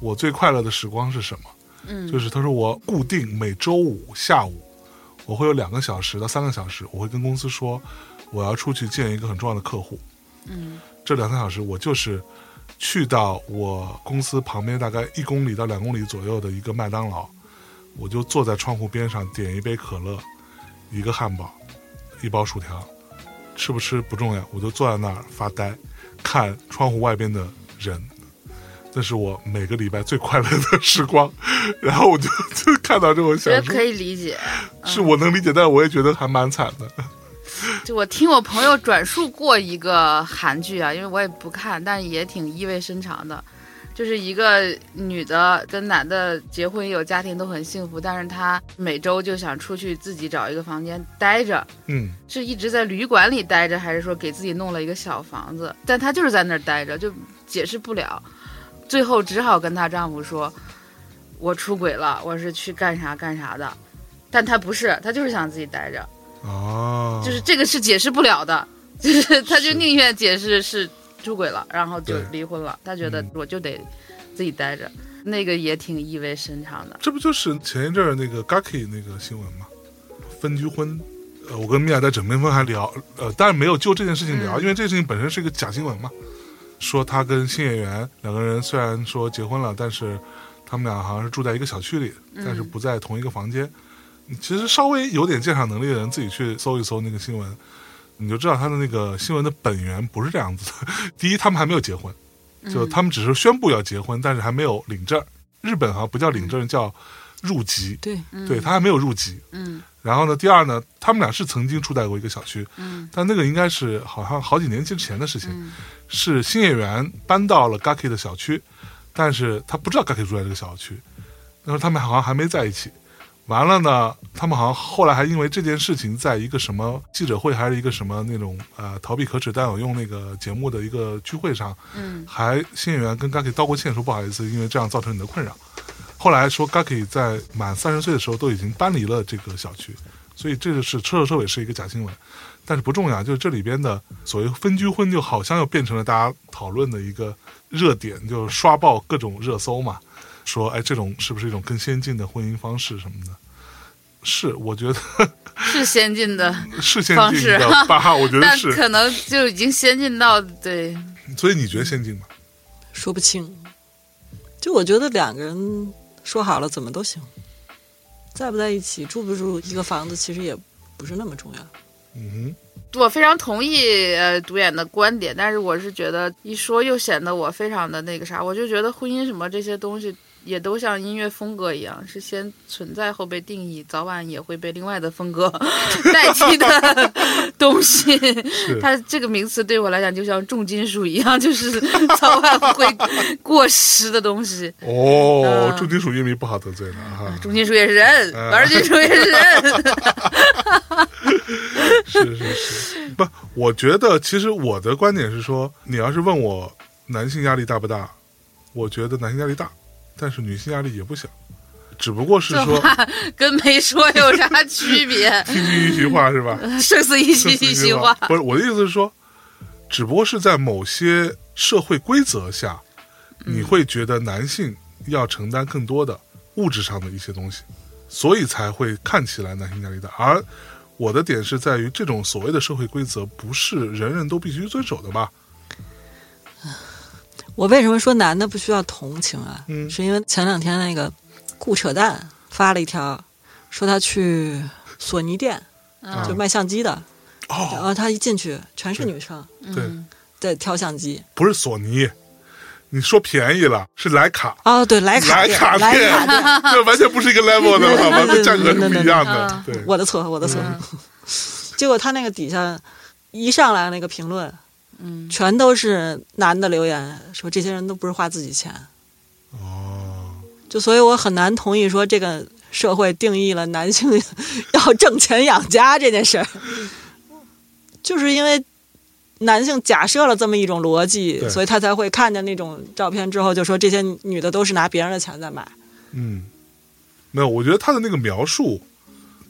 Speaker 2: 我最快乐的时光是什么？
Speaker 1: 嗯
Speaker 2: 就是他说我固定每周五下午，我会有两个小时到三个小时，我会跟公司说我要出去见一个很重要的客户。
Speaker 1: 嗯
Speaker 2: 这两三小时我就是去到我公司旁边大概一公里到两公里左右的一个麦当劳，我就坐在窗户边上点一杯可乐，一个汉堡，一包薯条，吃不吃不重要，我就坐在那儿发呆，看窗户外边的人。那是我每个礼拜最快乐的时光， [LAUGHS] 然后我就就看到这种
Speaker 1: 觉得
Speaker 2: 想
Speaker 1: 可
Speaker 2: 说，
Speaker 1: 以嗯理解。
Speaker 2: 是我能理解，但是我也觉得还蛮惨的。
Speaker 1: 就我听我朋友转述过一个韩剧啊，因为我也不看，但也挺意味深长的。就是一个女的跟男的结婚有家庭都很幸福，但是她每周就想出去自己找一个房间待着，
Speaker 2: 嗯，
Speaker 1: 是一直在旅馆里待着，还是说给自己弄了一个小房子？但她就是在那儿待着，就解释不了。最后只好跟她丈夫说：“我出轨了，我是去干啥干啥的。”但她不是，她就是想自己待着，
Speaker 2: 哦，
Speaker 1: 就是这个是解释不了的，就是 [LAUGHS] 她就是宁愿解释是出轨了，然后就
Speaker 2: 对
Speaker 1: 离婚了。她觉得
Speaker 2: 嗯
Speaker 1: 我就得自己待着，那个也挺意味深长的。
Speaker 2: 这不就是前一阵儿那个 Gaki 那个新闻吗？分居婚，呃，我跟米娅在枕边风还聊，呃，当然没有就这件事情聊，
Speaker 1: 嗯
Speaker 2: 因为这件事情本身是一个假新闻嘛。说他跟新演员两个人虽然说结婚了，但是他们俩好像是住在一个小区里，
Speaker 1: 嗯
Speaker 2: 但是不在同一个房间。其实稍微有点鉴赏能力的人自己去搜一搜那个新闻，你就知道他的那个新闻的本源不是这样子的。 [LAUGHS] 第一，他们还没有结婚，就
Speaker 1: 嗯
Speaker 2: 他们只是宣布要结婚，但是还没有领证。日本好像不叫领证，叫入籍。
Speaker 3: 对，
Speaker 2: 对他还没有入籍。
Speaker 1: 嗯
Speaker 2: 然后呢，第二呢，他们俩是曾经住在过一个小区，
Speaker 1: 嗯
Speaker 2: 但那个应该是好像好几年之前的事情，
Speaker 1: 嗯
Speaker 2: 是新演员搬到了 Gaki 的小区，但是他不知道 Gaki 住在这个小区，那时候他们好像还没在一起。完了呢，他们好像后来还因为这件事情，在一个什么记者会还是一个什么那种呃逃避可耻但有用那个节目的一个聚会上，
Speaker 1: 嗯
Speaker 2: 还新演员跟 Gaki 道过歉，说不好意思，因为这样造成你的困扰。后来说 Gaki 在满三十岁的时候都已经搬离了这个小区，所以这个是彻头彻尾是一个假新闻，但是不重要，就是这里边的所谓分居婚，就好像又变成了大家讨论的一个热点，就刷爆各种热搜嘛，说哎这种是不是一种更先进的婚姻方式什么的。是，我觉得
Speaker 1: 是先进的。
Speaker 2: 是先
Speaker 1: 方
Speaker 2: 进
Speaker 1: 式 [LAUGHS]
Speaker 2: 的吧，我觉得
Speaker 1: 但
Speaker 2: 是。
Speaker 1: 可能就已经先进到对，
Speaker 2: 所以你觉得先进吗？
Speaker 3: 说不清。就我觉得两个人说好了怎么都行，在不在一起，住不住一个房子，其实也不是那么重要。
Speaker 2: 嗯
Speaker 1: 我非常同意呃独眼的观点，但是我是觉得一说又显得我非常的那个啥，我就觉得婚姻什么这些东西也都像音乐风格一样，是先存在后被定义，早晚也会被另外的风格 [LAUGHS] 代替的
Speaker 2: [LAUGHS]
Speaker 1: 东西。它这个名词对我来讲就像重金属一样，就是早晚会过时的东西。
Speaker 2: 哼，哦，
Speaker 1: 嗯
Speaker 2: 重金属乐迷不好得罪了啊，
Speaker 1: 重金属也是人，
Speaker 2: 嗯
Speaker 1: 玩金属也是人。
Speaker 2: 是是是，
Speaker 1: [LAUGHS]
Speaker 2: 不，我觉得其实我的观点是说，你要是问我男性压力大不大，我觉得男性压力大，但是女性压力也不小，只不过是
Speaker 1: 这
Speaker 2: 说，
Speaker 1: 话跟没说有啥区别
Speaker 2: 听君一席话 [LAUGHS] 是吧？
Speaker 1: 生死一 [LAUGHS] 息
Speaker 2: 这是
Speaker 1: 一
Speaker 2: 一
Speaker 1: 席
Speaker 2: 句
Speaker 1: 话
Speaker 2: 话。不是我的意思是说，只不过是在某些社会规则下，
Speaker 1: 嗯
Speaker 2: 你会觉得男性要承担更多的物质上的一些东西，所以才会看起来男性压力大。而我的点是在于，这种所谓的社会规则不是人人都必须遵守的吧？
Speaker 3: 我为什么说男的不需要同情啊？
Speaker 2: 嗯
Speaker 3: 是因为前两天那个顾扯淡发了一条，说他去索尼店，
Speaker 1: 嗯
Speaker 3: 就卖相机的，然
Speaker 2: 哦，
Speaker 3: 后他一进去全是女生
Speaker 2: 对，
Speaker 1: 嗯
Speaker 3: 在挑相机。
Speaker 2: 不是索尼，你说便宜了，是徕卡。 [LAUGHS]
Speaker 3: 哦，对，徕卡
Speaker 2: 徕
Speaker 3: 店，
Speaker 2: 卡
Speaker 3: 徕卡店，
Speaker 2: 这完全不是一个 level 的，
Speaker 1: [LAUGHS]
Speaker 2: 好吧？这价格是不一样的
Speaker 1: 嗯。
Speaker 2: 对，
Speaker 3: 我的错，我的错。
Speaker 1: 嗯
Speaker 3: [LAUGHS] 结果他那个底下一上来那个评论，
Speaker 1: 嗯
Speaker 3: 全都是男的留言，说这些人都不是花自己钱，
Speaker 1: 嗯
Speaker 2: 哦，
Speaker 3: 就所以我很难同意说这个社会定义了男性 [LAUGHS] 要挣钱养家这件事儿，就是因为男性假设了这么一种逻辑
Speaker 2: 对，
Speaker 3: 所以他才会看见那种照片之后就说这些女的都是拿别人的钱在买。
Speaker 2: 嗯，没有，我觉得他的那个描述，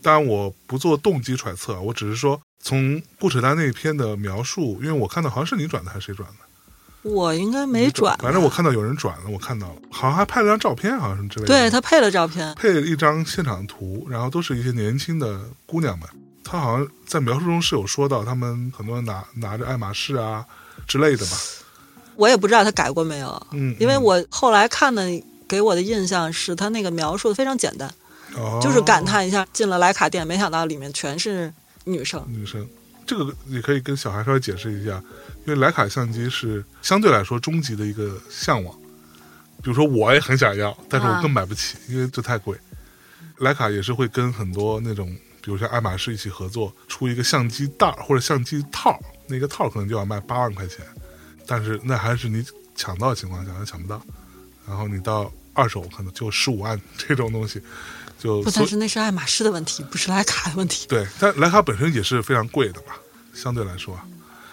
Speaker 2: 当然我不做动机揣测啊，我只是说从顾扯淡那一篇的描述，因为我看到好像是你转的还是谁转的？
Speaker 3: 我应该没转，
Speaker 2: 反正我看到有人转了，我看到了，好像还拍了张照片，好像是之类的。
Speaker 3: 对他配了照片，
Speaker 2: 配了一张现场图，然后都是一些年轻的姑娘们。他好像在描述中是有说到，他们很多人拿拿着爱马仕啊之类的吧。
Speaker 3: 我也不知道他改过没有，
Speaker 2: 嗯，
Speaker 3: 因为
Speaker 2: 嗯、
Speaker 3: 我后来看的。给我的印象是他那个描述的非常简单，
Speaker 2: 哦
Speaker 3: 就是感叹一下进了徕卡店，没想到里面全是女生。
Speaker 2: 女生，这个也可以跟小孩稍微解释一下，因为徕卡相机是相对来说终极的一个向往。比如说，我也很想要，但是我
Speaker 1: 啊
Speaker 2: 更买不起，因为这太贵。徕卡也是会跟很多那种，比如像爱马仕一起合作，出一个相机袋儿或者相机套儿，那个套儿可能就要卖八万块钱，但是那还是你抢到的情况下，还抢不到。然后你到二手可能就十五万这种东西，就
Speaker 3: 不，
Speaker 2: 所
Speaker 3: 但是那是爱马仕的问题，不是徕卡的问题。
Speaker 2: 对，但徕卡本身也是非常贵的嘛，相对来说啊。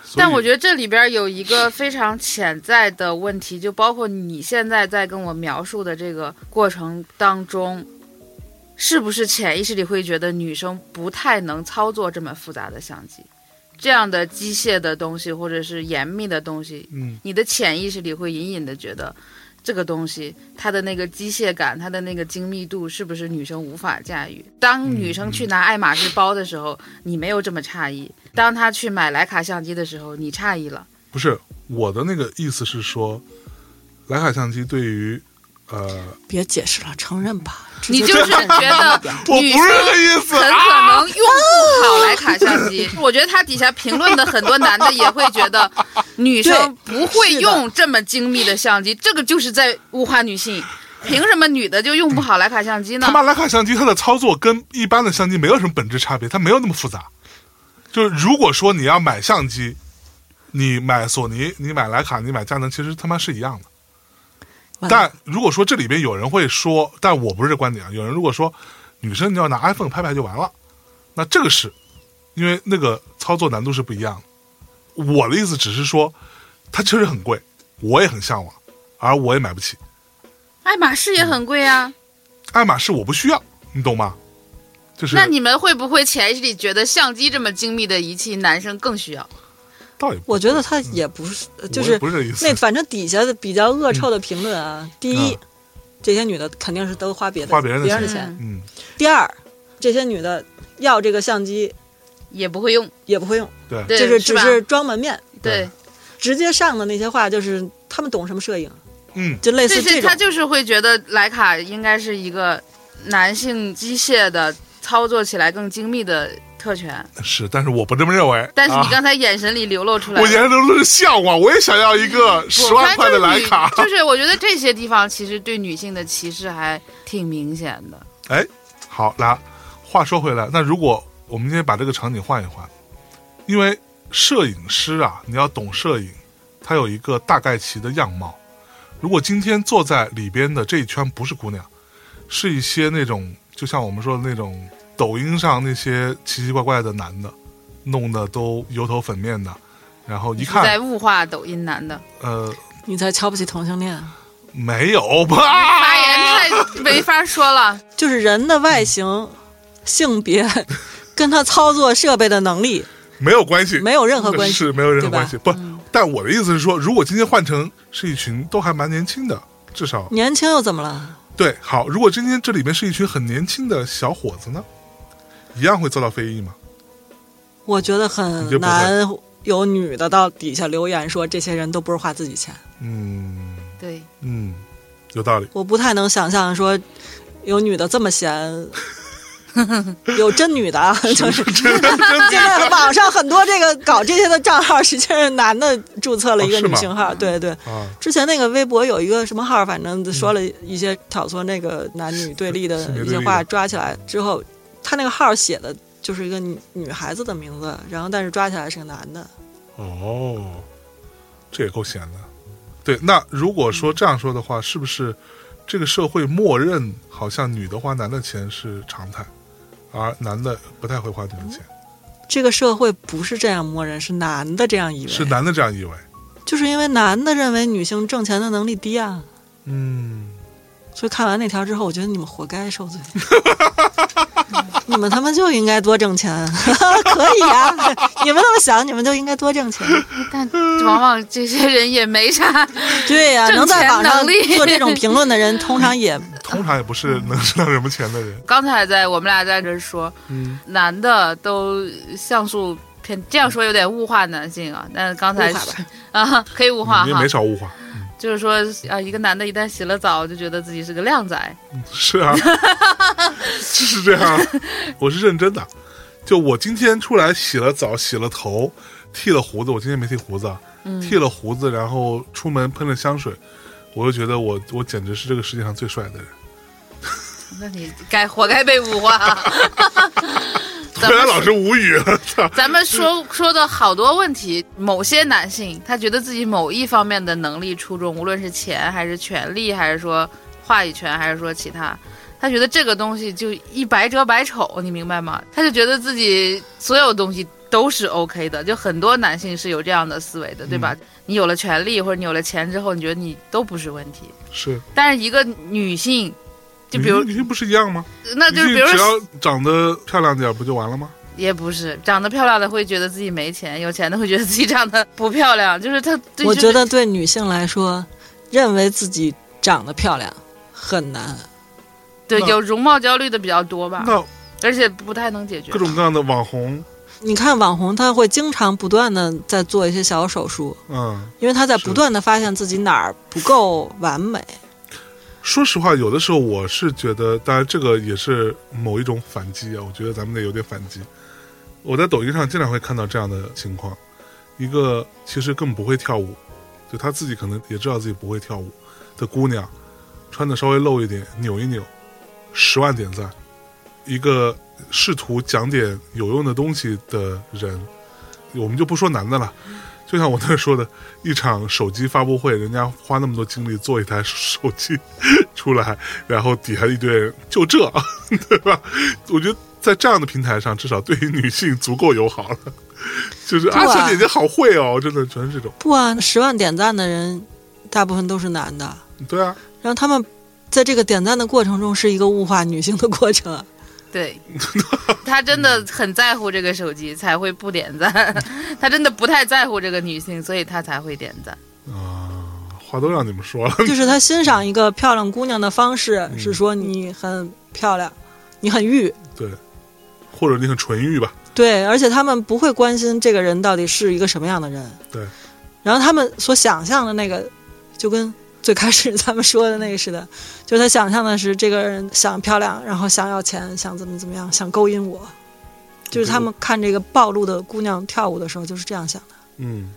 Speaker 2: 所以
Speaker 1: 但我觉得这里边有一个非常潜在的问题，就包括你现在在跟我描述的这个过程当中，是不是潜意识里会觉得女生不太能操作这么复杂的相机，这样的机械的东西或者是严密的东西，
Speaker 2: 嗯，
Speaker 1: 你的潜意识里会隐隐的觉得，这个东西它的那个机械感，它的那个精密度，是不是女生无法驾驭？当女生去拿爱马仕包的时候，你没有这么诧异；当她去买徕卡相机的时候，你诧异了。
Speaker 2: 不是我的那个意思是说，徕卡相机对于呃，
Speaker 3: 别解释了，承认吧。直接
Speaker 1: 你就是
Speaker 3: 承认吧
Speaker 1: 觉得
Speaker 2: [LAUGHS] 我不
Speaker 1: 女
Speaker 2: 是
Speaker 1: 生
Speaker 2: 这个意思啊
Speaker 1: 很可能用不好徕卡相
Speaker 2: [LAUGHS]
Speaker 1: 机。我觉得他底下评论的很多男的也会觉得，女生不会用这么精密的相机，这个就是在物化女性。凭什么女的就用不好徕卡相机呢
Speaker 2: 他？妈徕卡相机它的操作跟一般的相机没有什么本质差别，它没有那么复杂。就是如果说你要买相机，你买索尼，你买徕卡，你买佳能，其实他妈是一样的。
Speaker 3: 完了
Speaker 2: 但如果说这里边有人会说，但我不是这观点啊。有人如果说女生你要拿 iPhone 拍拍就完了，那这个是因为那个操作难度是不一样的。我的意思只是说，它确实很贵，我也很向往，而我也买不起。
Speaker 1: 爱马仕也很贵啊。
Speaker 2: 爱马仕我不需要，你懂吗？就是
Speaker 1: 那你们会不会潜意识里觉得相机这么精密的仪器，男生更需要？
Speaker 2: 倒也不
Speaker 3: 我觉得他也不是，呃就
Speaker 2: 嗯我也
Speaker 3: 是
Speaker 2: 不是这意思
Speaker 3: 那反正底下的比较恶臭的评论啊。第一
Speaker 2: 啊，
Speaker 3: 这些女的肯定是都花别的
Speaker 2: 花别人的
Speaker 3: 的
Speaker 2: 钱
Speaker 3: 钱。
Speaker 2: 嗯，
Speaker 3: 第二，这些女的要这个相机
Speaker 1: 也不会用，
Speaker 3: 也不会用，
Speaker 2: 对
Speaker 1: 对
Speaker 3: 就是只嗯
Speaker 1: 吧
Speaker 3: 是装门面。
Speaker 2: 对
Speaker 1: 对，
Speaker 3: 直接上的那些话就是他们懂什么摄影，
Speaker 2: 嗯，
Speaker 3: 就类
Speaker 1: 就
Speaker 3: 似
Speaker 1: 是
Speaker 3: 这
Speaker 1: 他
Speaker 3: 种。
Speaker 1: 就是会觉得徕卡应该是一个男性机械的操作起来更精密的特权，
Speaker 2: 是，但是我不这么认为。
Speaker 1: 但是你
Speaker 2: 啊、
Speaker 1: 刚才眼神里流露出来
Speaker 2: 我
Speaker 1: 的。
Speaker 2: 眼中都是向往，我也想要一个十
Speaker 1: 我
Speaker 2: 万
Speaker 1: 看
Speaker 2: 块的徕卡。
Speaker 1: 就是女就是我觉得这些地方其实对女性的歧视还挺明显的。
Speaker 2: 好，来，话说回来，那如果我们今天把这个场景换一换，因为摄影师啊，你要懂摄影，他有一个大概其的样貌。如果今天坐在里边的这一圈不是姑娘，是一些那种就像我们说的那种抖音上那些奇奇怪怪的男的，弄得都油头粉面的，然后一看
Speaker 1: 在物化抖音男的
Speaker 2: 呃
Speaker 3: 你才瞧不起同性恋，
Speaker 2: 没有吧？
Speaker 1: 发言太没法说了，
Speaker 3: 就是人的外形、性别 [LAUGHS] 跟他操作设备的能力
Speaker 2: 没有关系，
Speaker 3: 没有任何关系。
Speaker 2: 是没有任何
Speaker 3: 对吧嗯
Speaker 2: 关系。不，但我的意思是说，如果今天换成是一群都还蛮年轻的，至少
Speaker 3: 年轻又怎么了？
Speaker 2: 对好。如果今天这里面是一群很年轻的小伙子呢，一样会遭到非议吗？
Speaker 3: 我觉得
Speaker 2: 你就
Speaker 3: 很
Speaker 2: 不会
Speaker 3: 难有女的到底下留言说这些人都不是花自己钱，
Speaker 2: 嗯
Speaker 1: 对，
Speaker 2: 嗯，有道理。
Speaker 3: 我不太能想象说有女的这么
Speaker 1: [LAUGHS]
Speaker 3: 闲。有真女的啊，
Speaker 2: [LAUGHS]
Speaker 3: 就是现在网上很多这个搞这些的账号，实际上是男的注册了一
Speaker 2: 哦
Speaker 3: 个
Speaker 2: 是
Speaker 3: 女
Speaker 2: 吗
Speaker 3: 性号，对对。
Speaker 2: 啊，
Speaker 3: 之前那个微博有一个什么号，反正说了一些挑唆那个男女对立的
Speaker 2: 性别对
Speaker 3: 一
Speaker 2: 立的
Speaker 3: 些话，抓起来之后，他那个号写的就是一个女女孩子的名字，然后但是抓起来是个男的，
Speaker 2: 哦，这也够闲的。对，那如果说这样说的话，是不是这个社会默认好像女的花男的钱是常态，而男的不太会花女的钱，
Speaker 3: 这个社会不是这样默认，是男的这样以为，
Speaker 2: 是男的这样以为？
Speaker 3: 就是因为男的认为女性挣钱的能力低啊。
Speaker 2: 嗯。
Speaker 3: 所以看完那条之后，我觉得你们活该受罪，你们他妈就应该多挣钱，可以啊，你们那么想，你们就应该多挣钱。
Speaker 1: 但往往这些人也没啥，
Speaker 3: [LAUGHS] 对呀、
Speaker 1: 挣
Speaker 3: 能在
Speaker 1: 钱
Speaker 3: 网上
Speaker 1: 能力
Speaker 3: 做这种评论的人，通
Speaker 1: [LAUGHS]
Speaker 3: 常也
Speaker 2: 通常也不是能挣到什么钱的人。
Speaker 1: 刚才在我们俩在这儿说，
Speaker 2: 嗯，
Speaker 1: 男的都像素偏，这样说有点物化男性啊。但是刚才
Speaker 3: 物化吧
Speaker 1: 啊，可以物化
Speaker 2: 你
Speaker 1: 哈
Speaker 2: 没，少物化。
Speaker 1: 就是说啊，一个男的一旦洗了澡，就觉得自己是个靓仔。[LAUGHS]
Speaker 2: 是啊，是这样。啊我是认真的。就我今天出来洗了澡，洗了头，剃了胡子。我今天没剃胡子，啊，
Speaker 1: 嗯
Speaker 2: 剃了胡子，然后出门喷了香水，我就觉得我我简直是这个世界上最帅的人。
Speaker 1: 那你该活该被物化。咱
Speaker 2: 突然
Speaker 1: 们
Speaker 2: 老师无语了，操！
Speaker 1: 咱们说说的好多问题，某些男性他觉得自己某一方面的能力出众，无论是钱还是权力，还是说话语权，还是说其他，他觉得这个东西就一白遮百丑，你明白吗？他就觉得自己所有东西都是 OK 的，就很多男性是有这样的思维的，对
Speaker 2: 嗯
Speaker 1: 吧？你有了权力或者你有了钱之后，你觉得你都不是问题，
Speaker 2: [LAUGHS] 是，
Speaker 1: 但是一个女性，就比如
Speaker 2: 女性不是一样吗？
Speaker 1: 那就是
Speaker 2: 女
Speaker 1: 比如
Speaker 2: 性只
Speaker 1: 说
Speaker 2: 要长得漂亮点，不就完了吗？
Speaker 1: 也不是，长得漂亮的会觉得自己没钱，有钱的会觉得自己长得不漂亮，就是他。对
Speaker 3: 我
Speaker 1: 就
Speaker 3: 觉
Speaker 1: 是
Speaker 3: 得对女性来说，认为自己长得漂亮很难。
Speaker 1: 对
Speaker 2: 那
Speaker 1: 有容貌焦虑的比较多吧，
Speaker 2: 那
Speaker 1: 而且不太能解决
Speaker 2: 各。种各样的网红，
Speaker 3: 你看网红，他会经常不断的在做一些小手术，
Speaker 2: 嗯，
Speaker 3: 因为他在
Speaker 2: 是
Speaker 3: 不断的发现自己哪儿不够完美。
Speaker 2: 说实话，有的时候我是觉得，当然这个也是某一种反击啊。我觉得咱们得有点反击。我在抖音上经常会看到这样的情况：一个其实更不会跳舞，就她自己可能也知道自己不会跳舞的姑娘，穿的稍微露一点，扭一扭，十万点赞；一个试图讲点有用的东西的人，我们就不说男的了。就像我那说的，一场手机发布会，人家花那么多精力做一台手机，出来，然后底下一堆人就这， [LAUGHS] 对吧？我觉得在这样的平台上，至少对于女性足够友好了。就是啊，
Speaker 3: 对
Speaker 2: 小姐姐好会哦，真的全是这种。
Speaker 3: 不啊，十万点赞的人，大部分都是男的，
Speaker 2: 对啊，
Speaker 3: 然后他们在这个点赞的过程中是一个物化女性的过程啊。
Speaker 2: [LAUGHS]
Speaker 1: 对，他真的很在乎这个手机，才会不点
Speaker 2: [LAUGHS]
Speaker 1: 赞。他真的不太在乎这个女性，所以他才会点赞。
Speaker 2: 话都让你们说了， [LAUGHS]
Speaker 3: 就是他欣赏一个漂亮姑娘的方式是说你很漂亮，你很玉，
Speaker 2: 对，或者你很纯欲吧，
Speaker 3: 对，而且他们不会关心这个人到底是一个什么样的人。
Speaker 2: 对。
Speaker 3: 然后他们所想象的那个，就跟最开始咱们说的那个似的， [LAUGHS] 就是他想象的是这个人想漂亮，然后想要钱，想怎么怎么样，想勾引我。就是他们看这个暴露的姑娘跳舞的时候，就是这样想的。
Speaker 4: 嗯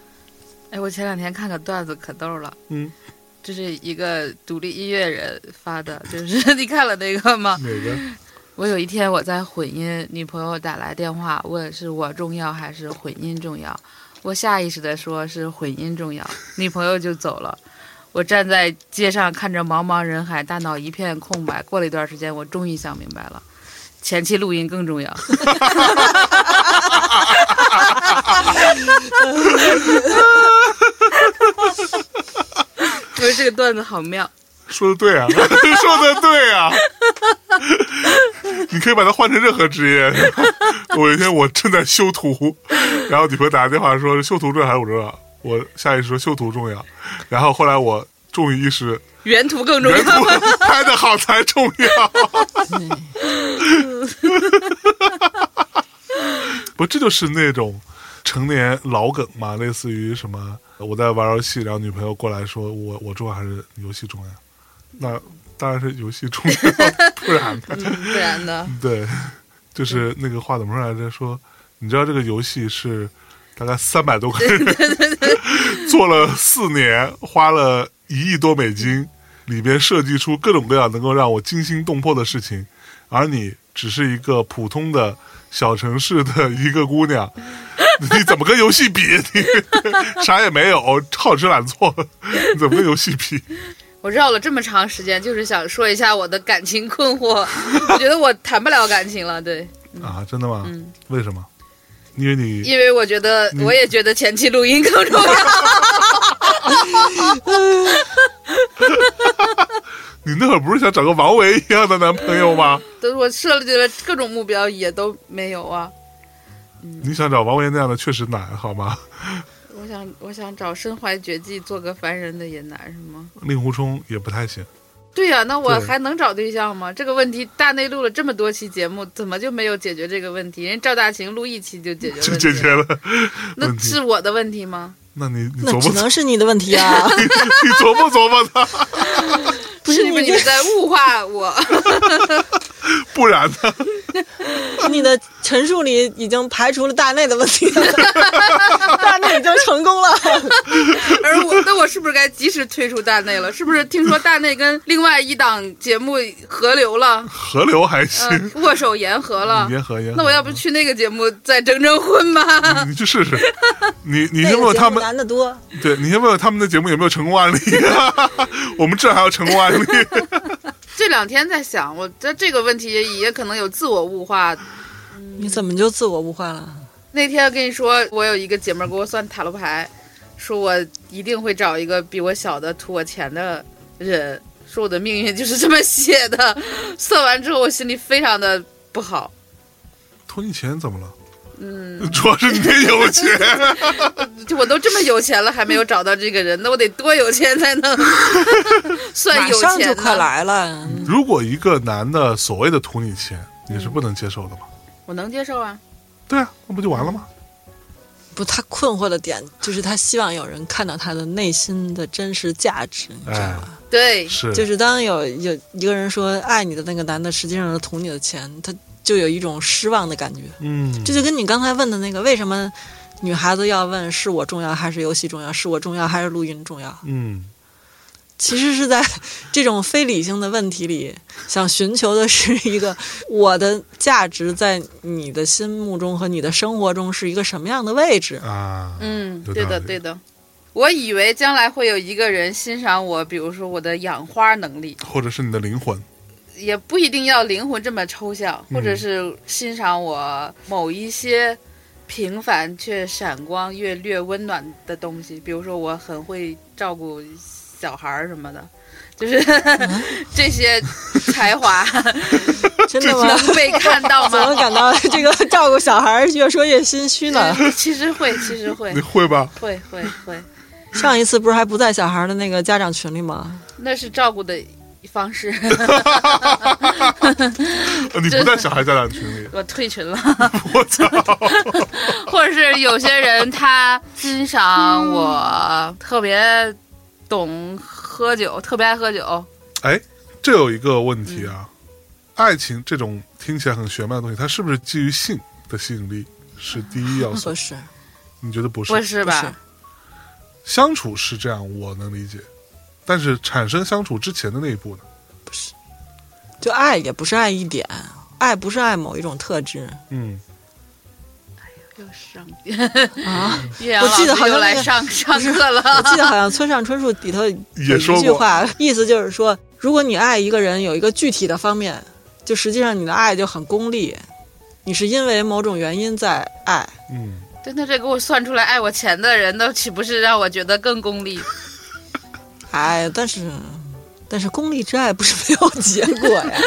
Speaker 1: 哎，我前两天看个段子可逗了，
Speaker 4: 嗯，
Speaker 1: 这是一个独立音乐人发的，就是 [LAUGHS] 你看了那个吗？
Speaker 2: 哪个？
Speaker 1: 我有一天我在混音，女朋友打来电话问是我重要还是混音重要，我下意识的说是混音重要，女朋友就走了。我站在街上看着茫茫人海，大脑一片空白。过了一段时间，我终于想明白了，前期录音更重
Speaker 2: [LAUGHS]
Speaker 1: 要。 [LAUGHS] 我觉得这个段子好妙。
Speaker 2: 说的对啊，说的对啊， [LAUGHS] 你可以把它换成任何职业。我有一天我正在修图，然后女朋友打来电话说是修图重要还是我重要？我下意识说修图重要，然后后来我终于意识
Speaker 1: 原图更重
Speaker 2: 原图
Speaker 1: 要。
Speaker 2: [LAUGHS] 拍的好才重要。不，这就是那种成年老梗嘛，类似于什么我在玩游戏，然后女朋友过来说我我重要还是游戏重要？那当然是游戏重要， [LAUGHS] 不然呢？
Speaker 1: [LAUGHS] 不然呢？
Speaker 2: 对， [LAUGHS] 就是那个话怎么说来着？说你知道这个游戏是大概三百多个人 [LAUGHS] 做了四年，花了一亿多美金，里边设计出各种各样能够让我惊心动魄的事情，而你只是一个普通的小城市的一个姑娘。 [LAUGHS] 你怎么跟游戏比？ [LAUGHS] 你啥也没有，好吃懒做， [LAUGHS] 你怎么跟游戏比？
Speaker 1: 我绕了这么长时间，就是想说一下我的感情困
Speaker 2: [LAUGHS]
Speaker 1: 惑。我觉得我谈不了感情了，对，
Speaker 2: 啊，真的吗？为什么？因为你
Speaker 1: 因为我觉得我也觉得前期录音更重
Speaker 2: [LAUGHS]
Speaker 1: 要。
Speaker 2: 你那会儿不是想找个王维一样的男朋友吗？
Speaker 1: 都是我设立了各种目标，也都没有啊。
Speaker 2: 你想找王维那样的确实难，好吗？ [LAUGHS]
Speaker 1: 我想，我想找身怀绝技做个凡人的也难，是吗？
Speaker 2: 令狐冲也不太行。
Speaker 1: 对呀、那我
Speaker 2: 对
Speaker 1: 还能找对象吗？这个问题，大内录了这么多期节目，怎么就没有解决这个问题？人赵大秦录一期就解决问题
Speaker 2: 就
Speaker 1: 了，
Speaker 2: 解决了问
Speaker 1: 那
Speaker 2: 题
Speaker 1: 是我的问题吗？
Speaker 2: 那你你
Speaker 3: 那
Speaker 2: 琢
Speaker 3: 只
Speaker 2: 磨，
Speaker 3: 能是你的问题啊！
Speaker 2: 你 [LAUGHS] 你琢磨琢磨他，
Speaker 3: 不是
Speaker 1: 你们
Speaker 3: 你
Speaker 1: 你们在物化我。
Speaker 2: 不然呢？
Speaker 3: [LAUGHS] 你的陈述里已经排除了大内的问
Speaker 2: [LAUGHS]
Speaker 3: 题了，大内已经成功了。
Speaker 1: [LAUGHS] 而我，那我是不是该及时退出大内了？是不是听说大内跟另外一档节目合流了，
Speaker 2: 河流还行， [LAUGHS]
Speaker 1: 嗯、握手言和了？
Speaker 2: 言和言和。
Speaker 1: 那我要不去那个节目再征征婚吧？
Speaker 2: 你去试试，你你
Speaker 3: 那
Speaker 2: 先
Speaker 3: 个
Speaker 2: 问
Speaker 3: [LAUGHS]
Speaker 2: 问
Speaker 3: 节
Speaker 2: 他
Speaker 3: 目
Speaker 2: 们，
Speaker 3: 难得多。
Speaker 2: 对你先问问他们的节目有没有成功案例， [LAUGHS] 我们这还有成
Speaker 1: [LAUGHS]
Speaker 2: 功案例，
Speaker 1: [LAUGHS] 这两天在想，我这这个问题也也可能有自我物化。
Speaker 3: 你怎么就自我物化了？
Speaker 1: 那天跟你说，我有一个姐妹给我算塔罗牌，说我一定会找一个比我小的、图我钱的人，说我的命运就是这么写的。 [LAUGHS] 算完之后，我心里非常的不好。
Speaker 2: 托你钱怎么了？嗯，主要是你得有钱， [LAUGHS]
Speaker 1: 就我都这么有钱了，还没有找到这个人，那我得多有钱才能 [LAUGHS] 算
Speaker 3: [LAUGHS] 马
Speaker 1: 有
Speaker 3: 上
Speaker 1: 钱
Speaker 3: 就
Speaker 1: 呢？
Speaker 3: 快来了，
Speaker 2: 如果一个男的所谓的图你钱，你是不能接受的嘛？
Speaker 1: 我能接受啊，
Speaker 2: 对啊，那不就完了吗？
Speaker 3: 不，他困惑的点就是他希望有人看到他的内心的真实价值，你知道吧？
Speaker 1: 哎对，
Speaker 2: 是，
Speaker 3: 嗯就是当有有一个人说爱你的那个男的实际上是图你的钱，他就有一种失望的感觉。
Speaker 2: 嗯，
Speaker 3: 这就跟你刚才问的那个，为什么女孩子要问是我重要还是游戏重要，是我重要还是录音重要？
Speaker 2: 嗯，
Speaker 3: 其实是在这种非理性的问题里，想寻求的是一个我的价值在你的心目中和你的生活中是一个什么样的位置。
Speaker 2: 啊，
Speaker 1: 嗯，
Speaker 2: 有
Speaker 1: 对
Speaker 2: 道
Speaker 1: 的，
Speaker 2: 理
Speaker 1: 对的。我以为将来会有一个人欣赏我，比如说我的养花能力，
Speaker 2: 或者是你的灵魂，
Speaker 1: 也不一定要灵魂这么抽象，
Speaker 2: 嗯
Speaker 1: 或者是欣赏我某一些平凡却闪光、略略温暖的东西，比如说我很会照顾小孩儿什么的，就是 [LAUGHS]
Speaker 2: 啊
Speaker 1: 这些才华
Speaker 3: 真的吗？
Speaker 1: 能被看到
Speaker 3: 怎
Speaker 1: 吗？
Speaker 3: 么感到 [LAUGHS] 这个照顾小孩儿越说越心虚 [LAUGHS] 呢？
Speaker 1: 其实会，其实
Speaker 2: [LAUGHS]
Speaker 1: 会
Speaker 2: 你，会
Speaker 3: [LAUGHS]
Speaker 2: 吧？
Speaker 1: 会会会，
Speaker 3: 上一次不是还不在小孩儿的那个家长群里吗？
Speaker 1: 那是照顾的方式， [LAUGHS]
Speaker 2: 呃你不带小孩在咱群里， [LAUGHS]
Speaker 1: 我退群了。 [LAUGHS]
Speaker 2: 我操！
Speaker 1: 或者是有些人他欣赏
Speaker 3: 嗯
Speaker 1: 我特别懂喝酒，特别爱喝酒，
Speaker 2: 哎，这有一个问题啊，
Speaker 3: 嗯
Speaker 2: 爱情这种听起来很玄妙的东西，它是不是基于性的吸引力是第一要素
Speaker 3: 不？是
Speaker 2: 你觉得不是？
Speaker 1: 不是
Speaker 3: 不嗯是
Speaker 1: 吧？
Speaker 2: 相处是这样，我能理解，但是产生相处之前的那一步呢？
Speaker 3: 就爱也不是爱一点，爱不是爱某一种特质
Speaker 2: 嗯，
Speaker 1: 又上，
Speaker 3: 啊。
Speaker 1: 岳阳
Speaker 3: 我记得
Speaker 1: 老师
Speaker 3: 好像
Speaker 1: 又来
Speaker 3: 那个
Speaker 1: 上上课
Speaker 3: [LAUGHS] 我
Speaker 1: 了。
Speaker 3: 记得好像村上春树里头
Speaker 2: 也
Speaker 3: 有
Speaker 2: 说
Speaker 3: 一句
Speaker 2: 过，
Speaker 3: 话，意思就是说，如果你爱一个人有一个具体的方面，就实际上你的爱就很功利，你是因为某种原因在爱。
Speaker 2: 嗯，
Speaker 1: 真的，这给我算出来爱我钱的人，那岂不是让我觉得更功
Speaker 3: [LAUGHS]
Speaker 1: 利？
Speaker 3: 哎，但是但是功利之爱不是没有结果呀。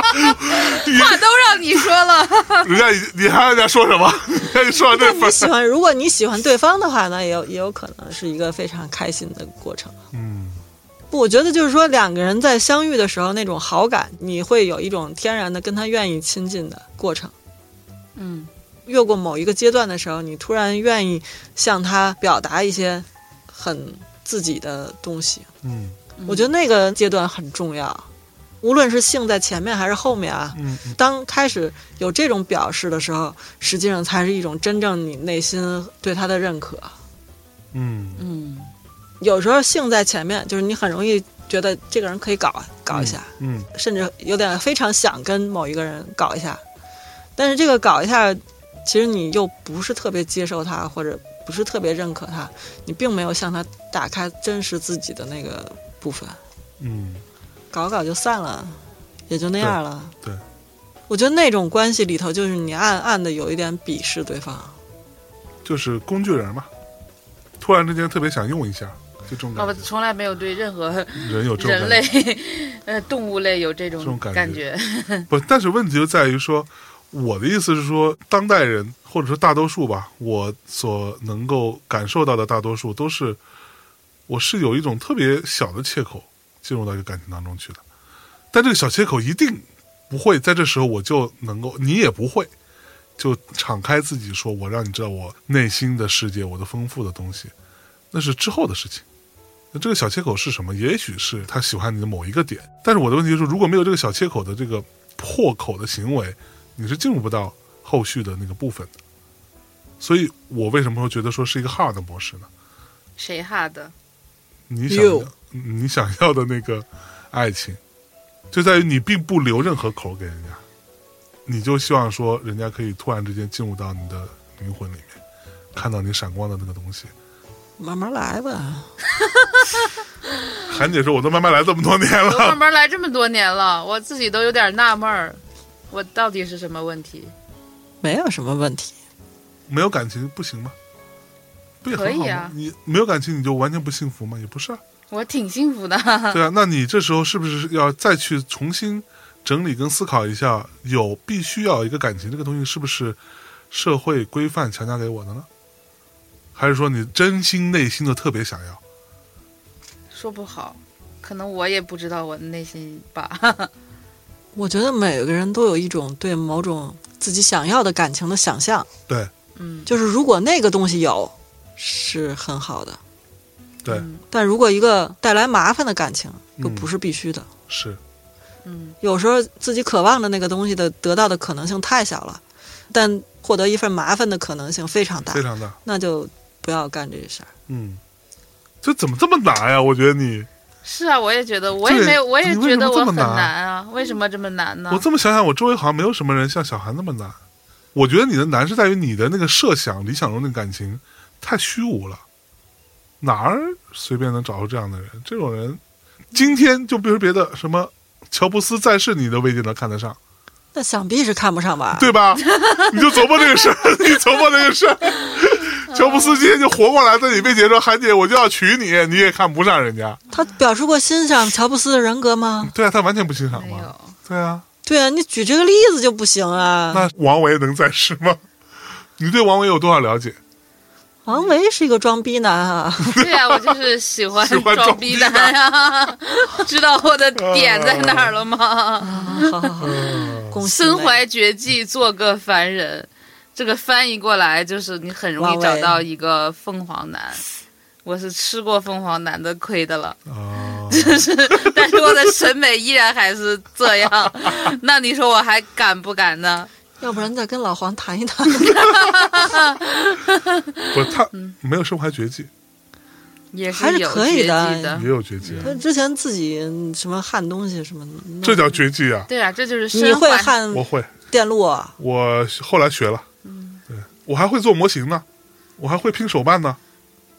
Speaker 1: 话都让你说了，
Speaker 2: 人家已你还让人家说什么？ [LAUGHS] 人家说完这
Speaker 3: [LAUGHS] 你喜
Speaker 2: 份，
Speaker 3: 欢，如果你喜欢对方的话，那也有也有可能是一个非常开心的过程。
Speaker 2: 嗯
Speaker 3: 不，我觉得就是说，两个人在相遇的时候，那种好感，你会有一种天然的跟他愿意亲近的过程。
Speaker 1: 嗯，
Speaker 3: 越过某一个阶段的时候，你突然愿意向他表达一些很自己的东西，
Speaker 2: 嗯
Speaker 3: 我觉得那个阶段很重要。无论是性在前面还是后面啊，
Speaker 2: 嗯嗯
Speaker 3: 当开始有这种表示的时候，实际上才是一种真正你内心对他的认可。
Speaker 2: 嗯
Speaker 1: 嗯，
Speaker 3: 有时候性在前面，就是你很容易觉得这个人可以搞啊搞一下，
Speaker 2: 嗯
Speaker 3: 甚至有点非常想跟某一个人搞一下，但是这个搞一下，其实你又不是特别接受他，或者不是特别认可他，你并没有向他打开真实自己的那个部分，
Speaker 2: 嗯，
Speaker 3: 搞搞就散了，也就那样了。
Speaker 2: 对对
Speaker 3: 我觉得那种关系里头，就是你暗暗的有一点鄙视对方。
Speaker 2: 就是工具人嘛。突然之间特别想用一下，就这种
Speaker 3: 嗯
Speaker 1: 我
Speaker 2: 感觉。
Speaker 1: 从来没有对任何
Speaker 2: 人有这种感觉
Speaker 1: 哦人类、 [LAUGHS] 呃动物类有这
Speaker 2: 这
Speaker 1: 种
Speaker 2: 种感
Speaker 1: 感
Speaker 2: 觉
Speaker 1: 觉。
Speaker 2: 不，但是问题就在于说，我的意思是说，当代人或者说大多数吧，我所能够感受到的大多数都是，我是有一种特别小的切口进入到一个感情当中去的，但这个小切口一定不会在这时候我就能够，你也不会。就敞开自己说，我让你知道我内心的世界，我的丰富的东西，那是之后的事情。那这个小切口是什么？也许是他喜欢你的某一个点，但是我的问题就是，如果没有这个小切口的这个破口的行为，你是进入不到后续的那个部分的。所以我为什么会觉得说是一个 hard 的模式呢？
Speaker 1: 谁哈的？
Speaker 2: 你想要
Speaker 3: You
Speaker 2: 你想要的那个爱情，就在于你并不留任何口给人家，你就希望说人家可以突然之间进入到你的灵魂里面，看到你闪光的那个东西。
Speaker 3: 慢慢来吧，
Speaker 2: 韩姐说：“我都慢慢来这么多年
Speaker 1: 我慢
Speaker 2: 了，
Speaker 1: 慢来这么多年了，我自己都有点纳闷儿，我到底是什么问题？
Speaker 3: 没有什么问题。
Speaker 2: 没有感情不行吗？不也很好
Speaker 1: 可以
Speaker 2: 吗？
Speaker 1: 啊
Speaker 2: 你没有感情你就完全不幸福吗？也
Speaker 1: [LAUGHS]
Speaker 2: 不是啊。”
Speaker 1: 我挺幸福的， [LAUGHS]
Speaker 2: 对啊，那你这时候是不是要再去重新整理跟思考一下，有必须要有一个感情这个东西是不是社会规范强加给我的呢？还是说你真心内心的特别想要？
Speaker 1: 说不好，可能我也不知道我内心吧。 [LAUGHS]
Speaker 3: 我觉得每个人都有一种对某种自己想要的感情的想象，
Speaker 2: 对
Speaker 1: 嗯，
Speaker 3: 就是如果那个东西有，是很好的；
Speaker 2: 对，
Speaker 1: 嗯
Speaker 3: 但如果一个带来麻烦的感情，又
Speaker 2: 嗯
Speaker 3: 不是必须的。
Speaker 2: 是
Speaker 1: 嗯，
Speaker 3: 有时候自己渴望的那个东西的得到的可能性太小了，但获得一份麻烦的可能性非常大
Speaker 2: 非，常大。
Speaker 3: 那就不要干这事儿。
Speaker 2: 嗯，这怎么这么难呀？我觉得你，
Speaker 1: 是啊，我也觉得，我也
Speaker 2: 对
Speaker 1: 没有，我也
Speaker 2: 你为
Speaker 1: 觉
Speaker 2: 什么
Speaker 1: 得
Speaker 2: 这
Speaker 1: 我
Speaker 2: 么
Speaker 1: 很
Speaker 2: 难
Speaker 1: 难啊，为什么这么难呢
Speaker 2: 我？这么想想，我周围好像没有什么人像小韩那么难。我觉得你的难是在于你的那个设想、理想中的感情太虚无了，哪儿随便能找出这样的人？这种人，今天就比如别的什么乔布斯在世，你都未必能看得上，
Speaker 3: 那想必是看不上吧？
Speaker 2: 对吧？你就琢磨这个 [LAUGHS] 事儿，你琢磨这个事儿。乔布斯今天就活过来，在你面前说：“韩姐，我就要娶你，你也看不上人家。
Speaker 3: 他表示过欣赏乔布斯的人格吗”？
Speaker 2: 对啊，他完全不欣赏
Speaker 1: 没
Speaker 2: 嘛。
Speaker 1: 有，
Speaker 2: 对啊，
Speaker 3: 对啊，你举这个例子就不行啊。
Speaker 2: 那王维能在世吗？你对王维有多少了解？
Speaker 3: 王维是一个装逼男啊， [LAUGHS]
Speaker 1: 对呀、我就是喜欢
Speaker 2: 喜欢
Speaker 1: 装
Speaker 2: 装
Speaker 1: 逼
Speaker 2: 逼啊
Speaker 1: 男呀。 [LAUGHS] 知道我的点在哪儿了吗？
Speaker 3: 好好好，恭喜
Speaker 1: 身
Speaker 3: 你
Speaker 1: 怀绝技，
Speaker 3: 嗯
Speaker 1: 做个凡人。这个翻译过来就是你很容易
Speaker 3: 王维
Speaker 1: 找到一个凤凰
Speaker 3: [LAUGHS]
Speaker 1: 男。我是吃过凤凰男的亏的了，
Speaker 2: 啊，
Speaker 1: 就是，但是我的审美依然还是这
Speaker 3: [LAUGHS]
Speaker 1: 样。那你说我还敢不敢呢？ [LAUGHS]
Speaker 3: 要不然再跟老黄谈一谈。
Speaker 2: 不，他没有身怀绝技，
Speaker 1: 也是
Speaker 3: 还是
Speaker 1: 有
Speaker 3: 可
Speaker 1: 绝
Speaker 3: 以
Speaker 1: 技
Speaker 3: 的
Speaker 1: 的
Speaker 2: 也。有绝技啊，
Speaker 3: 之前自己嗯什么焊东西什么的，
Speaker 2: 这叫绝技啊！
Speaker 1: 对啊，这就是
Speaker 3: 你
Speaker 1: 身
Speaker 3: 会
Speaker 1: 怀
Speaker 3: 焊
Speaker 2: 我会，
Speaker 3: 电路啊？
Speaker 2: 我后来学了，
Speaker 3: 嗯
Speaker 2: 对我还会做模型呢，我还会拼手办呢，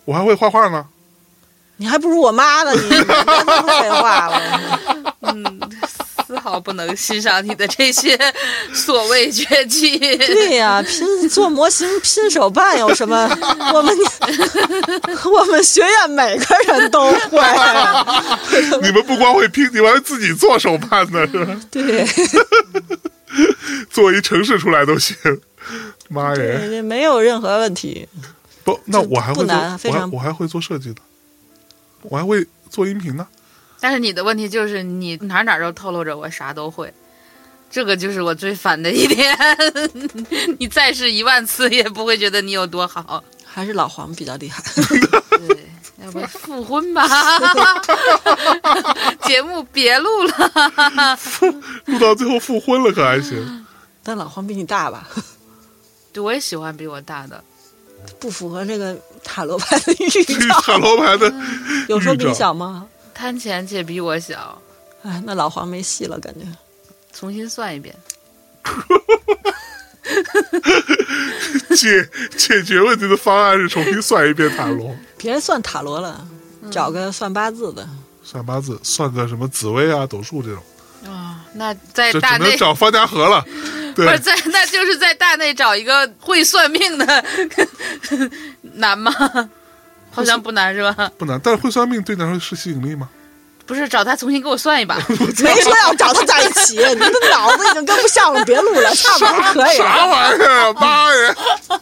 Speaker 2: 我还会画画呢。 [LAUGHS]
Speaker 3: 你还不如我妈呢，你 [LAUGHS] 你别这么废话了。
Speaker 1: 嗯，丝毫不能欣赏你的这些所谓绝
Speaker 3: [LAUGHS]
Speaker 1: 技。
Speaker 3: 对呀、拼做模型、拼手办有什么？我们 [LAUGHS] 我们学院每个人都会。
Speaker 2: 你们不光会拼，你们还自己做手办呢，是吧？
Speaker 3: 对，
Speaker 2: 做一城市出来都行。妈耶！
Speaker 3: 这没有任何问题。
Speaker 2: 不，那我还会做，
Speaker 3: 不难啊非
Speaker 2: 我还
Speaker 3: 常
Speaker 2: 我还会做设计呢，我还会做音频呢。
Speaker 1: 但是你的问题就是你哪儿哪儿都透露着我啥都会，这个就是我最烦的一点。你再试一万次也不会觉得你有多好。
Speaker 3: 还是老黄比较厉害，
Speaker 1: 对，要不复婚 [LAUGHS] 吧？节目别录了。
Speaker 2: 录到最后复婚了可还
Speaker 3: [LAUGHS]
Speaker 2: 行？
Speaker 3: 但老黄比你大吧， [LAUGHS]
Speaker 1: 对，我也喜欢比我大的。
Speaker 3: 不符合这个塔罗牌的 [LAUGHS] 预
Speaker 2: 去
Speaker 3: 兆。
Speaker 2: 塔罗牌的，
Speaker 3: 有时候比
Speaker 2: 预
Speaker 3: 你
Speaker 2: 兆
Speaker 3: 小吗？
Speaker 1: 贪钱且比我小，
Speaker 3: 哎，那老黄没戏了，感觉。
Speaker 1: 重新算一遍。
Speaker 2: 解解决问题的方案是重新算一遍塔罗，
Speaker 3: 别算塔罗了，
Speaker 2: 嗯
Speaker 3: 找个算八字的。
Speaker 2: 算八字，算个什么紫薇啊、斗数这种，
Speaker 1: 啊、那在
Speaker 2: 这
Speaker 1: 大
Speaker 2: 只
Speaker 1: 内
Speaker 2: 能找方家河
Speaker 1: [LAUGHS]
Speaker 2: 了。
Speaker 1: 不
Speaker 2: 对
Speaker 1: 是，在，那就是在大内找一个会算命的 [LAUGHS] 难吗？好像不难是吧？
Speaker 2: 不难，但是会算命对你来说是吸引力
Speaker 3: [LAUGHS]
Speaker 2: 吗？
Speaker 1: 不是，找他重新给我算一把。
Speaker 3: 没说要找他在一
Speaker 2: [LAUGHS]
Speaker 3: 起，你的脑子已经跟不上了，别录了，差不多可以
Speaker 2: 啥
Speaker 3: 了。
Speaker 2: 玩意儿啊！妈呀！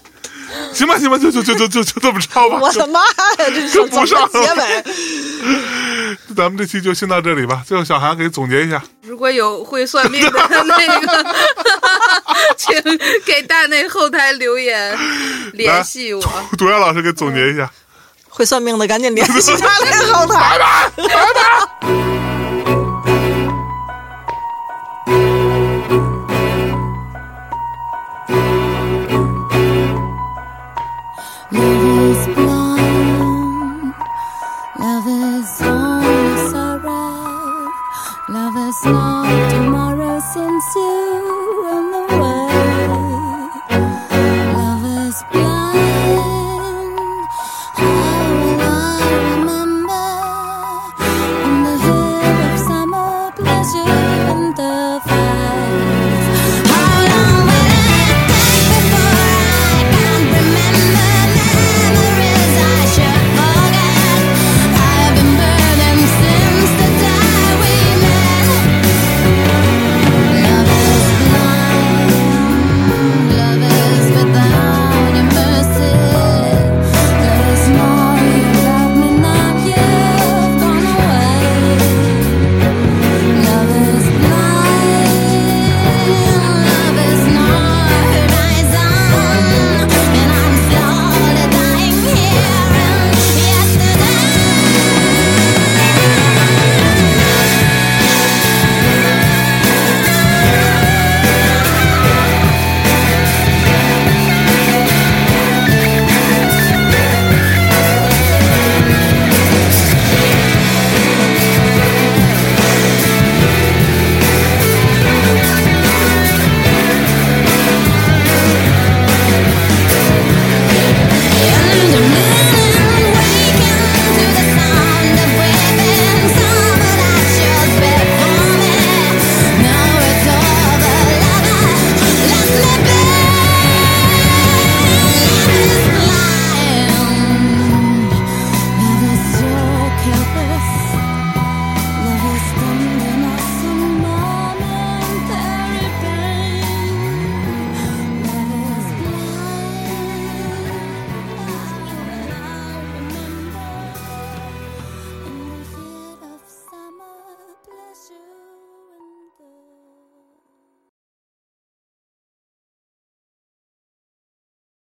Speaker 3: [LAUGHS]
Speaker 2: 行吧，行吧，就就就就就就这么着吧。
Speaker 3: 我的妈呀，这是
Speaker 2: 跟不上了
Speaker 3: 怎么结尾？
Speaker 2: 就 [LAUGHS] 咱们这期就先到这里吧。最后，小韩给总结一下，
Speaker 1: 如果有会算命的那个，请给大内后台留言联系我。
Speaker 2: 毒药老师给总结一下。
Speaker 3: 会算命的赶紧联系他那后台吧。
Speaker 4: Love is blind. Love is only sorrow. Love is not tomorrow since you ran away. Love is blind.